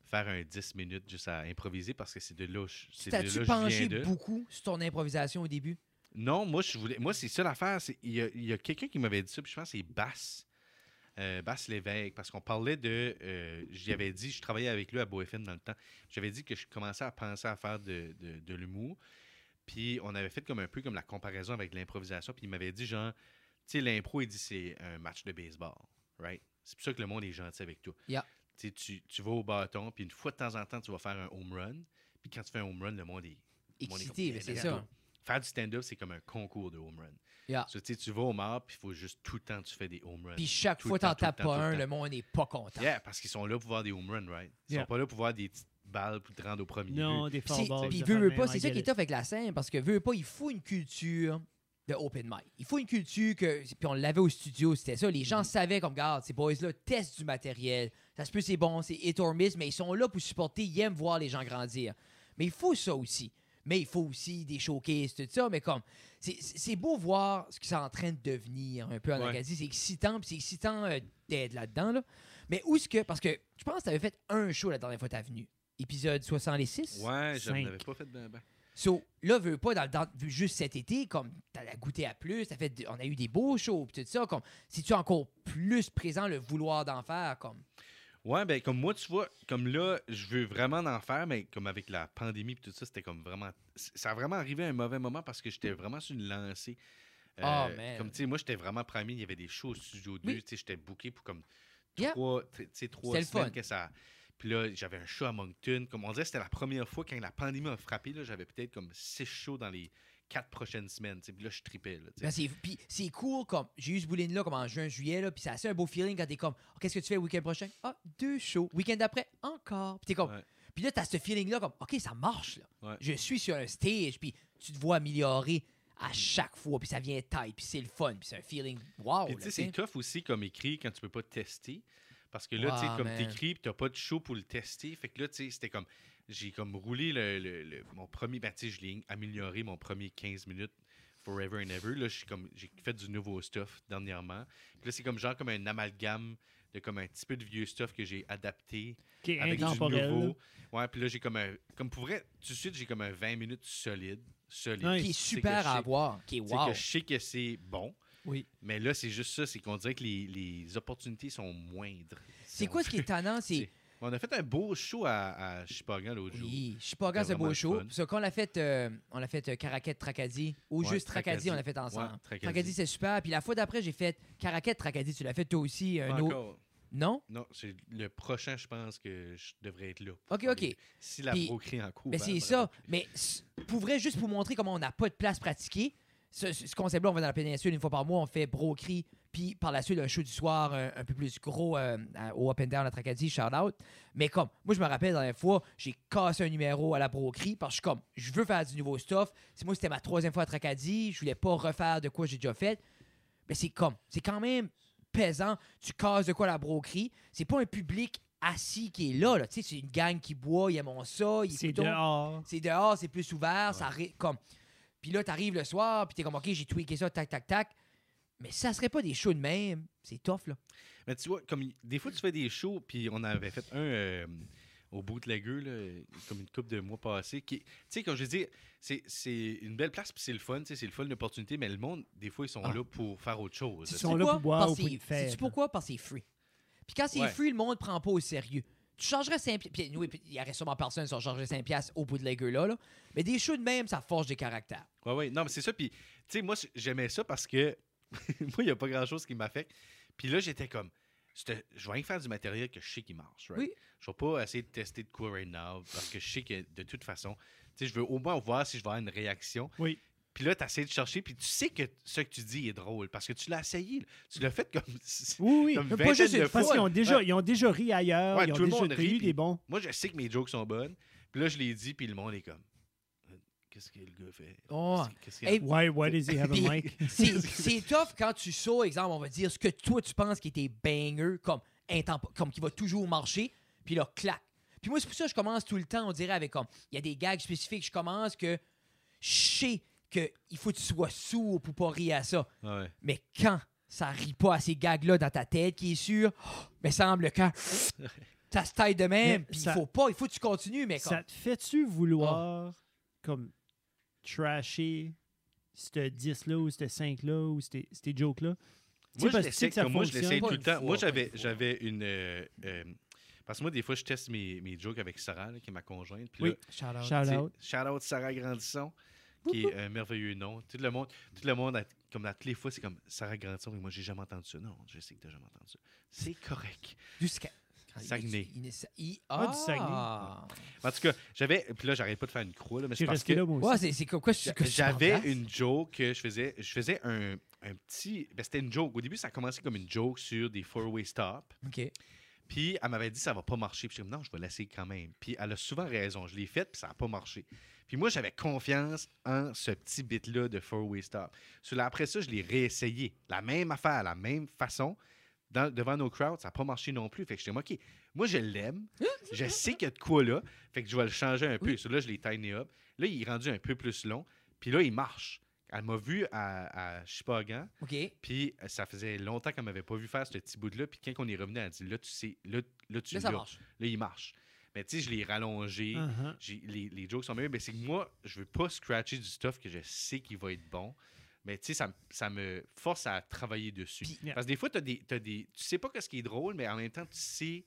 Speaker 2: faire un 10 minutes juste à improviser parce que c'est de là où je-
Speaker 1: Tu
Speaker 2: c'est de là
Speaker 1: t'as-tu
Speaker 2: où je
Speaker 1: penché
Speaker 2: viens de.
Speaker 1: beaucoup sur ton improvisation au début?
Speaker 2: non moi je voulais moi c'est ça l'affaire c'est il y a, il y a quelqu'un qui m'avait dit ça puis je pense que c'est Bass euh, Bass Lévesque parce qu'on parlait de euh, j'y avais dit je travaillais avec lui à BoFM dans le temps j'avais dit que je commençais à penser à faire de, de- de l'humour. Puis on avait fait comme un peu comme la comparaison avec l'improvisation. Puis il m'avait dit genre, tu sais, l'impro, il dit c'est un match de baseball, right? C'est pour ça que le monde est gentil avec toi.
Speaker 1: Yeah.
Speaker 2: Tu sais, Tu, tu vas au bâton, puis une fois de temps en temps, tu vas faire un home run. Puis quand tu fais un home run, le monde est... le monde est
Speaker 1: Excité,
Speaker 2: comme,
Speaker 1: mais c'est
Speaker 2: Yeah,
Speaker 1: ça.
Speaker 2: let's go. Faire du stand-up, c'est comme un concours de home run.
Speaker 1: Yeah.
Speaker 2: So, tu sais, tu vas au mort, puis il faut juste tout le temps que tu fais des home runs.
Speaker 1: Puis chaque
Speaker 2: Tout
Speaker 1: fois,
Speaker 2: le temps,
Speaker 1: t'en
Speaker 2: tout le
Speaker 1: tapes
Speaker 2: temps, tout
Speaker 1: pas
Speaker 2: le
Speaker 1: un,
Speaker 2: temps.
Speaker 1: le monde n'est pas content.
Speaker 2: Yeah, parce qu'ils sont là pour voir des home runs, right? Ils
Speaker 3: Yeah.
Speaker 2: sont pas là pour voir des petites balles pour te rendre au premier
Speaker 3: Non,
Speaker 2: but.
Speaker 3: des
Speaker 1: Puis
Speaker 3: forts
Speaker 1: c'est-
Speaker 3: balls,
Speaker 1: Puis veut,
Speaker 3: des affaires
Speaker 1: veut
Speaker 3: de
Speaker 1: pas,
Speaker 3: même,
Speaker 1: c'est
Speaker 3: I
Speaker 1: ça
Speaker 3: get
Speaker 1: qui est
Speaker 3: it.
Speaker 1: tough avec la scène, parce que veut pas, il faut une culture de open mic. Il faut une culture que. Puis on l'avait au studio, c'était ça. Les gens savaient comme, regarde, ces boys-là testent du matériel. Ça se peut, c'est bon, c'est hit or miss, mais ils sont là pour supporter, ils aiment voir les gens grandir. Mais il faut ça aussi. Mais il faut aussi des showcases, tout ça. Mais comme, c'est- c'est c'est beau voir ce qui est en train de devenir un peu en
Speaker 2: Ouais.
Speaker 1: Acadie. C'est excitant, puis c'est excitant euh, d'être là-dedans. Là. Mais où est-ce que. Parce que je pense que tu avais fait un show la dernière fois que tu venu. Épisode 66.
Speaker 2: Ouais, je
Speaker 3: Cinq.
Speaker 2: n'avais pas fait de. ben.
Speaker 1: So, là, veux pas, dans, dans- vu juste cet été, comme t'as goûté à plus, t'as fait, de- on a eu des beaux shows, pis tout ça, comme, si tu encore plus présent le vouloir d'en faire, comme,
Speaker 2: Ouais, ben comme moi, tu vois, comme là, je veux vraiment en faire, mais comme avec la pandémie et tout ça, c'était comme vraiment. c- Ça a vraiment arrivé à un mauvais moment parce que j'étais vraiment sur une lancée. Euh,
Speaker 1: Ah, man.
Speaker 2: Comme tu sais, moi, j'étais vraiment premier. Il y avait des shows au studio 2.
Speaker 1: Oui.
Speaker 2: Tu sais, j'étais booké pour comme
Speaker 1: Yeah.
Speaker 2: trois, tu sais, trois
Speaker 1: C'était le fun.
Speaker 2: semaines que ça. Puis là, j'avais un show à Moncton. Comme on dirait, c'était la première fois quand la pandémie a frappé. là, J'avais peut-être comme six shows dans les quatre prochaines semaines. tu sais. Puis là, je tripais. Là, tu sais.
Speaker 1: ben, c'est, pis c'est cool, comme, j'ai eu ce bouline là, comme en juin, juillet, là, pis c'est assez un beau feeling quand t'es comme, Ah, qu'est-ce que tu fais le week-end prochain? Ah, deux shows. Week-end d'après, encore. Pis t'es comme,
Speaker 2: Ouais.
Speaker 1: pis là, t'as ce feeling là, comme, ok, ça marche, là.
Speaker 2: Ouais.
Speaker 1: Je suis sur un stage, pis tu te vois améliorer à chaque fois, pis ça vient tight, pis c'est le fun, pis c'est un feeling, wow,
Speaker 2: Puis
Speaker 1: là,
Speaker 2: tu sais, c'est
Speaker 1: t'sais.
Speaker 2: tough aussi comme écrit quand tu peux pas tester. Parce que là, tu
Speaker 1: Ah,
Speaker 2: sais, comme
Speaker 1: man.
Speaker 2: t'écris, puis t'as pas de show pour le tester. Fait que là, tu sais, c'était comme. J'ai comme roulé le, le- le- mon premier. Ben, tu sais, je l'ai amélioré mon premier 15 minutes forever and ever. Là, j'ai comme- j'ai fait du nouveau stuff dernièrement. Puis là, c'est comme genre comme un amalgame de comme un petit peu de vieux stuff que j'ai adapté
Speaker 3: Qui est
Speaker 2: avec du
Speaker 3: intemporel, là.
Speaker 2: nouveau. Ouais, puis là, j'ai comme un. Comme pour vrai, tout de suite, j'ai comme un 20 minutes solide. Solide.
Speaker 3: Nice.
Speaker 1: Qui est
Speaker 2: Tu sais, que
Speaker 1: super
Speaker 2: je
Speaker 1: à
Speaker 2: sais-
Speaker 1: voir, qui est
Speaker 2: tu sais,
Speaker 1: wow.
Speaker 2: que je sais que c'est bon.
Speaker 1: Oui.
Speaker 2: Mais là, c'est juste ça, c'est qu'on dirait que les, les opportunités sont moindres.
Speaker 1: C'est quoi ce qui est tannant? C'est.
Speaker 2: C'est- [laughs] On a fait un beau show à, à Chipagan l'autre jour.
Speaker 1: Oui, je suis pas gars,
Speaker 2: C'était
Speaker 1: ce beau
Speaker 2: vraiment
Speaker 1: show.
Speaker 2: le fun.
Speaker 1: Parce que quand on l'a fait, euh, on l'a fait euh, Caraquette Tracadie, ou
Speaker 2: Ouais,
Speaker 1: juste Tracadie,
Speaker 2: Tracadie.
Speaker 1: on l'a fait ensemble.
Speaker 2: Ouais,
Speaker 1: Tracadie,
Speaker 2: Tracadie.
Speaker 1: c'est super. Puis la fois d'après, j'ai fait Caraquette Tracadie. Tu l'as fait toi aussi,
Speaker 2: Pas
Speaker 1: un autre.
Speaker 2: encore.
Speaker 1: Non?
Speaker 2: Non, c'est le prochain, je pense que je devrais être là.
Speaker 1: Ok,
Speaker 2: Pour
Speaker 1: ok.
Speaker 2: les- Si la
Speaker 1: Puis-
Speaker 2: broquerie en hein, cours.
Speaker 1: Mais c'est ça. Mais s- pour vrai, juste pour montrer comment on n'a pas de place pratiquée, ce, ce- ce concept-là, on va dans la péninsule une fois par mois, on fait broquerie, puis par la suite, un show du soir un, un peu plus gros euh, à- au Up and Down à Tracadie, shout-out. Mais comme, moi, je me rappelle, la dernière fois, j'ai cassé un numéro à la broquerie parce que je suis comme, je veux faire du nouveau stuff. C'est moi, c'était ma troisième fois à Tracadie, je voulais pas refaire de quoi j'ai déjà fait. Mais c'est comme, c'est quand même pesant. Tu casses de quoi à la broquerie. C'est pas un public assis qui est là, là. Tu sais, c'est une gang qui boit, ils aiment ça, ils
Speaker 3: C'est
Speaker 1: écoutent-
Speaker 3: dehors.
Speaker 1: c'est dehors, c'est plus ouvert, ça ri- comme. Puis là, t'arrives le soir, puis t'es comme, OK, j'ai tweaké ça, tac, tac, tac. Mais ça serait pas des shows de même. C'est tough, là.
Speaker 2: Mais tu vois, comme il- des fois, tu fais des shows, puis on avait fait un euh, au bout de la gueule, là, comme une coupe de mois passés. qui- Tu sais, quand je dis, c'est c'est une belle place, puis c'est le fun, tu sais, c'est le fun, l'opportunité, mais le monde, des fois, ils sont
Speaker 1: Ah.
Speaker 2: là pour faire autre chose.
Speaker 1: Sais-tu
Speaker 2: tu sais.
Speaker 3: sont là
Speaker 1: pourquoi?
Speaker 3: pour boire
Speaker 1: Parce
Speaker 3: ou pour
Speaker 1: c'est-
Speaker 3: une fête.
Speaker 1: sais-tu pourquoi? Parce que c'est free. Puis quand c'est
Speaker 2: Ouais.
Speaker 1: free, le monde prend pas au sérieux. Tu changerais 5 piastres. Puis anyway, puis il y aurait sûrement personne qui changerait 5 piastres au bout de la gueule, là, là. Mais des shows de même, ça forge des caractères.
Speaker 2: Ouais, ouais. Non, mais c'est ça. Puis, tu sais, moi, c- j'aimais ça parce que [laughs] moi, il n'y a pas grand-chose qui m'affecte. Puis là, j'étais comme, c'était- je vais rien faire du matériel que je sais qui marche. Right?
Speaker 1: Oui.
Speaker 2: Je vais pas essayer de tester de quoi right now parce que je sais que de toute façon, tu sais, je veux au moins voir si je vais avoir une réaction.
Speaker 3: Oui.
Speaker 2: Puis là, tu essaies de chercher, puis tu sais que ce que tu dis est drôle parce que tu l'as essayé. là. Tu l'as fait comme. [laughs]
Speaker 3: Oui, oui.
Speaker 2: Comme
Speaker 3: Mais
Speaker 2: vingtaine
Speaker 3: juste
Speaker 2: de
Speaker 3: une- Parce
Speaker 2: fois.
Speaker 3: qu'ils ont déjà,
Speaker 2: Ouais.
Speaker 3: ils ont déjà ri ailleurs.
Speaker 2: Ouais,
Speaker 3: ils ont
Speaker 2: tout le
Speaker 3: déjà
Speaker 2: monde
Speaker 3: t'as
Speaker 2: rit,
Speaker 3: eu
Speaker 2: puis-
Speaker 3: des bons.
Speaker 2: Moi, je sais que mes jokes sont bonnes. Puis là, je les dis, puis le monde est comme. euh, Qu'est-ce que le gars fait?
Speaker 1: Oh.
Speaker 2: Qu'est-ce qu'il
Speaker 1: Hey,
Speaker 3: Why, why does
Speaker 2: [laughs]
Speaker 3: he have a
Speaker 1: Puis-
Speaker 3: mic? [laughs]
Speaker 1: C'est c'est tough quand tu sors, exemple, on va dire ce que toi tu penses qui était banger, comme, intempo- comme qui va toujours marcher, puis là, clac. Puis moi, c'est pour ça que je commence tout le temps, on dirait, avec comme, il y a des gags spécifiques, je commence que je sais qu'il faut que tu sois sourd pour pas rire à ça.
Speaker 2: Ouais.
Speaker 1: Mais quand ça rit pas à ces gags-là dans ta tête, qui est sûr, mais semble
Speaker 3: [laughs]
Speaker 1: quand ça se taille de même,
Speaker 3: Mais
Speaker 1: puis il
Speaker 3: ça-
Speaker 1: faut pas, il faut que tu continues, mais comme.
Speaker 3: Ça te fait-tu
Speaker 2: Ah.
Speaker 3: vouloir comme trasher ce 10-là ou ce 5-là ou ces ces jokes-là? Tu
Speaker 2: Moi,
Speaker 3: sais,
Speaker 2: je
Speaker 3: parce que tu sais
Speaker 2: l'essaie
Speaker 3: que ça
Speaker 2: comme moi, je l'essaie
Speaker 3: fonctionne.
Speaker 1: pas
Speaker 2: tout le
Speaker 1: une
Speaker 2: temps.
Speaker 1: fois,
Speaker 2: moi,
Speaker 1: pas
Speaker 2: j'avais,
Speaker 1: une fois.
Speaker 2: j'avais une. euh, euh, parce que moi, des fois, je teste mes, mes jokes avec Sarah, là, qui est ma conjointe. Puis
Speaker 3: Oui.
Speaker 2: là,
Speaker 1: Shout out.
Speaker 3: Shout
Speaker 2: tu sais,
Speaker 3: out.
Speaker 2: shout out Sarah Grandisson, qui est un merveilleux nom. Tout le monde, tout le monde à- comme à toutes les fois, c'est comme Sarah Grandisson. Et moi, j'ai jamais entendu ça. Non, je sais que t'as jamais entendu ça. C'est correct.
Speaker 1: Jusqu'à-
Speaker 2: Saguenay.
Speaker 1: Il, est- il-
Speaker 3: Ah, du
Speaker 1: ah.
Speaker 2: En tout cas, j'avais. Puis là, j'arrête pas de faire une croix, là, mais c'est
Speaker 3: J'ai
Speaker 2: parce
Speaker 3: resté
Speaker 2: que
Speaker 3: là, moi aussi.
Speaker 1: Ouais, c'est- c'est quoi, quoi ce- que tu
Speaker 2: j'avais
Speaker 1: parles?
Speaker 2: une joke que je faisais. Je faisais un, un petit. ben, c'était une joke. Au début, ça a commencé comme une joke sur des four-way stops.
Speaker 1: OK.
Speaker 2: Puis elle m'avait dit ça va pas marcher. Puis j'ai dit non, je vais l'essayer quand même. Puis elle a souvent raison. Je l'ai faite, puis ça n'a pas marché. Puis moi, j'avais confiance en ce petit bit-là de four-way stop. Sur la- après ça, je l'ai réessayé. La même affaire, la même façon. Dans- devant nos crowds, ça n'a pas marché non plus. Fait que je dit, OK, moi, je l'aime. je sais qu'il y a de quoi là. Fait que je vais le changer un peu. Celui-là, je l'ai tiny up. Là, il est rendu un peu plus long. Puis là, il marche. Elle m'a vu à, à Chipagan.
Speaker 1: OK.
Speaker 2: Puis euh, ça faisait longtemps qu'on m'avait pas vu faire ce petit bout de là. Puis quand on est revenu, elle a dit là, tu sais, là, là tu
Speaker 1: Là, ça
Speaker 2: l'as.
Speaker 1: marche.
Speaker 2: Là, il marche. Mais tu sais, je l'ai rallongé.
Speaker 3: Uh-huh.
Speaker 2: J'ai- les, les jokes sont mieux. Mais c'est que moi, je veux pas scratcher du stuff que je sais qu'il va être bon. Mais tu sais, ça, m- ça me force à travailler dessus.
Speaker 1: Puis-
Speaker 3: Yeah.
Speaker 2: Parce que des fois, t'as des, t'as des, tu sais pas ce qui est drôle, mais en même temps, tu sais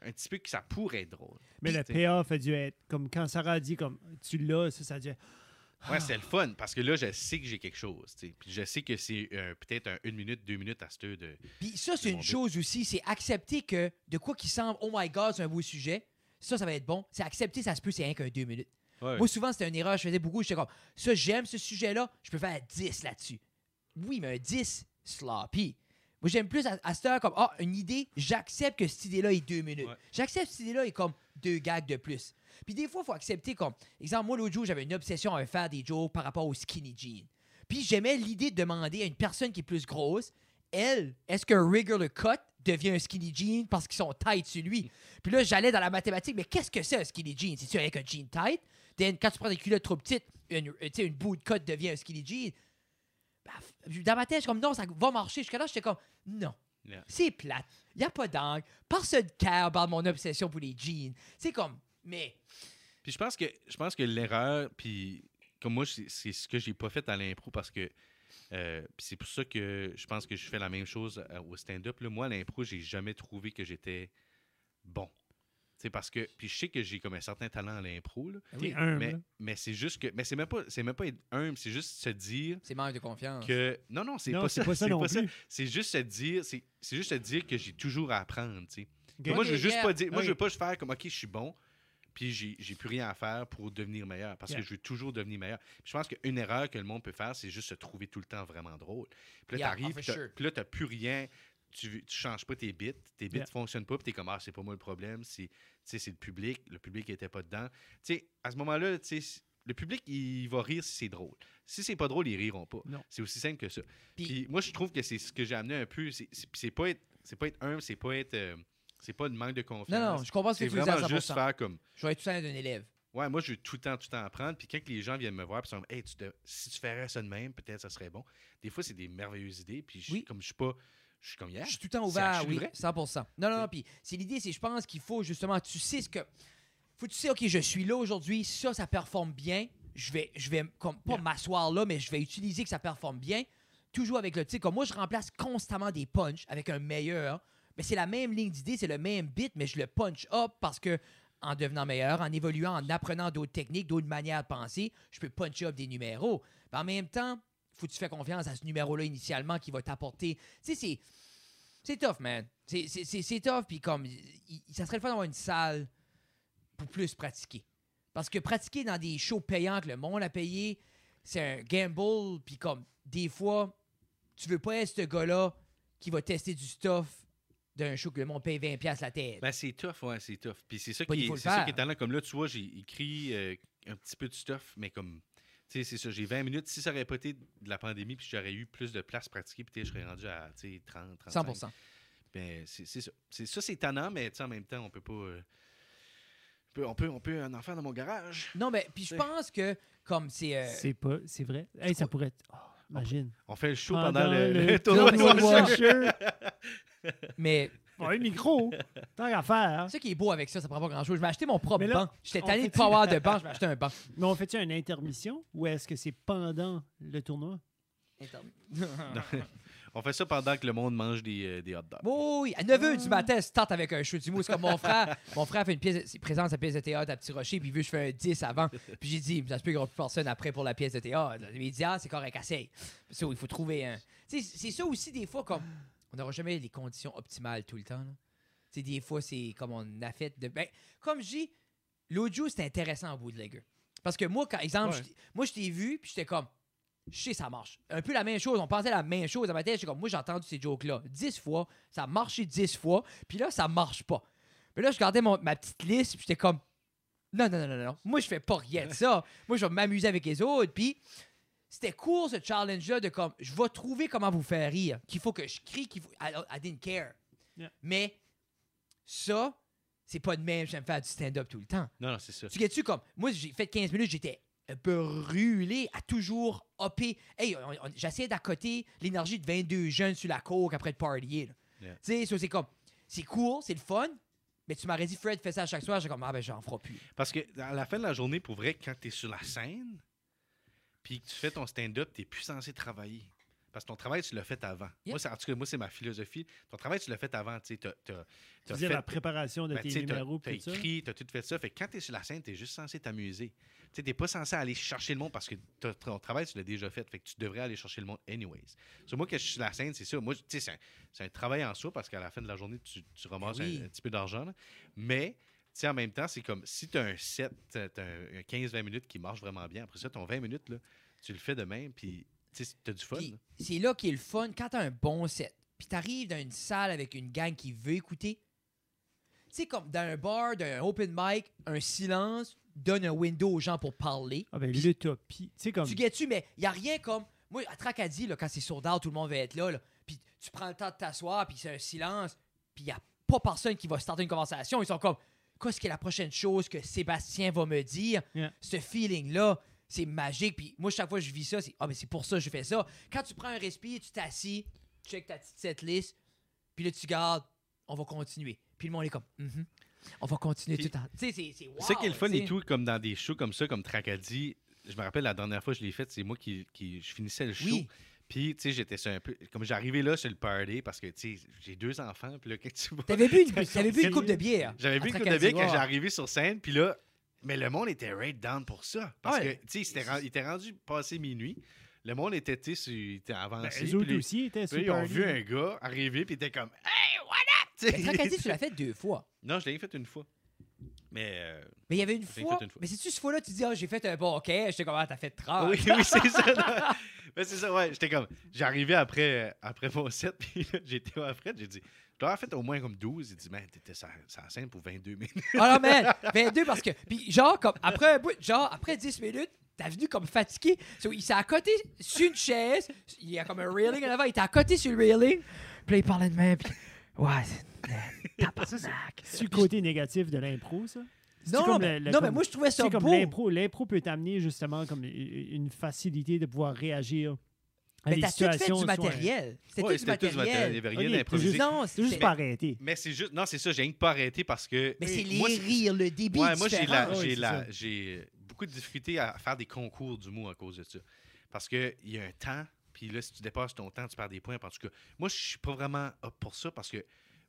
Speaker 2: un petit peu que ça pourrait être drôle.
Speaker 3: Mais le
Speaker 2: Puis,
Speaker 3: payoff a dû être comme quand Sarah a dit comme tu l'as, ça, ça a dû être.
Speaker 2: Ouais, c'est le fun parce que là, je sais que j'ai quelque chose. tu sais. Puis je sais que c'est euh, peut-être un, une minute, deux minutes à ce de.
Speaker 1: Puis ça, c'est
Speaker 2: C'est
Speaker 1: une
Speaker 2: mon but.
Speaker 1: chose aussi, c'est accepter que de quoi qui semble, oh my god, c'est un beau sujet, ça, ça va être bon. C'est accepter, ça se peut, c'est rien qu'un deux minutes. Moi, souvent, c'était une erreur, que je faisais beaucoup, j'étais comme, ça, j'aime ce sujet-là, je peux faire 10 là-dessus. Oui, mais un 10 sloppy. Moi, j'aime plus à, à cette heure comme, ah, une idée, j'accepte que cette idée-là est deux minutes.
Speaker 2: Ouais.
Speaker 1: J'accepte que cette idée-là est comme deux gags de plus. Puis des fois, il faut accepter comme, exemple, moi, l'autre jour, j'avais une obsession à faire des jokes par rapport aux skinny jeans. Puis j'aimais l'idée de demander à une personne qui est plus grosse, elle, est-ce qu'un regular cut devient un skinny jean parce qu'ils sont tight sur lui? Puis là, j'allais dans la mathématique, mais qu'est-ce que c'est un skinny jean? C'est-tu avec un jean tight? Then, quand tu prends des culottes trop petites, une, euh, tu sais, une bout de cut devient un skinny jean. Bah, f- dans ma tête, je suis comme non, ça va marcher. Jusqu'à là, j'étais comme non.
Speaker 2: Yeah.
Speaker 1: C'est plate. Il a pas d'angle. Personne care about mon obsession pour les jeans. C'est comme, mais
Speaker 2: Puis je pense que je pense que l'erreur, puis comme moi, c'est c'est ce que j'ai pas fait à l'impro parce que euh, puis c'est pour ça que je pense que je fais la même chose euh, au stand-up. là. Moi, à l'impro, j'ai jamais trouvé que j'étais bon. C'est parce que puis je sais que j'ai comme un certain talent à l'impro, là,
Speaker 3: T'es
Speaker 1: oui,
Speaker 3: humble.
Speaker 2: mais mais c'est juste que mais c'est même pas c'est même pas être humble, c'est juste se dire
Speaker 1: c'est manque de confiance.
Speaker 2: que non non c'est
Speaker 3: Non,
Speaker 2: pas
Speaker 3: Ah, c'est
Speaker 2: ça
Speaker 3: pas ça
Speaker 2: c'est
Speaker 3: non
Speaker 2: pas ça.
Speaker 3: plus.
Speaker 2: c'est juste se dire c'est c'est juste se dire que j'ai toujours à apprendre, tu sais.
Speaker 3: Ok.
Speaker 2: Puis Moi, je veux
Speaker 1: Ok,
Speaker 2: juste
Speaker 1: yeah.
Speaker 2: pas dire. Moi,
Speaker 3: Ok.
Speaker 2: je veux pas je faire comme OK, je suis bon, puis j'ai j'ai plus rien à faire pour devenir meilleur parce
Speaker 3: Yeah.
Speaker 2: que je veux toujours devenir meilleur. Puis je pense qu'une erreur que le monde peut faire, c'est juste se trouver tout le temps vraiment drôle. Puis là,
Speaker 1: Yeah, ah,
Speaker 2: t'arrives,
Speaker 1: for
Speaker 2: puis t'as-
Speaker 1: sure.
Speaker 2: puis là, t'as plus rien. Tu, tu changes pas tes bits, tes bits
Speaker 3: Yeah.
Speaker 2: fonctionnent pas, puis t'es comme ah c'est pas moi le problème, c'est tu sais, c'est le public, le public était pas dedans. Tu sais, à ce moment-là, tu sais, le public il va rire si c'est drôle. Si c'est pas drôle, ils riront pas.
Speaker 3: Non.
Speaker 2: C'est aussi simple que ça.
Speaker 1: Puis-
Speaker 2: Puis, moi je trouve que c'est ce que j'ai amené un peu, c'est c'est- c'est pas être c'est pas être humble, c'est pas être euh, c'est pas de manque de confiance.
Speaker 1: non, non, je comprends ce que
Speaker 2: C'est
Speaker 1: tu veux dire à
Speaker 2: vraiment
Speaker 1: 100%.
Speaker 2: juste faire comme.
Speaker 1: Je vais être tout le temps un élève.
Speaker 2: Ouais, moi, je veux tout le temps, tout le temps apprendre. Puis quand que les gens viennent me voir, puis ils sont comme, hey, tu dev- si tu ferais ça de même, peut-être ça serait bon. Des fois, c'est des merveilleuses idées. Puis je-
Speaker 1: Oui.
Speaker 2: comme je suis pas. Je suis comme hier.
Speaker 1: Je suis tout le temps
Speaker 2: C'est
Speaker 1: ouvert,
Speaker 2: archi
Speaker 1: oui,
Speaker 2: vrai.
Speaker 1: 100%. Non, non, non, puis c'est l'idée, c'est je pense qu'il faut justement, tu sais ce que, faut que tu sais, ok, je suis là aujourd'hui, ça, ça performe bien, je vais, je vais comme, pas
Speaker 3: Yeah.
Speaker 1: m'asseoir là, mais je vais utiliser que ça performe bien, toujours avec le, tu sais, comme moi, je remplace constamment des punchs avec un meilleur, mais c'est la même ligne d'idée, c'est le même bit, mais je le punch up parce que en devenant meilleur, en évoluant, en apprenant d'autres techniques, d'autres manières de penser, je peux punch up des numéros. Mais en même temps, faut que tu fais confiance à ce numéro-là initialement qui va t'apporter. Tu sais, c'est. C'est tough, man. C'est- C'est c'est- c'est tough, puis comme. il- il- ça serait le fun d'avoir une salle pour plus pratiquer. Parce que pratiquer dans des shows payants que le monde a payé, c'est un gamble, puis comme, des fois, tu veux pas être ce gars-là qui va tester du stuff d'un show que le monde paye 20$ la tête.
Speaker 2: Ben, c'est tough, ouais, c'est tough. Puis c'est ça,
Speaker 1: Pas, il
Speaker 2: qui est,
Speaker 1: faut le
Speaker 2: c'est ça
Speaker 1: faire.
Speaker 2: qui est talent. Comme là, tu vois, j'ai écrit euh, un petit peu de stuff, mais comme. Tu sais, c'est ça, j'ai 20 minutes. Si ça aurait pas été de la pandémie, puis j'aurais eu plus de place pratiquée, puis tu sais, je serais rendu à tu sais, 30, 35.
Speaker 1: 100%.
Speaker 2: Ben, c'est c'est ça. C'est- Ça, c'est tannant, mais tu sais, en même temps, on peut pas. euh, on peut- on peut, on peut en en faire dans mon garage.
Speaker 1: Non, mais puis je
Speaker 2: C'est-
Speaker 1: pense que, comme c'est. euh,
Speaker 3: C'est pas, c'est vrai. Hey, ça pourrait être. oh, imagine.
Speaker 2: On fait le show
Speaker 3: Pendant
Speaker 2: pendant, le,
Speaker 3: le
Speaker 2: le [laughs] tournoi de
Speaker 1: tournoi
Speaker 2: Washer.
Speaker 1: de mais
Speaker 3: Bon,
Speaker 2: [laughs]
Speaker 3: un micro. Tant qu'à faire. hein.
Speaker 1: ce qui est beau avec ça, ça prend pas grand-chose. Je vais acheter mon propre
Speaker 3: Mais là,
Speaker 1: banc. J'étais
Speaker 3: on
Speaker 1: tanné de
Speaker 3: fait-tu-
Speaker 1: pas avoir de banc, je vais acheter un banc.
Speaker 3: Mais on fait-tu une intermission ou est-ce que c'est pendant le tournoi?
Speaker 2: On fait ça pendant que le monde mange des, euh, des hot dogs.
Speaker 1: Oui, oui, à 9 h du matin, elle start avec un show d'humour. C'est comme mon frère. Mon frère fait une pièce, de- il présente sa pièce de théâtre à Petit Rocher, puis il veut que je fais un 10 avant. Puis j'ai dit, ça se peut qu'il n'y aura plus personne après pour la pièce de théâtre. Il dit, ah, c'est correct, assez. Ça, il faut trouver un. Tu sais, c'est ça aussi, des fois, comme on n'aura jamais les conditions optimales tout le temps. là. Tu Tu sais, des fois, c'est comme on a fait de. Ben, comme je dis, l'audio, c'était intéressant en bootlegger. Parce que moi, quand exemple, je
Speaker 2: Ouais.
Speaker 1: t'ai- moi, je t'ai vu, puis j'étais comme, je sais, ça marche. Un peu la même chose. On pensait la même chose. Dans ma tête, j'étais comme, moi, j'ai entendu ces jokes-là dix fois. Ça a marché dix fois. Puis là, ça marche pas. Mais là, je gardais mon- ma petite liste, puis j'étais comme, non, non, non, non, non. Moi, je fais pas rien de ça. Moi, je vais m'amuser avec les autres. Puis c'était cool, ce challenge-là, de comme, je vais trouver comment vous faire rire. Qu'il faut que je crie, qu'il faut. I, I didn't care.
Speaker 3: Yeah.
Speaker 1: Mais ça, c'est pas de même. J'aime faire du stand-up tout le temps.
Speaker 2: Non, non, c'est ça.
Speaker 1: Tu gagnes-tu comme. Moi, j'ai fait 15 minutes, j'étais brûlé à toujours hopper. Hey, on- on- j'essayais d'accoter l'énergie de 22 jeunes sur la cour après de partier. là.
Speaker 2: Yeah.
Speaker 1: Tu sais, so, c'est comme. C'est cool, c'est le fun, mais tu m'aurais dit, Fred, fais ça à chaque soir. J'ai comme, ah ben, j'en ferai plus.
Speaker 2: Parce que à la fin de la journée, pour vrai, quand tu es sur la scène, puis que tu fais ton stand-up, tu plus censé travailler. Parce que ton travail, tu l'as fait avant.
Speaker 1: Yeah.
Speaker 2: Moi, c'est- en tout cas, moi, c'est ma philosophie. Ton travail, tu l'as fait avant. Tu sais, t'as- t'as-
Speaker 3: Tu
Speaker 2: t'as
Speaker 3: veux dire
Speaker 2: fait-
Speaker 3: la préparation de
Speaker 2: ben, tu
Speaker 3: tes
Speaker 2: sais, t'as-
Speaker 3: numéros
Speaker 2: t'as
Speaker 3: pis tout ça.
Speaker 2: écrit, t'as tout fait ça. Fait que quand t'es sur la scène, t'es juste censé t'amuser. Tu n'es pas censé aller chercher le monde parce que t'as- ton travail, tu l'as déjà fait. Fait que tu devrais aller chercher le monde anyways. So, moi, quand je suis sur la scène, c'est ça. Moi, tu sais, c'est un, c'est un travail en soi parce qu'à la fin de la journée, tu, tu ramasses
Speaker 1: Ben Oui.
Speaker 2: un, un petit peu d'argent. là. Mais, tu sais, en même temps, c'est comme si t'as un set, t'as t'as un, un 15-20 minutes qui marche vraiment bien. Après ça, ton 20 minutes, là, tu le fais de même, puis tu sais, t'as du fun. hein?
Speaker 1: Puis,
Speaker 2: là.
Speaker 1: c'est là qui est le fun quand t'as un bon set. Puis t'arrives dans une salle avec une gang qui veut écouter. Tu sais, comme dans un bar, d'un open mic, un silence donne un window aux gens pour parler.
Speaker 3: Ah ben l'utopie. Tu sais comme.
Speaker 1: Tu guettes-tu, mais il n'y a rien comme. Moi, à Tracadie, là, quand c'est sold out, tout le monde va être là. là. Puis tu prends le temps de t'asseoir, puis c'est un silence. Puis il n'y a pas personne qui va starter une conversation. Ils sont comme, qu'est-ce que la prochaine chose que Sébastien va me dire?
Speaker 3: Yeah.
Speaker 1: Ce feeling-là, c'est magique. Puis moi, chaque fois que je vis ça, c'est, ah, mais c'est pour ça que je fais ça. Quand tu prends un respire, tu t'assis, tu check ta petite setlist, puis là, tu gardes, on va continuer. Puis le monde est comme, Mhm. on va continuer
Speaker 2: Puis-
Speaker 1: tout le temps. Tu sais, c'est, c'est wow,
Speaker 2: C'est ça qui est le fun
Speaker 1: tu sais.
Speaker 2: et tout, comme dans des shows comme ça, comme Tracadie. Je me rappelle la dernière fois que je l'ai fait, c'est moi qui, qui- je finissais le show.
Speaker 1: Oui.
Speaker 2: Puis, tu sais, j'étais sur un peu. Comme j'arrivais là sur le party parce que, tu sais, j'ai deux enfants. Puis là, quand tu vois. [laughs]
Speaker 1: T'avais bu une, t'avais bu une coupe de bière.
Speaker 2: J'avais vu
Speaker 1: À
Speaker 2: une coupe de
Speaker 1: Tracadie,
Speaker 2: bière quand
Speaker 1: ouais.
Speaker 2: j'ai arrivé sur scène. Puis là, mais le monde était right down pour ça. Parce
Speaker 1: Ouais.
Speaker 2: que, tu sais, il s'était ren- il était rendu passé minuit. Le monde était, tu sais, sur- il était
Speaker 3: Ben,
Speaker 2: avancé.
Speaker 3: eux
Speaker 2: puis
Speaker 3: autres
Speaker 2: là,
Speaker 3: aussi étaient
Speaker 2: puis là, ils ont
Speaker 3: super
Speaker 2: vu
Speaker 3: libres.
Speaker 2: un gars arriver, puis il était comme Hey, what up? Tu
Speaker 1: Mais
Speaker 2: sais,
Speaker 1: Tracadie, tu l'as fait deux fois.
Speaker 2: Non, je l'ai fait une fois. Mais. euh,
Speaker 1: Mais il y avait une
Speaker 2: J'ai
Speaker 1: fois.
Speaker 2: fait une fois.
Speaker 1: Mais c'est-tu ce fois-là, tu dis, ah, j'ai fait un bon, ok, je sais comment t'as fait 30.
Speaker 2: Oui, oui, c'est ça. non. Mais c'est ça, ouais. J'étais comme. J'arrivais après, euh, après mon set, [laughs] puis là, j'étais à Fred, j'ai dit. Je dois avoir fait au moins comme 12. Il dit, man, t'étais sur sur la scène pour 22 minutes.
Speaker 1: Ah non, man, 22 parce que. Puis genre, comme, après un bout, genre, après 10 minutes, t'as venu comme fatigué. So, il s'est accoté sur une chaise. Il y a comme un railing en avant. Il était accoté sur le railing. Puis là, il parlait de même. Puis, ouais, c'est- tabarnak.
Speaker 3: C'est le côté négatif de l'impro, ça?
Speaker 1: Non,
Speaker 3: comme
Speaker 1: mais-
Speaker 3: le- le-
Speaker 1: non, mais
Speaker 3: comme-
Speaker 1: moi, je trouvais ça
Speaker 3: C'est comme
Speaker 1: beau.
Speaker 3: l'impro. L'impro peut t'amener justement comme une facilité de pouvoir réagir à
Speaker 1: Mais
Speaker 3: des
Speaker 1: t'as tout fait
Speaker 3: situations.
Speaker 1: du
Speaker 3: soit-
Speaker 1: matériel. C'était tout du matériel.
Speaker 2: Il n'y avait rien
Speaker 3: Ok,
Speaker 2: d'improvisé.
Speaker 3: juste-
Speaker 1: Non,
Speaker 3: C'est juste
Speaker 1: c'était-
Speaker 3: pas arrêté.
Speaker 2: Mais c'est juste. Non, c'est ça, j'ai rien que pas arrêté parce que.
Speaker 1: Mais c'est les
Speaker 2: moi,
Speaker 1: rires, le débit.
Speaker 2: Ouais,
Speaker 1: est
Speaker 2: moi, j'ai,
Speaker 1: différent.
Speaker 2: la-
Speaker 3: Ah oui,
Speaker 2: j'ai,
Speaker 3: c'est
Speaker 2: la-
Speaker 3: ça.
Speaker 2: j'ai beaucoup de difficultés à faire des concours d'humour à cause de ça. Parce qu'il y a un temps, puis là, si tu dépasses ton temps, tu perds des points. En tout cas, moi, je suis pas vraiment up pour ça parce que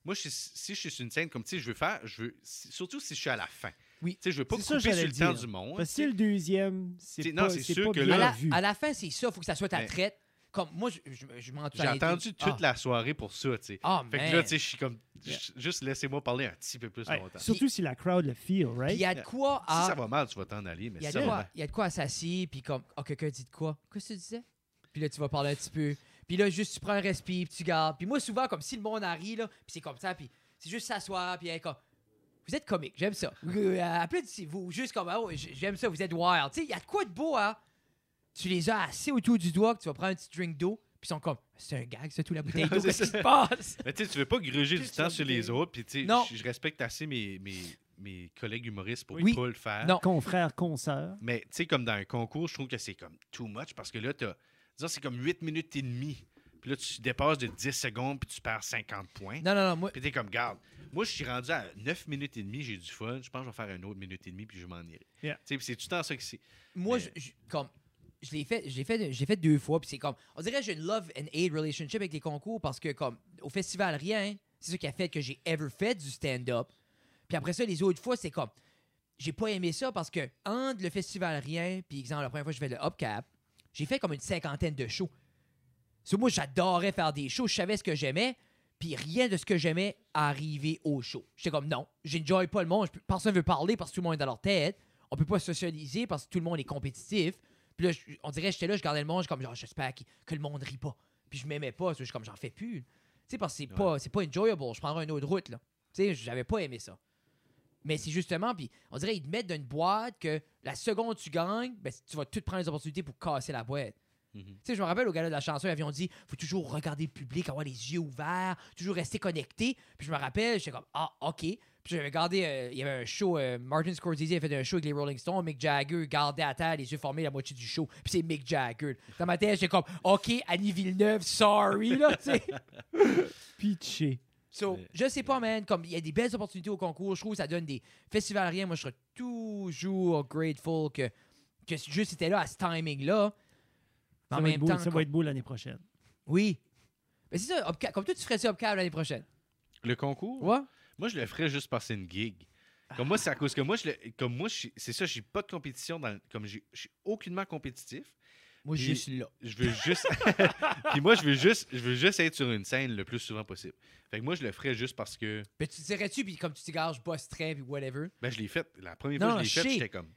Speaker 2: moi, je suis- si je suis sur une scène comme, tu sais, je veux faire, je veux, si- surtout si je suis à la fin.
Speaker 1: Oui.
Speaker 2: Tu sais, je veux pas
Speaker 3: C'est
Speaker 2: couper
Speaker 3: ça que
Speaker 2: sur
Speaker 3: j'allais
Speaker 2: le temps
Speaker 3: dire.
Speaker 2: du monde.
Speaker 3: Parce que si le deuxième, c'est
Speaker 2: C'est-
Speaker 3: pas,
Speaker 2: non, c'est
Speaker 3: c'est
Speaker 2: sûr
Speaker 3: pas
Speaker 2: que
Speaker 3: bien
Speaker 1: à,
Speaker 2: là-
Speaker 1: la,
Speaker 3: vu.
Speaker 1: à la fin, c'est ça. faut que ça soit ta
Speaker 2: Ben.
Speaker 1: traite. Comme moi, je, je, je m'en
Speaker 2: J'ai entendu toute la soirée pour ça, tu sais.
Speaker 1: Ah,
Speaker 2: Fait que
Speaker 1: man.
Speaker 2: là, tu sais, je suis comme, je-
Speaker 3: Ah. Yeah.
Speaker 2: juste laissez-moi parler un petit peu plus
Speaker 3: Ouais, Ah.
Speaker 2: longtemps. Si
Speaker 3: Surtout si la crowd le
Speaker 1: Puis
Speaker 3: feel,
Speaker 1: il
Speaker 3: right?
Speaker 1: y a de quoi
Speaker 2: ça
Speaker 1: à.
Speaker 2: va mal, tu vas t'en aller, mais
Speaker 1: Il y,
Speaker 2: si
Speaker 1: a
Speaker 2: ça ben.
Speaker 1: de
Speaker 2: va
Speaker 1: quoi,
Speaker 2: mal.
Speaker 1: il y a de quoi à s'asseoir, puis comme, ah, quelqu'un dit de quoi? Qu'est-ce que tu disais? Puis là, tu vas parler un petit peu. Puis là, juste, tu prends un respire, puis tu gardes. Puis moi, souvent, comme si le monde arrive, là, puis c'est comme ça, puis c'est juste s'asseoir, puis être comme, vous êtes comique, j'aime ça. Euh, Applaudissez-vous, juste comme, oh, j- j'aime ça, vous êtes wild. Tu sais, il y a de quoi de beau, hein? Tu les as assez autour du doigt, que tu vas prendre un petit drink d'eau, puis ils sont comme, c'est un gag, c'est tout la bouteille d'eau,
Speaker 2: [laughs] C'est
Speaker 1: qu'est-ce qui
Speaker 2: ça.
Speaker 1: se passe?
Speaker 2: Mais tu sais, tu veux pas gruger du
Speaker 1: Juste
Speaker 2: temps
Speaker 1: la
Speaker 2: sur
Speaker 1: bouteille.
Speaker 2: les autres. Puis tu sais,
Speaker 1: Non.
Speaker 2: je je respecte assez mes, mes, mes collègues humoristes pour
Speaker 1: Oui.
Speaker 2: pas le faire.
Speaker 1: Non.
Speaker 3: Confrères, consoeurs.
Speaker 2: Mais tu sais, comme dans un concours, je trouve que c'est comme too much parce que là, t'as. Disons, c'est comme 8 minutes et demie. Puis là, tu dépasses de 10 secondes puis tu perds 50 points.
Speaker 1: Non, non, non, moi,
Speaker 2: Puis t'es comme, garde, moi, je suis rendu à 9 minutes et demie, j'ai du fun. Je pense que je vais faire une autre minute et demie puis je m'en irai.
Speaker 3: Yeah.
Speaker 2: Tu sais, puis c'est tout le temps ça que c'est.
Speaker 1: moi,
Speaker 2: Mais-
Speaker 1: je, je- comme, je l'ai fait, j'ai fait, j'ai fait deux fois, puis c'est comme, on dirait que j'ai une love and hate relationship avec les concours parce que comme au festival rien, hein. c'est ça qui a fait que j'ai ever fait du stand-up. Puis après ça, les autres fois, c'est comme, j'ai pas aimé ça parce que entre le festival rien, puis exemple la première fois que je fais le hubcap, j'ai fait comme une cinquantaine de shows. So, moi, j'adorais faire des shows, je savais ce que j'aimais, Puis rien de ce que j'aimais arrivait au show. J'étais comme, non, j'enjoy pas le monde. je peux- Personne veut parler parce que tout le monde est dans leur tête. On peut pas socialiser parce que tout le monde est compétitif. Puis là, je- on dirait, j'étais là, je regardais le monde, je suis comme, genre, j'espère qu'il- que le monde rit pas. Puis je m'aimais pas, je suis comme, j'en fais plus. Tu sais, parce que c'est pas, c'est pas enjoyable. Je prendrai une autre route, là. Tu sais, j'avais pas aimé ça. Mais c'est justement, puis on dirait, ils te mettent dans une boîte que la seconde tu gagnes, ben, tu vas tout prendre les opportunités pour casser la boîte. Tu sais, je me rappelle au gala de la chanson, ils avaient dit faut toujours regarder le public, avoir les yeux ouverts, toujours rester connecté. Puis je me rappelle, j'étais comme ah ok. Puis j'avais regardé, euh, il y avait un show, euh, Martin Scorsese avait fait un show avec les Rolling Stones, Mick Jagger gardait à terre les yeux formés la moitié du show. Puis c'est Mick Jagger. Dans ma tête, j'étais comme ok Annie Villeneuve, sorry là. tu
Speaker 2: [laughs]
Speaker 1: sais.
Speaker 3: Pitché.
Speaker 1: So,
Speaker 2: Mais-
Speaker 1: je sais pas, man. Comme il y a des belles opportunités au concours, je trouve que ça donne des festivals à rien. Moi, je serais toujours grateful que, que juste c'était là à ce timing-là. Mais
Speaker 3: Ça,
Speaker 1: en
Speaker 3: va être
Speaker 1: même
Speaker 3: beau-
Speaker 1: temps,
Speaker 3: ça va être beau l'année prochaine.
Speaker 1: oui. Mais c'est ça, Hopca- comme toi, tu ferais ça Hopcab l'année prochaine.
Speaker 2: Le concours?
Speaker 1: Ouais?
Speaker 2: Moi, je le ferais juste parce que c'est une gig. Comme moi, c'est à cause que moi, je le- comme moi, je suis- c'est ça, j'ai pas de compétition dans, le- comme j'ai- je suis aucunement compétitif.
Speaker 1: Moi,
Speaker 2: Puis-
Speaker 1: juste là.
Speaker 2: Je veux juste, [laughs] puis moi, je veux juste, je veux juste être sur une scène le plus souvent possible. Fait que moi, je le ferais juste parce que,
Speaker 1: Mais tu dirais-tu, puis comme tu t'égares, je bosse très, puis whatever.
Speaker 2: ben, je l'ai fait. La première
Speaker 1: Non,
Speaker 2: fois que je
Speaker 1: je
Speaker 2: l'ai
Speaker 1: sais.
Speaker 2: fait, j'étais comme, tu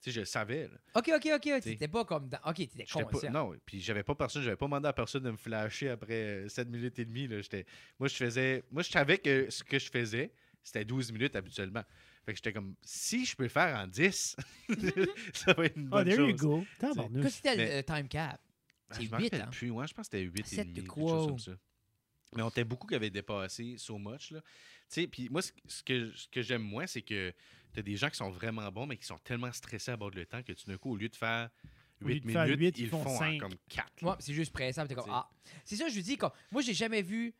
Speaker 2: sais, je le savais. là.
Speaker 1: Ok, ok, ok.
Speaker 2: T'sais.
Speaker 1: T'étais pas comme. Dans... Ok, t'étais
Speaker 2: J'étais
Speaker 1: conscient.
Speaker 2: pas, non, puis j'avais pas personne, j'avais pas demandé à personne de me flasher après euh, 7 minutes et demie. Là, J'étais- moi, je faisais, moi, je savais que ce que je faisais, c'était 12 minutes habituellement. Fait que j'étais comme, si je peux le faire en 10,
Speaker 1: Mhm.
Speaker 2: [laughs] ça va être une
Speaker 3: Oh,
Speaker 2: bonne
Speaker 3: there you
Speaker 2: chose.
Speaker 3: go.
Speaker 1: Qu'est-ce que
Speaker 3: Tabarnouche.
Speaker 1: c'était
Speaker 2: Mais-
Speaker 1: le time cap?
Speaker 2: Ah,
Speaker 1: C'est
Speaker 2: je m'en
Speaker 1: 8,
Speaker 2: rappelle
Speaker 1: hein?
Speaker 2: plus, ouais, je pense que c'était 8 et
Speaker 1: Sept de
Speaker 2: demi, quelque
Speaker 1: quoi,
Speaker 2: chose
Speaker 1: ou-
Speaker 2: comme ça. Mais on était beaucoup qui avaient dépassé so much, là. Tu sais, puis moi, ce ce que, ce que j'aime moins, c'est que t'as des gens qui sont vraiment bons, mais qui sont tellement stressés à bord de le temps que tout d'un coup, au lieu de faire
Speaker 3: Au lieu
Speaker 2: 8
Speaker 3: de faire
Speaker 2: minutes,
Speaker 3: huit,
Speaker 2: ils, le font, en
Speaker 3: cinq.
Speaker 2: comme 4.
Speaker 1: Ouais, c'est juste pressant. puis t'es comme,
Speaker 2: T'sais.
Speaker 1: ah. C'est ça, je lui dis, comme, moi, j'ai jamais vu.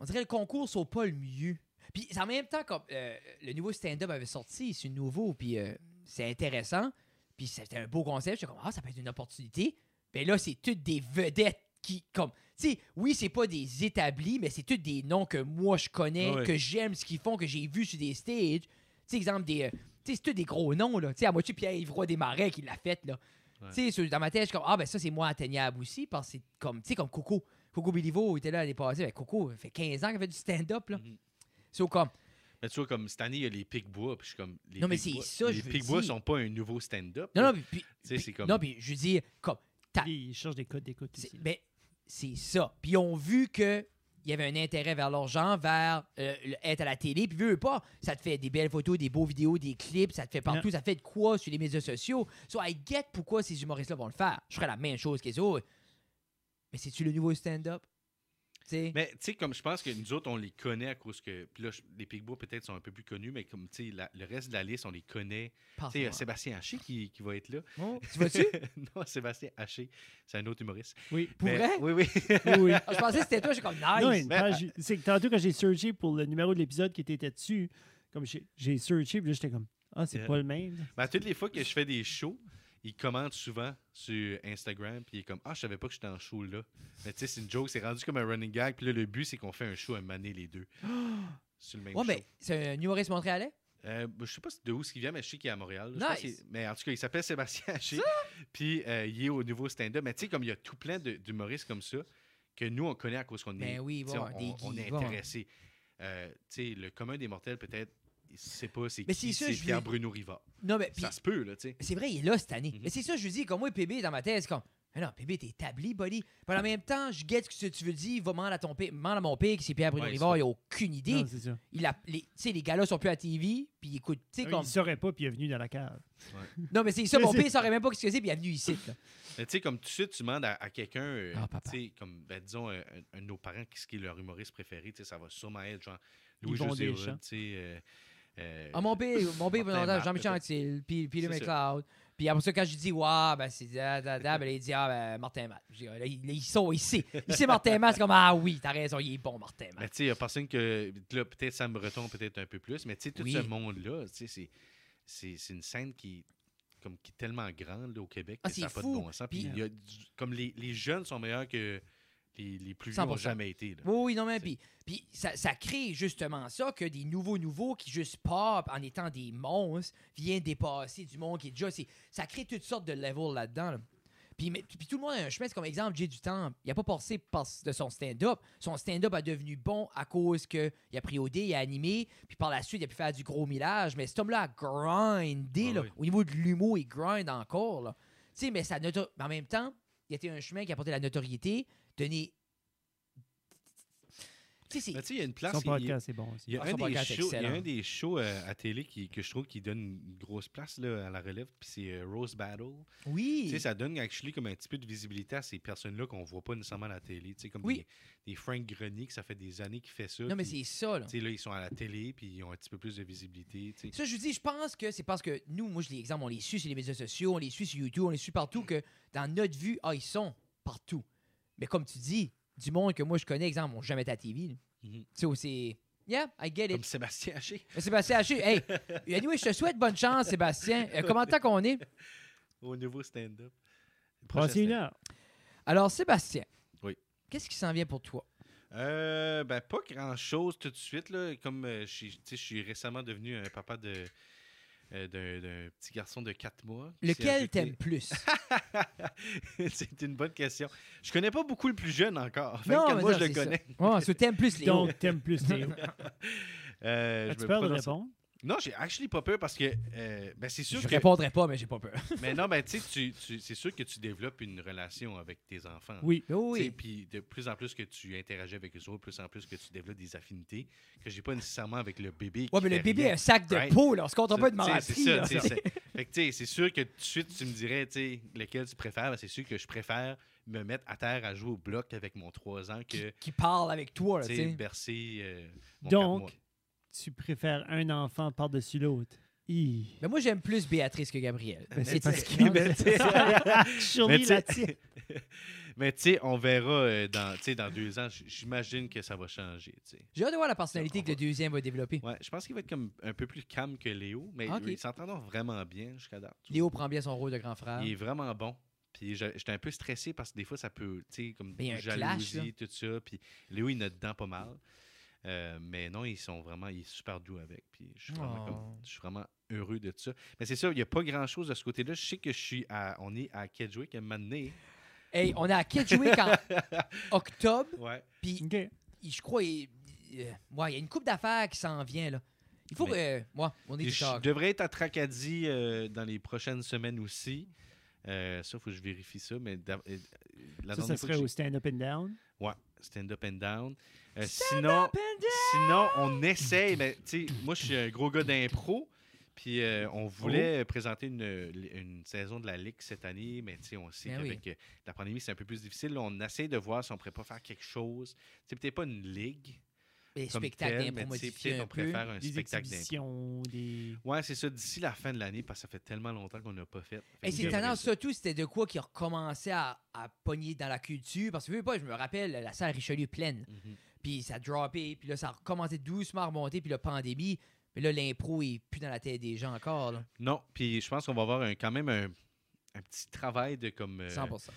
Speaker 1: On dirait le concours sont pas le mieux. Puis c'est en même temps, comme euh, le nouveau stand-up avait sorti, c'est nouveau, puis euh, c'est intéressant. Puis c'était un beau concept. J'étais comme, ah, ça peut être une opportunité. Mais là, c'est toutes des vedettes qui, comme, tu sais, oui, c'est pas des établis, mais c'est toutes des noms que moi je connais,
Speaker 2: Ouais.
Speaker 1: que j'aime ce qu'ils font, que j'ai vu sur des stages. Tu sais, exemple, des. euh, tu sais, c'est tous des gros noms, là. Tu sais, à moitié Pierre-Yves Roy des Marais qui l'a fait, là.
Speaker 2: Ouais.
Speaker 1: Tu sais, sur- dans ma tête, je suis comme, ah, ben ça, c'est moi atteignable aussi, parce que c'est comme, tu sais, comme Coco. Coco Bilivo était là l'année passée. Ben, Coco, ça fait 15 ans qu'il fait du stand-up, là.
Speaker 2: Mhm.
Speaker 1: C'est au comme,
Speaker 2: Mais tu vois, comme cette année, il y a les Picbois, puis je suis comme... Les
Speaker 1: Non, mais
Speaker 2: Picbois-
Speaker 1: c'est ça,
Speaker 2: Les
Speaker 1: je veux
Speaker 2: Picbois
Speaker 1: dire.
Speaker 2: sont pas un nouveau stand-up.
Speaker 1: Non, non,
Speaker 2: là.
Speaker 1: puis- puis.
Speaker 2: Tu sais,
Speaker 1: puis-
Speaker 2: c'est comme-
Speaker 1: Non, puis je veux dire, comme, ta-
Speaker 3: Ils cherchent des codes d'écoute
Speaker 1: c'est-
Speaker 3: ici.
Speaker 1: ben, c'est ça. Puis ils ont vu que il y avait un intérêt vers leur genre, vers euh, le- être à la télé. Puis veux, veux pas, ça te fait des belles photos, des beaux vidéos, des clips, ça te fait partout, ça fait de quoi sur les médias sociaux. So I get pourquoi ces humoristes-là vont le faire. Je ferais la même chose qu'ils autres. Mais c'est-tu le nouveau stand-up? Tu sais?
Speaker 2: Mais tu sais, comme je pense que nous autres, on les connaît à cause que... Puis là, je- les Picbois, peut-être, sont un peu plus connus, mais comme, tu sais, la- le reste de la liste, on les connaît. Tu sais, il y a
Speaker 1: Parle-moi.
Speaker 2: Sébastien Haché qui, qui va être là.
Speaker 1: Oh, Tu vas-tu?
Speaker 2: [laughs] non, Sébastien Haché, c'est un autre humoriste.
Speaker 1: [laughs]
Speaker 3: Oui.
Speaker 1: Pour
Speaker 2: Mais-
Speaker 1: vrai?
Speaker 2: Oui, oui. [laughs]
Speaker 3: oui, oui.
Speaker 1: Ah, je pensais que c'était toi, j'ai comme nice.
Speaker 3: Non, une
Speaker 2: mais-
Speaker 3: page- c'est que tantôt quand j'ai searché pour le numéro de l'épisode qui était dessus, comme j'ai- j'ai searché, puis là j'étais comme Ah, c'est
Speaker 2: Yeah.
Speaker 3: pas le même.
Speaker 2: Ben, toutes les fois que je fais des shows, il commente souvent sur Instagram, puis il est comme Ah, je savais pas que j'étais en show là. Mais tu sais, c'est une joke, c'est rendu comme un running gag, puis là, le but, c'est qu'on fait un show à maner les deux. sur le
Speaker 1: [gasps]
Speaker 2: même
Speaker 1: ouais,
Speaker 2: show.
Speaker 1: mais c'est un humoriste montréalais?
Speaker 2: Euh, ben, je sais pas de où ce qu'il vient, mais je sais qu'il est à Montréal. là. Je pense
Speaker 1: Nice.
Speaker 2: qu'il- mais en tout cas, il s'appelle Sébastien Haché, puis euh, il est au nouveau stand-up. Mais tu sais, comme il y a tout plein de- d'humoristes comme ça, que nous, on connaît à cause qu'on est
Speaker 1: Ben oui, ouais,
Speaker 2: tu sais, on,
Speaker 1: des
Speaker 2: on- on est
Speaker 1: Guy, ouais.
Speaker 2: intéressé. Euh, tu sais, le commun des mortels, peut-être, il sait pas c'est
Speaker 1: Mais
Speaker 2: qui,
Speaker 1: c'est ça,
Speaker 2: c'est
Speaker 1: je
Speaker 2: Pierre
Speaker 1: voulais-
Speaker 2: Bruno Rivard.
Speaker 1: Non, mais puis-
Speaker 2: Ça se peut, là, tu sais.
Speaker 1: c'est vrai, il est là cette année.
Speaker 2: Mhm.
Speaker 1: Mais c'est ça, je lui dis, comme moi, PB, dans ma thèse, comme, mais non, PB, t'es établi, buddy. Puis en même temps, je guette ce que tu veux dire, va m'en à ton pic, m'en à mon pic, c'est Pierre Bruno
Speaker 2: Ouais,
Speaker 1: Rivard,
Speaker 2: c'est
Speaker 1: il a aucune idée.
Speaker 3: Non, c'est ça.
Speaker 1: Il a, les, tu sais, les gars-là sont plus à la TV, puis ils écoutent, tu sais,
Speaker 2: Ah
Speaker 3: Il
Speaker 1: comme.
Speaker 3: saurait pas, puis il est venu dans la cave.
Speaker 1: Non, mais c'est ça, mon
Speaker 2: [laughs]
Speaker 3: Mais c'est-
Speaker 1: père, il saurait même pas ce que c'est, puis il est venu ici, là.
Speaker 2: Mais tu sais, comme tout de suite, tu demandes à, à quelqu'un, euh,
Speaker 1: Ah, papa.
Speaker 2: tu sais, comme, ben, disons, euh, un, un de nos parents, qu'est-ce qui est leur humoriste préféré, tu sais, ça va sûrement être genre
Speaker 3: Yvon
Speaker 2: Louis-José
Speaker 3: Deschamps.
Speaker 2: Hood, tu sais. euh, euh,
Speaker 1: Ah, mon
Speaker 2: [laughs]
Speaker 1: père, mon père,
Speaker 2: Martin
Speaker 1: pendant
Speaker 2: Matt,
Speaker 1: Jean-Michel
Speaker 2: peut-être.
Speaker 1: Antil, puis Peter
Speaker 2: C'est ça.
Speaker 1: McLeod. Puis après ça, quand je dis, waouh, ben c'est da, da, da, ben là, il dit, ah, ben Martin Matt. Je dis, ah, là, il, il sait, il sait. Il sait Martin Matt, c'est comme, ah oui, t'as raison, il est bon, Martin Matt.
Speaker 2: Mais tu sais, il y a personne que. Là, peut-être ça me retombe peut-être un peu plus, mais tu sais, tout
Speaker 1: Oui.
Speaker 2: ce monde-là, tu sais, c'est- c'est c'est une scène qui. Comme qui est tellement grande là, au Québec
Speaker 1: Ah,
Speaker 2: que ça n'a
Speaker 1: c'est
Speaker 2: pas de
Speaker 1: fou.
Speaker 2: bon sens. Puis
Speaker 1: Puis-
Speaker 2: il y a du- comme les, les jeunes sont meilleurs que les, les plus vieux n'ont
Speaker 1: 100%.
Speaker 2: jamais été. là.
Speaker 1: Oui, oui, non, mais
Speaker 2: C'est-
Speaker 1: puis, puis ça, ça crée justement ça que des nouveaux nouveaux qui juste pop en étant des monstres viennent dépasser du monde qui est déjà. c'est- Ça crée toutes sortes de levels là-dedans. là. Puis, mais- puis tout le monde a un chemin. C'est comme exemple, Jay du temps. Il a pas passé par- de son stand-up. Son stand-up a devenu bon à cause qu'il a pris au dé, il a animé. Puis par la suite, il a pu faire du gros millage. Mais cet homme-là a grindé.
Speaker 2: Ah
Speaker 1: là.
Speaker 2: oui.
Speaker 1: Au niveau de l'humour, il grind encore. là. Tu sais, mais, sa noto- mais en même temps, il était un chemin qui apportait la notoriété, donné. Tu sais,
Speaker 2: Mais
Speaker 1: c'est.
Speaker 2: tu sais, il y a une place.
Speaker 3: Son
Speaker 2: il- il-
Speaker 3: podcast, c'est bon aussi.
Speaker 2: Il y a,
Speaker 1: Ah,
Speaker 2: un
Speaker 1: son
Speaker 2: des,
Speaker 1: podcast est
Speaker 2: shows, il y a
Speaker 1: excellent.
Speaker 2: un des shows euh, à télé qui, que je trouve qui donne une grosse place là, à la relève, puis c'est euh, Rose Battle. Tu
Speaker 1: Oui.
Speaker 2: sais, ça donne actually comme un petit peu de visibilité à ces personnes-là qu'on voit pas nécessairement à la télé. Tu sais, comme
Speaker 1: Oui.
Speaker 2: des, des Frank Grenier, que ça fait des années qu'il fait ça.
Speaker 1: Non, mais
Speaker 2: puis,
Speaker 1: c'est ça, là.
Speaker 2: tu sais, là, ils sont à la télé, puis ils ont un petit peu plus de visibilité. tu sais.
Speaker 1: Ça, je vous dis, je pense que c'est parce que nous, moi, je les exemple, on les suit sur les médias sociaux, on les suit sur YouTube, on les suit partout, que dans notre vue, ah, ils sont partout. Mais comme tu dis, du monde que moi, je connais, exemple, on jamais été à la TV. là.
Speaker 2: Mhm.
Speaker 1: Tu sais, où c'est. Yeah, I get
Speaker 2: Comme
Speaker 1: it.
Speaker 2: Sébastien Haché. [laughs]
Speaker 1: Mais Sébastien Haché, hey, anyway, je te souhaite bonne chance, Sébastien. Euh, comment tant qu'on est?
Speaker 2: au nouveau stand-up. Prochain
Speaker 3: Passez une
Speaker 2: stand-up.
Speaker 3: heure.
Speaker 1: Alors, Sébastien.
Speaker 2: Oui.
Speaker 1: Qu'est-ce qui s'en vient pour toi?
Speaker 2: Euh, ben, pas grand-chose tout de suite. Là. Comme euh, je suis- tu sais, je suis récemment devenu un papa de. euh, d'un- d'un petit garçon de 4 mois. qui s'est
Speaker 1: Lequel
Speaker 2: ajouté-
Speaker 1: t'aimes plus?
Speaker 2: [laughs] C'est une bonne question. Je connais pas beaucoup le plus jeune encore. Fait que
Speaker 1: Non,
Speaker 2: quand
Speaker 1: mais
Speaker 2: moi,
Speaker 1: ça,
Speaker 2: je le
Speaker 1: c'est ça.
Speaker 2: connais.
Speaker 1: Ouais, ce t'aimes plus, Léo. [laughs]
Speaker 3: Donc, t'aimes plus Théo.
Speaker 2: Euh, je
Speaker 3: As-tu
Speaker 2: me
Speaker 3: peur de
Speaker 2: prononce-
Speaker 3: répondre?
Speaker 2: Non, j'ai actually pas peur parce que. euh, ben, c'est sûr
Speaker 1: je
Speaker 2: que.
Speaker 1: répondrai pas, mais j'ai pas peur.
Speaker 2: [laughs] Mais non, ben, tu sais, tu- tu- c'est sûr que tu développes une relation avec tes enfants.
Speaker 3: Oui.
Speaker 2: Et
Speaker 1: Oui.
Speaker 2: Puis de plus en plus que tu interagis avec eux autres, plus en plus que tu développes des affinités que j'ai pas nécessairement avec le bébé.
Speaker 1: Ouais,
Speaker 2: qui
Speaker 1: mais le
Speaker 2: fait
Speaker 1: bébé
Speaker 2: rien.
Speaker 1: a un sac de
Speaker 2: Right.
Speaker 1: peau, là. On se compte pas de
Speaker 2: Tu sais,
Speaker 1: mentir, là.
Speaker 2: C'est ça, tu sais,
Speaker 1: [laughs]
Speaker 2: c'est- Fait que, tu sais, c'est sûr que tout de suite, tu me dirais, tu sais, lequel tu préfères. Ben, c'est sûr que je préfère me mettre à terre à jouer au bloc avec mon 3 ans que,
Speaker 1: qui, qui parle avec toi. Là,
Speaker 2: tu
Speaker 1: tu
Speaker 2: sais,
Speaker 1: sais.
Speaker 2: bercer euh, mon quatre mois.
Speaker 1: [laughs]
Speaker 3: Donc, tu préfères un enfant par-dessus l'autre.
Speaker 1: [laughs]
Speaker 3: Hi. [laughs]
Speaker 1: Mais moi, j'aime plus Béatrice que Gabriel.
Speaker 3: Ben, c'est parce
Speaker 1: eh
Speaker 2: Oui, mais tu sais-
Speaker 1: [laughs]
Speaker 2: mais
Speaker 3: Surely
Speaker 2: tu sais-
Speaker 3: la tienne.
Speaker 2: mais tu sais, on verra euh, dans, tu sais, dans deux ans. j- J'imagine que ça va changer. tu sais.
Speaker 1: J'ai hâte de voir la personnalité que le deuxième va développer.
Speaker 2: Ben, Ouais, je pense qu'il va être comme un peu plus calme que Léo, mais
Speaker 1: Ah, Ok.
Speaker 2: ils s'entendent vraiment bien jusqu'à date.
Speaker 1: Léo prend bien son rôle de grand frère.
Speaker 2: Il est vraiment bon. Puis je- j'étais un peu stressé parce que des fois, ça peut, tu sais, comme
Speaker 1: Mais il y a
Speaker 2: beaucoup de
Speaker 1: un clash,
Speaker 2: jalousie, tout ça. Puis Léo, il a dedans pas mal. Euh, mais non, ils sont vraiment, il est super doux avec. Puis je suis
Speaker 1: Oh.
Speaker 2: vraiment, comme- je suis vraiment heureux de ça. Mais c'est ça, il n'y a pas grand chose de ce côté-là. Je sais que je suis à, on est à Kedgewick à un moment donné.
Speaker 1: Hey, on est à Kedgewick
Speaker 2: [laughs]
Speaker 1: en octobre,
Speaker 2: Ouais.
Speaker 1: puis
Speaker 3: OK.
Speaker 1: il- je crois, il, il- euh, ouais, il y a une coupe d'affaires qui s'en vient, là. Il faut que. euh, Moi, on est
Speaker 2: Et
Speaker 1: du
Speaker 2: Je devrais être à Tracadie euh, dans les prochaines semaines aussi. Euh, ça, il faut que je vérifie ça. Mais d'av- euh, la dernière
Speaker 3: Ça, ça
Speaker 2: fois que
Speaker 3: serait
Speaker 2: j'ai-
Speaker 3: au stand-up and down.
Speaker 2: Ouais, stand-up and down. Euh, sinon, Sinon, on essaye. Ben, tu sais, moi, je suis un gros gars d'impro. Puis euh, on voulait
Speaker 1: Oh.
Speaker 2: présenter une, euh, une saison de la Ligue cette année, mais tu sais, on sait
Speaker 1: Ben oui.
Speaker 2: qu'avec euh, la pandémie, c'est un peu plus difficile. Là, on essaie de voir si on pourrait pas faire quelque chose. C'est peut-être pas une ligue.
Speaker 1: Les
Speaker 2: comme
Speaker 1: spectacles d'impro
Speaker 2: telle, mais tu sais,
Speaker 1: modifiés
Speaker 2: peut-être
Speaker 1: un
Speaker 2: on
Speaker 1: peu.
Speaker 2: pourrait faire un
Speaker 3: Des
Speaker 2: spectacle d'impro.
Speaker 3: exhibitions, des...
Speaker 2: Ouais, c'est ça, d'ici la fin de l'année, parce que ça fait tellement longtemps qu'on n'a pas fait.
Speaker 1: Et
Speaker 2: Fait que
Speaker 1: c'est
Speaker 2: j'aimerais
Speaker 1: étonnant,
Speaker 2: ça.
Speaker 1: surtout, c'était de quoi qui recommençait à, à pogner dans la culture. Parce que, veux, veux pas, je me rappelle, la salle Richelieu est pleine.
Speaker 2: Mhm.
Speaker 1: Puis ça droppait, puis là, ça a recommencé doucement à remonter, puis la pandémie. Mais là, l'impro est plus dans la tête des gens encore, là.
Speaker 2: Non, puis je pense qu'on va avoir un- quand même un, un petit travail de comme euh,
Speaker 1: 100%.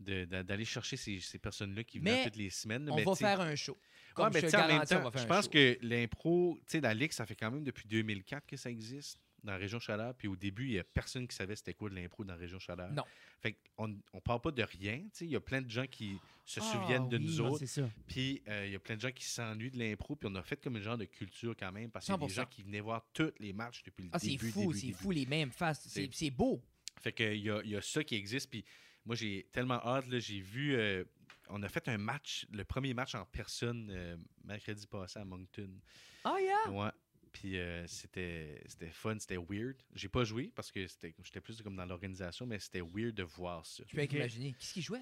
Speaker 2: de- d'a- d'aller chercher ces, ces personnes-là qui viennent
Speaker 1: Mais
Speaker 2: toutes les semaines. là,
Speaker 1: on
Speaker 2: mais
Speaker 1: va
Speaker 2: tu sais-
Speaker 1: faire un show.
Speaker 2: Ouais,
Speaker 1: Comme
Speaker 2: mais
Speaker 1: je te
Speaker 2: tu sais, en même
Speaker 1: garantis, on
Speaker 2: temps,
Speaker 1: va faire
Speaker 2: je
Speaker 1: un
Speaker 2: pense
Speaker 1: show.
Speaker 2: que l'impro, tu sais, la Ligue, ça fait quand même depuis 2004 que ça existe dans la région Chaleur. Puis au début, il n'y a personne qui savait c'était quoi de l'impro dans la région Chaleur.
Speaker 1: Non.
Speaker 2: Fait qu'on ne parle pas de rien. tu sais, Il y a plein de gens qui se
Speaker 1: Ah,
Speaker 2: souviennent de
Speaker 1: oui,
Speaker 2: nous
Speaker 3: Ah,
Speaker 2: autres.
Speaker 3: c'est ça.
Speaker 2: Puis euh, il y a plein de gens qui s'ennuient de l'impro. Puis on a fait comme un genre de culture quand même. Parce qu'il y a des
Speaker 1: 100%.
Speaker 2: gens qui venaient voir tous les matchs depuis le
Speaker 1: Ah, c'est
Speaker 2: début.
Speaker 1: fou,
Speaker 2: début,
Speaker 1: c'est
Speaker 2: début.
Speaker 1: fou, les mêmes faces. C'est
Speaker 2: C'est-
Speaker 1: c'est beau.
Speaker 2: Fait qu'il y a, il y a ça qui existe. Puis moi, j'ai tellement hâte. là, j'ai vu. euh, on a fait un match, le premier match en personne euh, mercredi passé à Moncton.
Speaker 1: Ah, yeah!
Speaker 2: Ouais. Puis euh, c'était c'était fun, c'était weird. J'ai pas joué parce que c'était- j'étais plus comme dans l'organisation, mais c'était weird de voir ça.
Speaker 1: Tu peux
Speaker 3: Ok.
Speaker 1: imaginer. Qu'est-ce qu'il jouait?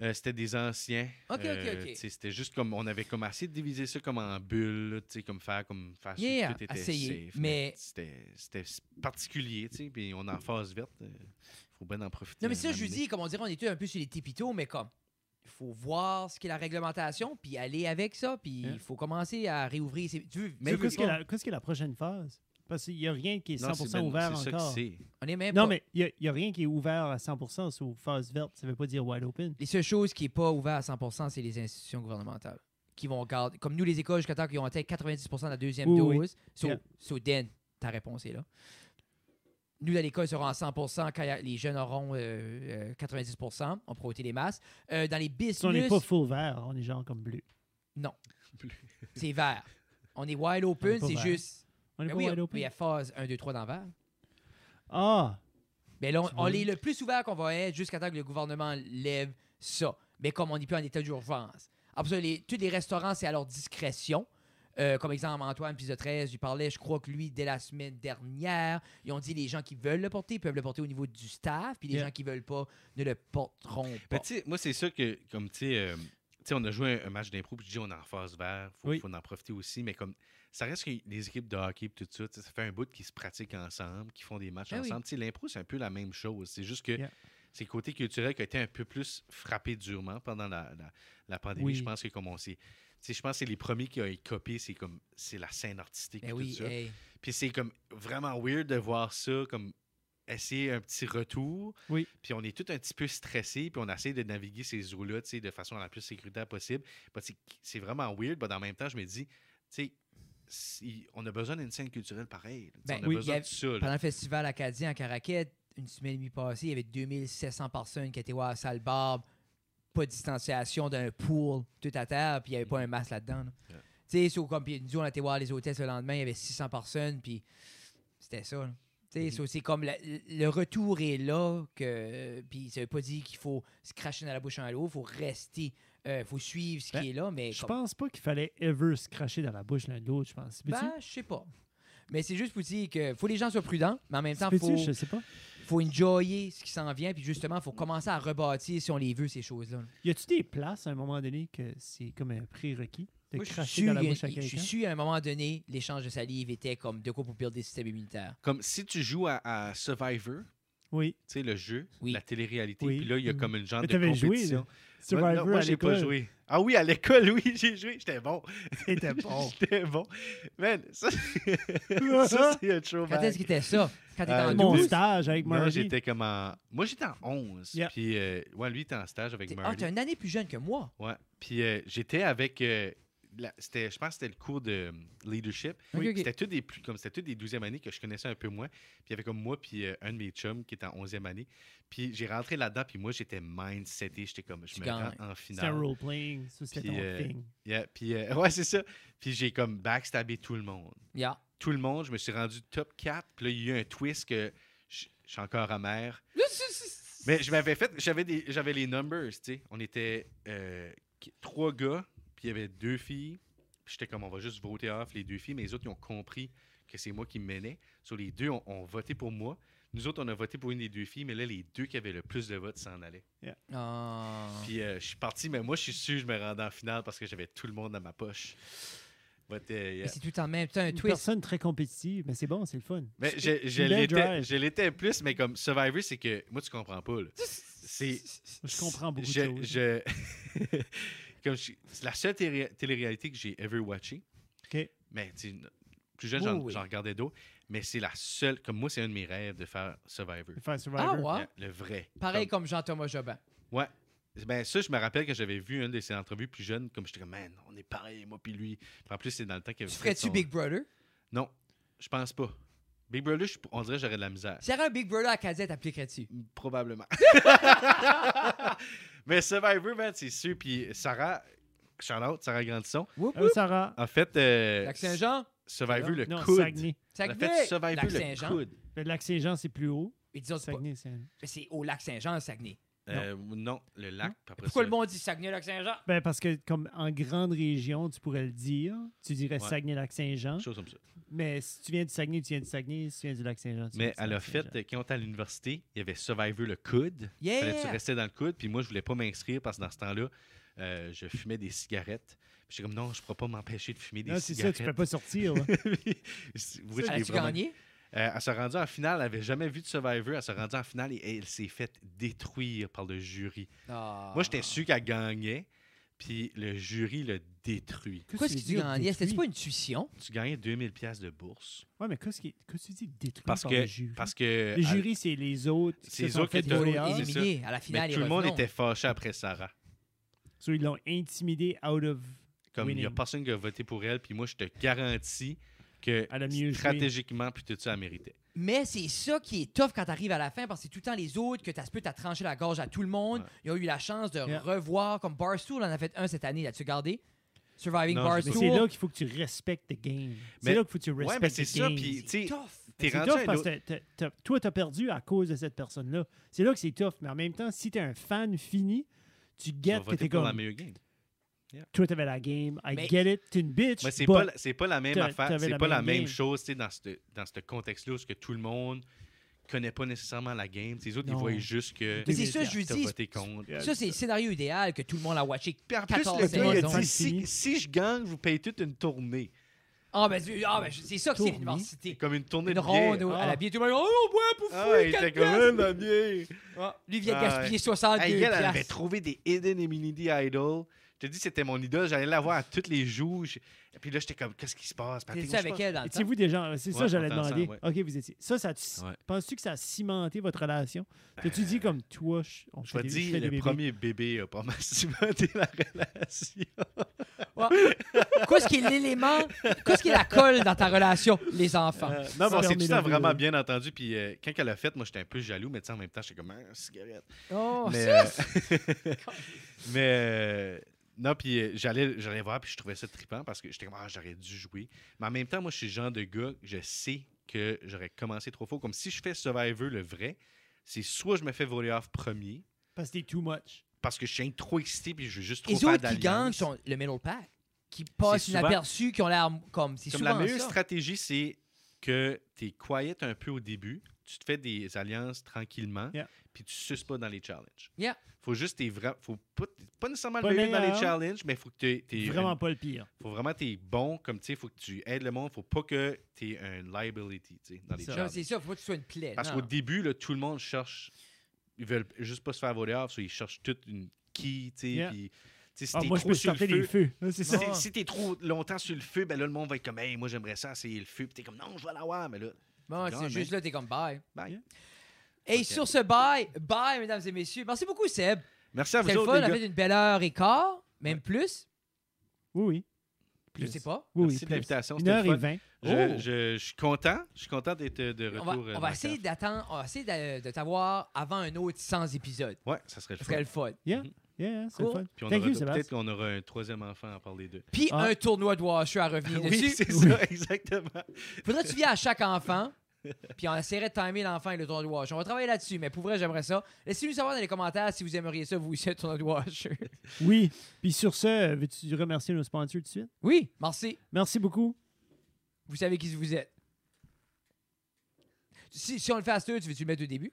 Speaker 2: Euh, c'était des anciens.
Speaker 1: Ok, ok,
Speaker 2: Euh,
Speaker 1: ok.
Speaker 2: tu sais, C'était juste comme on avait comme assez de diviser ça comme en bulles, là, tu sais, comme faire comme faire sûr que
Speaker 1: Yeah,
Speaker 2: tout était
Speaker 1: essayer,
Speaker 2: safe,
Speaker 1: mais-
Speaker 2: c'était c'était particulier, tu sais, puis on est en phase verte. euh, faut bien en profiter.
Speaker 1: Non, mais
Speaker 2: à un
Speaker 1: ça, je lui
Speaker 2: moment donné.
Speaker 1: dis, comme on dirait, on est tous un peu sur les tipitos, mais comme, il faut voir ce qu'est la réglementation, puis aller avec ça, puis il
Speaker 3: Hein?
Speaker 1: faut commencer à réouvrir. ses- Tu veux,
Speaker 2: Mais
Speaker 1: tu
Speaker 3: Mais
Speaker 1: veux
Speaker 3: qu'est-ce
Speaker 1: pas.
Speaker 3: que la, qu'est-ce que la prochaine phase? Parce qu'il n'y a rien qui est 100%
Speaker 2: Non, c'est ben-
Speaker 3: ouvert
Speaker 2: c'est ça que
Speaker 3: encore.
Speaker 2: c'est.
Speaker 1: On est même
Speaker 3: Non,
Speaker 1: pas-
Speaker 3: mais il n'y a, rien qui est ouvert à 100% sous phase verte. Ça ne veut pas dire wide open.
Speaker 1: Les seules choses qui n'est pas ouvert à 100 c'est les institutions gouvernementales. Qui vont garder, comme nous, les écoles, jusqu'à temps qu'ils ont atteint 90 de la deuxième
Speaker 3: Oui, oui.
Speaker 1: dose. So,
Speaker 3: Yeah.
Speaker 1: so, Dan, ta réponse est là. Nous, à l'école, serons à 100 quand y a- les jeunes auront euh, euh, 90 On pourra ôter les masques. Euh, dans les business,
Speaker 3: Si on n'est pas full vert, on est genre comme bleu.
Speaker 1: c'est vert. On est wide
Speaker 3: On est
Speaker 1: open,
Speaker 3: pas
Speaker 1: c'est
Speaker 3: vert.
Speaker 1: juste.
Speaker 3: On est
Speaker 1: Mais
Speaker 3: pas
Speaker 1: Ben oui,
Speaker 3: wide
Speaker 1: on-
Speaker 3: open.
Speaker 1: il y a phase 1, 2, 3 dans vert.
Speaker 3: Ah,
Speaker 1: Mais là, on,
Speaker 3: Tu
Speaker 1: on
Speaker 3: veux-
Speaker 1: est le plus ouvert qu'on va être jusqu'à temps que le gouvernement lève ça. Mais comme on n'est plus en état d'urgence. Après ça, les, tous les restaurants, c'est à leur discrétion. Euh, comme exemple, Antoine Pisa 13, il parlait, je crois que lui, dès la semaine dernière, ils ont dit les gens qui veulent le porter peuvent le porter au niveau du staff, puis les
Speaker 3: Yeah.
Speaker 1: gens qui veulent pas ne le porteront
Speaker 2: Mais
Speaker 1: pas.
Speaker 2: tu sais, moi, c'est ça que, comme tu sais, euh, tu sais, on a joué un, un match d'impro, puis je dis, on est en phase vert, faut,
Speaker 3: Oui.
Speaker 2: faut en profiter aussi, mais comme ça reste que les équipes de hockey, et tout ça, tu sais, ça fait un bout qui se pratiquent ensemble, qui font des matchs
Speaker 1: Ben oui.
Speaker 2: ensemble. Tu sais, L'impro, c'est un peu la même chose. C'est juste que
Speaker 3: Ah Yeah.
Speaker 2: c'est le côté culturel qui a été un peu plus frappé durement pendant la, la- la pandémie.
Speaker 3: Oui.
Speaker 2: Je pense que, comme on s'est. tu sais, Je pense que c'est les premiers qui ont copié, c'est comme c'est la scène artistique.
Speaker 3: Ben
Speaker 1: Mais
Speaker 2: et
Speaker 1: Ben oui,
Speaker 2: tout ça.
Speaker 1: hey.
Speaker 2: Puis c'est comme vraiment weird de voir ça, comme essayer un petit retour.
Speaker 3: Oui.
Speaker 2: Puis on est tout un petit peu stressé, puis on essaie de naviguer ces eaux-là, tu sais, de façon la plus sécuritaire possible. Bah, c'est- c'est vraiment weird, mais en même temps, je me dis, tu sais, si- on a besoin d'une scène culturelle pareille. Tu
Speaker 1: Ben
Speaker 2: sais, on a
Speaker 1: oui, il
Speaker 2: besoin
Speaker 1: y a-
Speaker 2: de ça. là.
Speaker 1: pendant le festival acadien à Caraquet, une semaine et demie passée, il y avait 2700 personnes qui étaient voir à la salle barbe, pas de distanciation d'un pool tout à terre, puis il n'y avait pas un masque là-dedans. là.
Speaker 2: Yeah.
Speaker 1: Tu sais, so, comme puis nous, on a été voir les hôtesses le lendemain, il y avait 600 personnes, puis c'était ça. là. Tu sais,
Speaker 3: Mm-hmm.
Speaker 2: Mhm.
Speaker 1: so, c'est comme la- le retour est là, que, puis ça veut pas dire qu'il faut se cracher dans la bouche en l'eau, il faut rester, il faut suivre ce
Speaker 3: Ben,
Speaker 1: qui est là, mais
Speaker 3: je
Speaker 1: comme-
Speaker 3: pense pas qu'il fallait ever se cracher dans la bouche l'un de l'autre, je pense. Peux-tu?
Speaker 1: ben, je sais pas. Mais c'est juste pour dire que faut que les gens soient prudents, mais en même temps,
Speaker 3: Peux-tu?
Speaker 1: faut
Speaker 3: Je sais pas.
Speaker 1: faut enjoyer ce qui s'en vient, puis justement, faut commencer à rebâtir si on les veut, ces choses-là.
Speaker 3: Y a-tu des places à un moment donné que c'est comme un prérequis de
Speaker 1: Moi, je suis
Speaker 3: cracher dans la
Speaker 1: sûr,
Speaker 3: bouche à
Speaker 1: il y a- je suis
Speaker 3: quelqu'un?
Speaker 1: sûr, à un moment donné, l'échange de salive était comme de quoi pour builder le système immunitaire.
Speaker 2: Comme si tu joues à, à Survivor, tu
Speaker 3: Oui.
Speaker 2: sais, le jeu,
Speaker 1: Oui.
Speaker 2: la télé-réalité,
Speaker 3: Oui.
Speaker 2: puis là, il y a
Speaker 3: Mm.
Speaker 2: comme une genre
Speaker 3: Mais
Speaker 2: de
Speaker 3: t'avais joué,
Speaker 2: compétition.
Speaker 3: là.
Speaker 2: Moi, non,
Speaker 3: Survivor
Speaker 2: moi,
Speaker 3: à
Speaker 2: j'ai pas
Speaker 3: l'école.
Speaker 2: joué. Ah oui, à l'école, [laughs] oui, j'ai joué. J'étais bon.
Speaker 3: [laughs] C'était bon.
Speaker 2: J'étais bon. Man, ça, [laughs] ça
Speaker 1: [laughs]
Speaker 2: c'est un throwback.
Speaker 1: Quand est-ce qu'il était ça? Quand t'étais
Speaker 2: Euh,
Speaker 1: en
Speaker 3: Mon
Speaker 2: douze.
Speaker 1: 12?
Speaker 3: stage avec
Speaker 2: Moi,
Speaker 3: Margie.
Speaker 2: j'étais comme en. Moi, j'étais en 11.
Speaker 3: Yeah.
Speaker 2: Puis, euh, ouais, lui, il était en stage avec
Speaker 1: T'es- Ah,
Speaker 2: Marty.
Speaker 1: t'es une année plus jeune que moi.
Speaker 2: ouais. Puis, euh, j'étais avec. euh, la- c'était, je pense que c'était le cours de euh, leadership.
Speaker 1: Ok, ok.
Speaker 2: C'était tous des plus, comme c'était tous des 12e années que je connaissais un peu moins. Puis il y avait comme moi puis euh, un de mes chums qui était en 11e année. Puis j'ai rentré là-dedans puis moi j'étais mindseté, j'étais comme je
Speaker 1: Tu
Speaker 2: me
Speaker 1: gagnes.
Speaker 2: rends en
Speaker 3: C'était un
Speaker 2: finale.
Speaker 3: role-playing. ça, C'était
Speaker 2: Puis,
Speaker 3: ton
Speaker 2: euh,
Speaker 3: thing.
Speaker 2: Yeah, puis euh, [laughs] ouais, c'est ça. Puis j'ai comme backstabé tout le monde.
Speaker 1: Yeah.
Speaker 2: Tout le monde, je me suis rendu top 4, puis là il y a eu un twist que je je suis encore amer. Mais je m'avais fait, j'avais des, j'avais les numbers, tu sais. On était euh, qu- trois gars, puis il y avait deux filles. Puis j'étais comme, on va juste voter off les deux filles, mais les autres, ils ont compris que c'est moi qui menais. Sur les deux, ont, ont voté pour moi. Nous autres, on a voté pour une des deux filles, mais là, les deux qui avaient le plus de votes s'en allaient.
Speaker 1: Ah.
Speaker 2: Puis euh, je suis parti, mais moi, je suis sûr que je me rendais en finale parce que j'avais tout le monde dans ma poche. But, euh, yeah.
Speaker 1: Mais C'est tout en même temps un
Speaker 3: Une
Speaker 1: twist.
Speaker 3: personne très compétitive, mais c'est bon, c'est le fun.
Speaker 2: Mais je, je
Speaker 3: Dead
Speaker 2: l'étais,
Speaker 3: Drive.
Speaker 2: je l'étais plus, mais comme Survivor, c'est que moi, tu comprends pas. là. C'est,
Speaker 3: Je comprends beaucoup
Speaker 2: je,
Speaker 3: de choses.
Speaker 2: je- [laughs] Comme je- C'est la seule télé- télé-réalité que j'ai ever watchée.
Speaker 3: OK.
Speaker 2: Mais tu sais, plus jeune, j'en
Speaker 1: Oui, oui.
Speaker 2: j'en regardais d'autres. Mais c'est la seule. Comme moi, c'est un de mes rêves de faire Survivor.
Speaker 3: Faire
Speaker 1: Ah,
Speaker 3: Survivor.
Speaker 1: ouais?
Speaker 2: Le, le vrai.
Speaker 1: Pareil comme Jean-Thomas Jobin.
Speaker 2: Comme- ouais. Ben, ça, je me rappelle que j'avais vu une de ses entrevues plus jeune, comme j'étais comme, man, on est pareil, moi puis lui. Puis en plus, c'est dans le temps qu'il
Speaker 1: Tu
Speaker 2: avait fait
Speaker 1: ferais-tu
Speaker 2: son-
Speaker 1: Big Brother?
Speaker 2: Non, je pense pas. Big Brother, je- on dirait que j'aurais de la misère.
Speaker 1: Si y avait un Big Brother à Cadet, t'appliquerais-tu?
Speaker 2: Probablement. [laughs] Mais Survivor, man, c'est sûr. Puis Sarah, Charlotte, Sarah Grandisson,
Speaker 1: Whoop,
Speaker 3: Allô,
Speaker 1: whoop.
Speaker 3: Sarah.
Speaker 2: En fait, euh,
Speaker 1: Lac-Saint-Jean?
Speaker 2: Survivor le
Speaker 3: non,
Speaker 2: coude.
Speaker 3: Saguenay.
Speaker 2: Elle a fait Survivor le
Speaker 1: Lac-Saint-Jean.
Speaker 2: coude.
Speaker 3: Le lac Saint-Jean, c'est plus haut.
Speaker 1: Ils disent, c'est pas-
Speaker 3: Saguenay, c'est.
Speaker 1: mais c'est au Lac-Saint-Jean, à Saguenay.
Speaker 2: Euh, non, le lac. puis après
Speaker 1: Pourquoi
Speaker 2: ça-
Speaker 1: le monde dit Saguenay-Lac-Saint-Jean?
Speaker 3: Ben, parce que, comme en grande région, tu pourrais le dire. Tu dirais
Speaker 2: Ouais.
Speaker 3: Saguenay-Lac-Saint-Jean.
Speaker 2: Chose comme ça.
Speaker 3: Mais si tu viens du Saguenay, tu viens du Saguenay. Si tu viens du Lac-Saint-Jean, tu viens
Speaker 2: Mais
Speaker 3: du
Speaker 2: elle a
Speaker 3: Lac-Saint-Jean.
Speaker 2: fait, euh, quand on était à l'université, il y avait Survivor le coude. Fallait que tu
Speaker 1: Yeah!
Speaker 2: restais dans le coude. Puis moi, je voulais pas m'inscrire parce que dans ce temps-là, euh, je fumais des cigarettes. Puis j'étais comme, non, je pourrais pas m'empêcher de fumer des
Speaker 3: Non, c'est ça,
Speaker 2: cigarettes.
Speaker 3: tu peux pas sortir. ouais.
Speaker 2: [laughs] C'est- oui, je l'ai
Speaker 1: As-tu
Speaker 2: vraiment-
Speaker 1: gagné?
Speaker 2: Euh, elle s'est rendue en finale. Elle avait jamais vu de Survivor. Elle s'est rendue en finale et elle s'est faite détruire par le jury. Moi,
Speaker 3: Ah.
Speaker 2: j'étais sûr qu'elle gagnait. Puis le jury le détruit.
Speaker 1: Qu'est-ce que
Speaker 3: tu
Speaker 1: tu
Speaker 3: dis,
Speaker 1: gagnais? C'était
Speaker 3: détruit?
Speaker 1: pas une tuition?
Speaker 2: tu gagnais 2000 pièces de bourse
Speaker 3: Ouais, mais qu'est-ce qui- qu'est-ce que tu dis détruit
Speaker 2: parce
Speaker 3: par
Speaker 2: que
Speaker 3: le jury?
Speaker 2: parce que ben,
Speaker 3: Le
Speaker 2: Euh, à-
Speaker 3: jury, c'est les autres. qui
Speaker 2: C'est
Speaker 3: se
Speaker 2: les
Speaker 3: sont
Speaker 2: autres
Speaker 3: fait
Speaker 2: qui
Speaker 1: Ils l'ont
Speaker 2: étaient-
Speaker 3: voler
Speaker 2: c'est
Speaker 3: hors.
Speaker 2: ça.
Speaker 1: éliminé à la
Speaker 2: mais
Speaker 1: finale.
Speaker 2: tout
Speaker 1: ils
Speaker 2: le monde
Speaker 1: revenaient.
Speaker 2: était fâché après Sarah.
Speaker 3: So, ils l'ont intimidé out of.
Speaker 2: Comme il n'y a
Speaker 3: Winning.
Speaker 2: personne qui a voté pour elle, puis moi je te garantis que
Speaker 3: Elle a mieux joué.
Speaker 2: stratégiquement, puis tout ça, elle méritait.
Speaker 1: Mais c'est ça qui est tough quand t'arrives à la fin parce que c'est tout le temps les autres que t'as peut t'as tranché la gorge à tout le monde.
Speaker 2: Ouais.
Speaker 1: Ils ont eu la chance de
Speaker 3: Yeah.
Speaker 1: revoir comme Barstool en a fait un cette année, là-tu gardé? Surviving
Speaker 2: Non, je
Speaker 3: Mais
Speaker 1: Barstool.
Speaker 3: c'est là qu'il faut que tu respectes le game. C'est
Speaker 2: Mais-
Speaker 3: là qu'il faut que tu respectes
Speaker 2: Ouais, mais c'est
Speaker 3: the
Speaker 2: ça,
Speaker 3: game.
Speaker 2: puis tu
Speaker 1: C'est
Speaker 2: sais,
Speaker 1: tough.
Speaker 2: t'es
Speaker 3: C'est
Speaker 2: rendu à
Speaker 3: tough
Speaker 2: une
Speaker 3: parce
Speaker 2: autre-
Speaker 3: que t'as- t'as- toi, t'as perdu à cause de cette personne-là. C'est là que c'est tough. Mais en même temps, si t'es un fan fini,
Speaker 2: tu
Speaker 3: tu
Speaker 2: vas
Speaker 3: get que
Speaker 2: voter
Speaker 3: t'es
Speaker 2: pour la
Speaker 3: comme.
Speaker 2: meilleure game.
Speaker 3: Toi, t'avais la game. I
Speaker 1: Mais-
Speaker 3: get it. T'es une bitch.
Speaker 2: Mais c'est
Speaker 3: but-
Speaker 2: pas, la- c'est pas la même
Speaker 3: t'a-
Speaker 2: affaire,
Speaker 3: t'avais
Speaker 2: c'est
Speaker 3: la
Speaker 2: pas la
Speaker 3: même
Speaker 2: même
Speaker 3: game.
Speaker 2: chose, tu sais, dans ce dans ce contexte-là où ce que tout le monde connaît pas nécessairement la game. Les autres,
Speaker 3: Non.
Speaker 2: ils voient juste que
Speaker 1: Mais c'est ça, je lui
Speaker 2: t'as
Speaker 1: dis.
Speaker 2: voté contre.
Speaker 1: Ça, c'est le scénario idéal que tout le monde a watché
Speaker 2: Puis en plus,
Speaker 1: 14
Speaker 2: le gars, il
Speaker 1: saisons.
Speaker 2: a dit si,
Speaker 3: Fini.
Speaker 2: si je gagne, je vous paye toute une tournée.
Speaker 1: Ah, ben, tu- ah, ben, c'est ça que c'est
Speaker 3: Tourner.
Speaker 1: l'université.
Speaker 2: Comme une tournée
Speaker 1: Une
Speaker 2: de bière.
Speaker 1: ronde au- à
Speaker 3: Ah.
Speaker 1: la bière. Tout le monde, oh, on boit pour
Speaker 2: Ah,
Speaker 1: fou,
Speaker 2: il
Speaker 1: quatre
Speaker 2: était comme
Speaker 1: piastres.
Speaker 2: Eh, la bière.
Speaker 1: Ah, Lui, il vient de
Speaker 2: Ah, ouais.
Speaker 1: gaspiller 62
Speaker 2: Hey, elle, elle avait
Speaker 1: piastres.
Speaker 2: trouvé des Hidden Immunity Idol. Je te dis, c'était mon idole. J'allais la voir à tous les jours. Je- Et puis là, j'étais comme, qu'est-ce qui se passe? Patrick?
Speaker 1: T'es
Speaker 2: Moi,
Speaker 1: ça
Speaker 2: je
Speaker 1: avec
Speaker 2: pense-
Speaker 1: elle dans le temps?
Speaker 3: Étiez-vous déjà. C'est ça
Speaker 2: Ouais,
Speaker 3: que j'allais
Speaker 2: on était
Speaker 3: demander.
Speaker 2: ensemble,
Speaker 3: OK, vous étiez. Ça, ça. tu-
Speaker 2: Ouais. Ben,
Speaker 3: Penses-tu que ça a cimenté votre relation? T'as-tu dit comme toi, je, on
Speaker 2: Je vais
Speaker 3: fait
Speaker 2: te
Speaker 3: des, je fais
Speaker 2: dire,
Speaker 3: des
Speaker 2: le
Speaker 3: bébés.
Speaker 2: premier bébé a pas mal [laughs] cimenté la relation.
Speaker 1: Ouais. Qu'est-ce qui est l'élément? Qu'est-ce qui est la colle dans ta relation? Les enfants.
Speaker 2: Euh, non, mais on
Speaker 3: Ça
Speaker 2: s'est
Speaker 3: permet
Speaker 2: tout le temps
Speaker 3: de-
Speaker 2: vraiment bien entendu. Puis euh, quand elle l'a fait, moi, j'étais un peu jaloux, mais tu sais, en même temps, j'étais comme, ah, cigarette.
Speaker 1: Oh,
Speaker 2: mais euh, [laughs] mais, euh, non, puis euh, j'allais, j'allais voir, puis je trouvais ça trippant parce que j'étais comme, ah, j'aurais dû jouer. Mais en même temps, moi, je suis le genre de gars, je sais que j'aurais commencé trop faux. Comme si je fais Survivor le vrai, c'est soit je me fais voler off premier
Speaker 3: Parce que t'es too much.
Speaker 2: parce que je suis trop excité, puis je veux juste trop
Speaker 1: Les
Speaker 2: faire
Speaker 1: autres qui gagnent
Speaker 2: d'alliance.
Speaker 1: sont le middle pack, qui passent
Speaker 2: souvent-
Speaker 1: inaperçus, qui ont l'air comme. C'est
Speaker 2: Comme
Speaker 1: souvent
Speaker 2: la meilleure
Speaker 1: ça.
Speaker 2: stratégie, c'est que tu es quiet un peu au début, tu te fais des alliances tranquillement,
Speaker 3: Yeah.
Speaker 2: puis tu suces pas dans les challenges.
Speaker 1: Yeah.
Speaker 2: Faut juste t'es vra- faut pas, pas nécessairement
Speaker 3: Pas
Speaker 2: le meilleur dans les
Speaker 3: meilleur.
Speaker 2: challenges, mais faut que t'es, t'es
Speaker 3: Vraiment pas le pire.
Speaker 2: faut vraiment t'es bon comme tu sais, faut que tu aides le monde, faut pas que tu es un liability, tu sais, dans les
Speaker 3: Ça.
Speaker 1: Non,
Speaker 2: challenges.
Speaker 1: C'est ça, faut pas que tu sois une plaie.
Speaker 2: Parce
Speaker 1: non.
Speaker 2: qu'au début là, tout le monde cherche ils veulent juste pas se faire voler off, so ils cherchent toute une qui, tu sais,
Speaker 3: Yeah.
Speaker 2: puis tu sais, si
Speaker 3: Ah,
Speaker 2: t'es
Speaker 3: moi, je
Speaker 2: trop
Speaker 3: peux
Speaker 2: sur le
Speaker 3: sortir
Speaker 2: feu,
Speaker 3: des feux. Ah, C'est
Speaker 2: si,
Speaker 3: ça.
Speaker 1: Ah.
Speaker 2: t'es- si t'es trop longtemps sur le feu, ben là, le monde va être comme, hey, moi, j'aimerais ça essayer le feu. Puis t'es comme, non, je vais l'avoir. Mais là,
Speaker 1: Bon,
Speaker 2: Gagne,
Speaker 1: c'est
Speaker 2: hein.
Speaker 1: juste là, t'es comme bye.
Speaker 2: bye. hein.
Speaker 3: Yeah.
Speaker 1: Et
Speaker 2: Ok.
Speaker 1: sur ce bye, bye, mesdames et messieurs. Merci beaucoup, Seb.
Speaker 2: Merci à vous
Speaker 1: C'était le
Speaker 2: autres,
Speaker 1: fun,
Speaker 2: les
Speaker 1: on a
Speaker 2: gars.
Speaker 1: fait une belle heure et quart, même plus.
Speaker 3: Oui, oui.
Speaker 1: Je sais pas.
Speaker 3: Oui,
Speaker 2: Merci
Speaker 3: oui,
Speaker 2: de
Speaker 3: plus.
Speaker 2: l'invitation,
Speaker 3: Une
Speaker 2: c'était
Speaker 3: heure
Speaker 2: le
Speaker 3: et
Speaker 2: fun.
Speaker 3: vingt.
Speaker 2: Je,
Speaker 1: Oh.
Speaker 2: je- je suis content. Je suis content d'être euh, de
Speaker 1: On
Speaker 2: retour.
Speaker 1: va,
Speaker 2: euh,
Speaker 1: on
Speaker 2: dans
Speaker 1: va
Speaker 2: la
Speaker 1: essayer
Speaker 2: cave.
Speaker 1: d'attendre, on va essayer de, de t'avoir avant un autre 100 épisodes.
Speaker 2: Ouais, ça serait le
Speaker 1: Ce
Speaker 2: fun.
Speaker 1: serait le fun.
Speaker 3: Yeah, yeah, c'est le
Speaker 1: Cool.
Speaker 3: fun.
Speaker 2: Puis on
Speaker 3: Thank
Speaker 2: aura-
Speaker 3: you,
Speaker 2: peut-être
Speaker 3: Sébastien.
Speaker 2: qu'on aura un troisième enfant à parler d'eux.
Speaker 1: Puis
Speaker 3: Ah.
Speaker 1: un tournoi de washer à revenir
Speaker 2: [laughs] Oui,
Speaker 1: dessus.
Speaker 2: c'est ça, exactement.
Speaker 1: Faudrait que tu viennes à chaque enfant. Puis on essaierait de timer l'enfant et le tournoi de washer. On va travailler là-dessus, mais pour vrai, j'aimerais ça. Laissez-nous savoir dans les commentaires si vous aimeriez ça, vous aussi, un tournoi de washer.
Speaker 3: Oui. Puis sur ce, euh, veux-tu remercier nos sponsors tout de suite?
Speaker 1: Oui, merci.
Speaker 3: Merci beaucoup.
Speaker 1: Vous savez qui vous êtes. Si, si on le fait à ce tu veux-tu le mettre au début?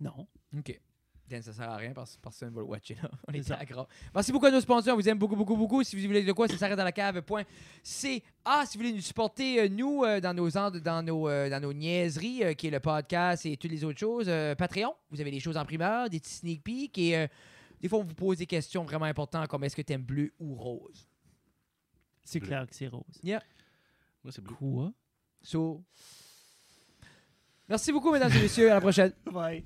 Speaker 3: Non.
Speaker 1: OK. Dan, ça sert à rien parce que personne va le watcher. Là. [laughs] On
Speaker 3: C'est
Speaker 1: est
Speaker 3: ça.
Speaker 1: à gras. Merci beaucoup à nos sponsors. On vous aime beaucoup, beaucoup, beaucoup. Si vous voulez de quoi, ça s'arrête dans la cave.ca. Si vous voulez nous supporter, euh, nous, euh, dans nos, andes- dans nos, euh, dans nos niaiseries, euh, qui est le podcast et toutes les autres choses, euh, Patreon, vous avez des choses en primeur, des petits sneak peeks et euh, des fois, on vous pose des questions vraiment importantes comme est-ce que t'aimes bleu ou rose?
Speaker 3: C'est
Speaker 2: Bleu.
Speaker 3: clair que c'est rose.
Speaker 2: Moi, c'est bleu.
Speaker 3: Quoi?
Speaker 1: So. Merci beaucoup, mesdames et messieurs. À la prochaine.
Speaker 3: Bye.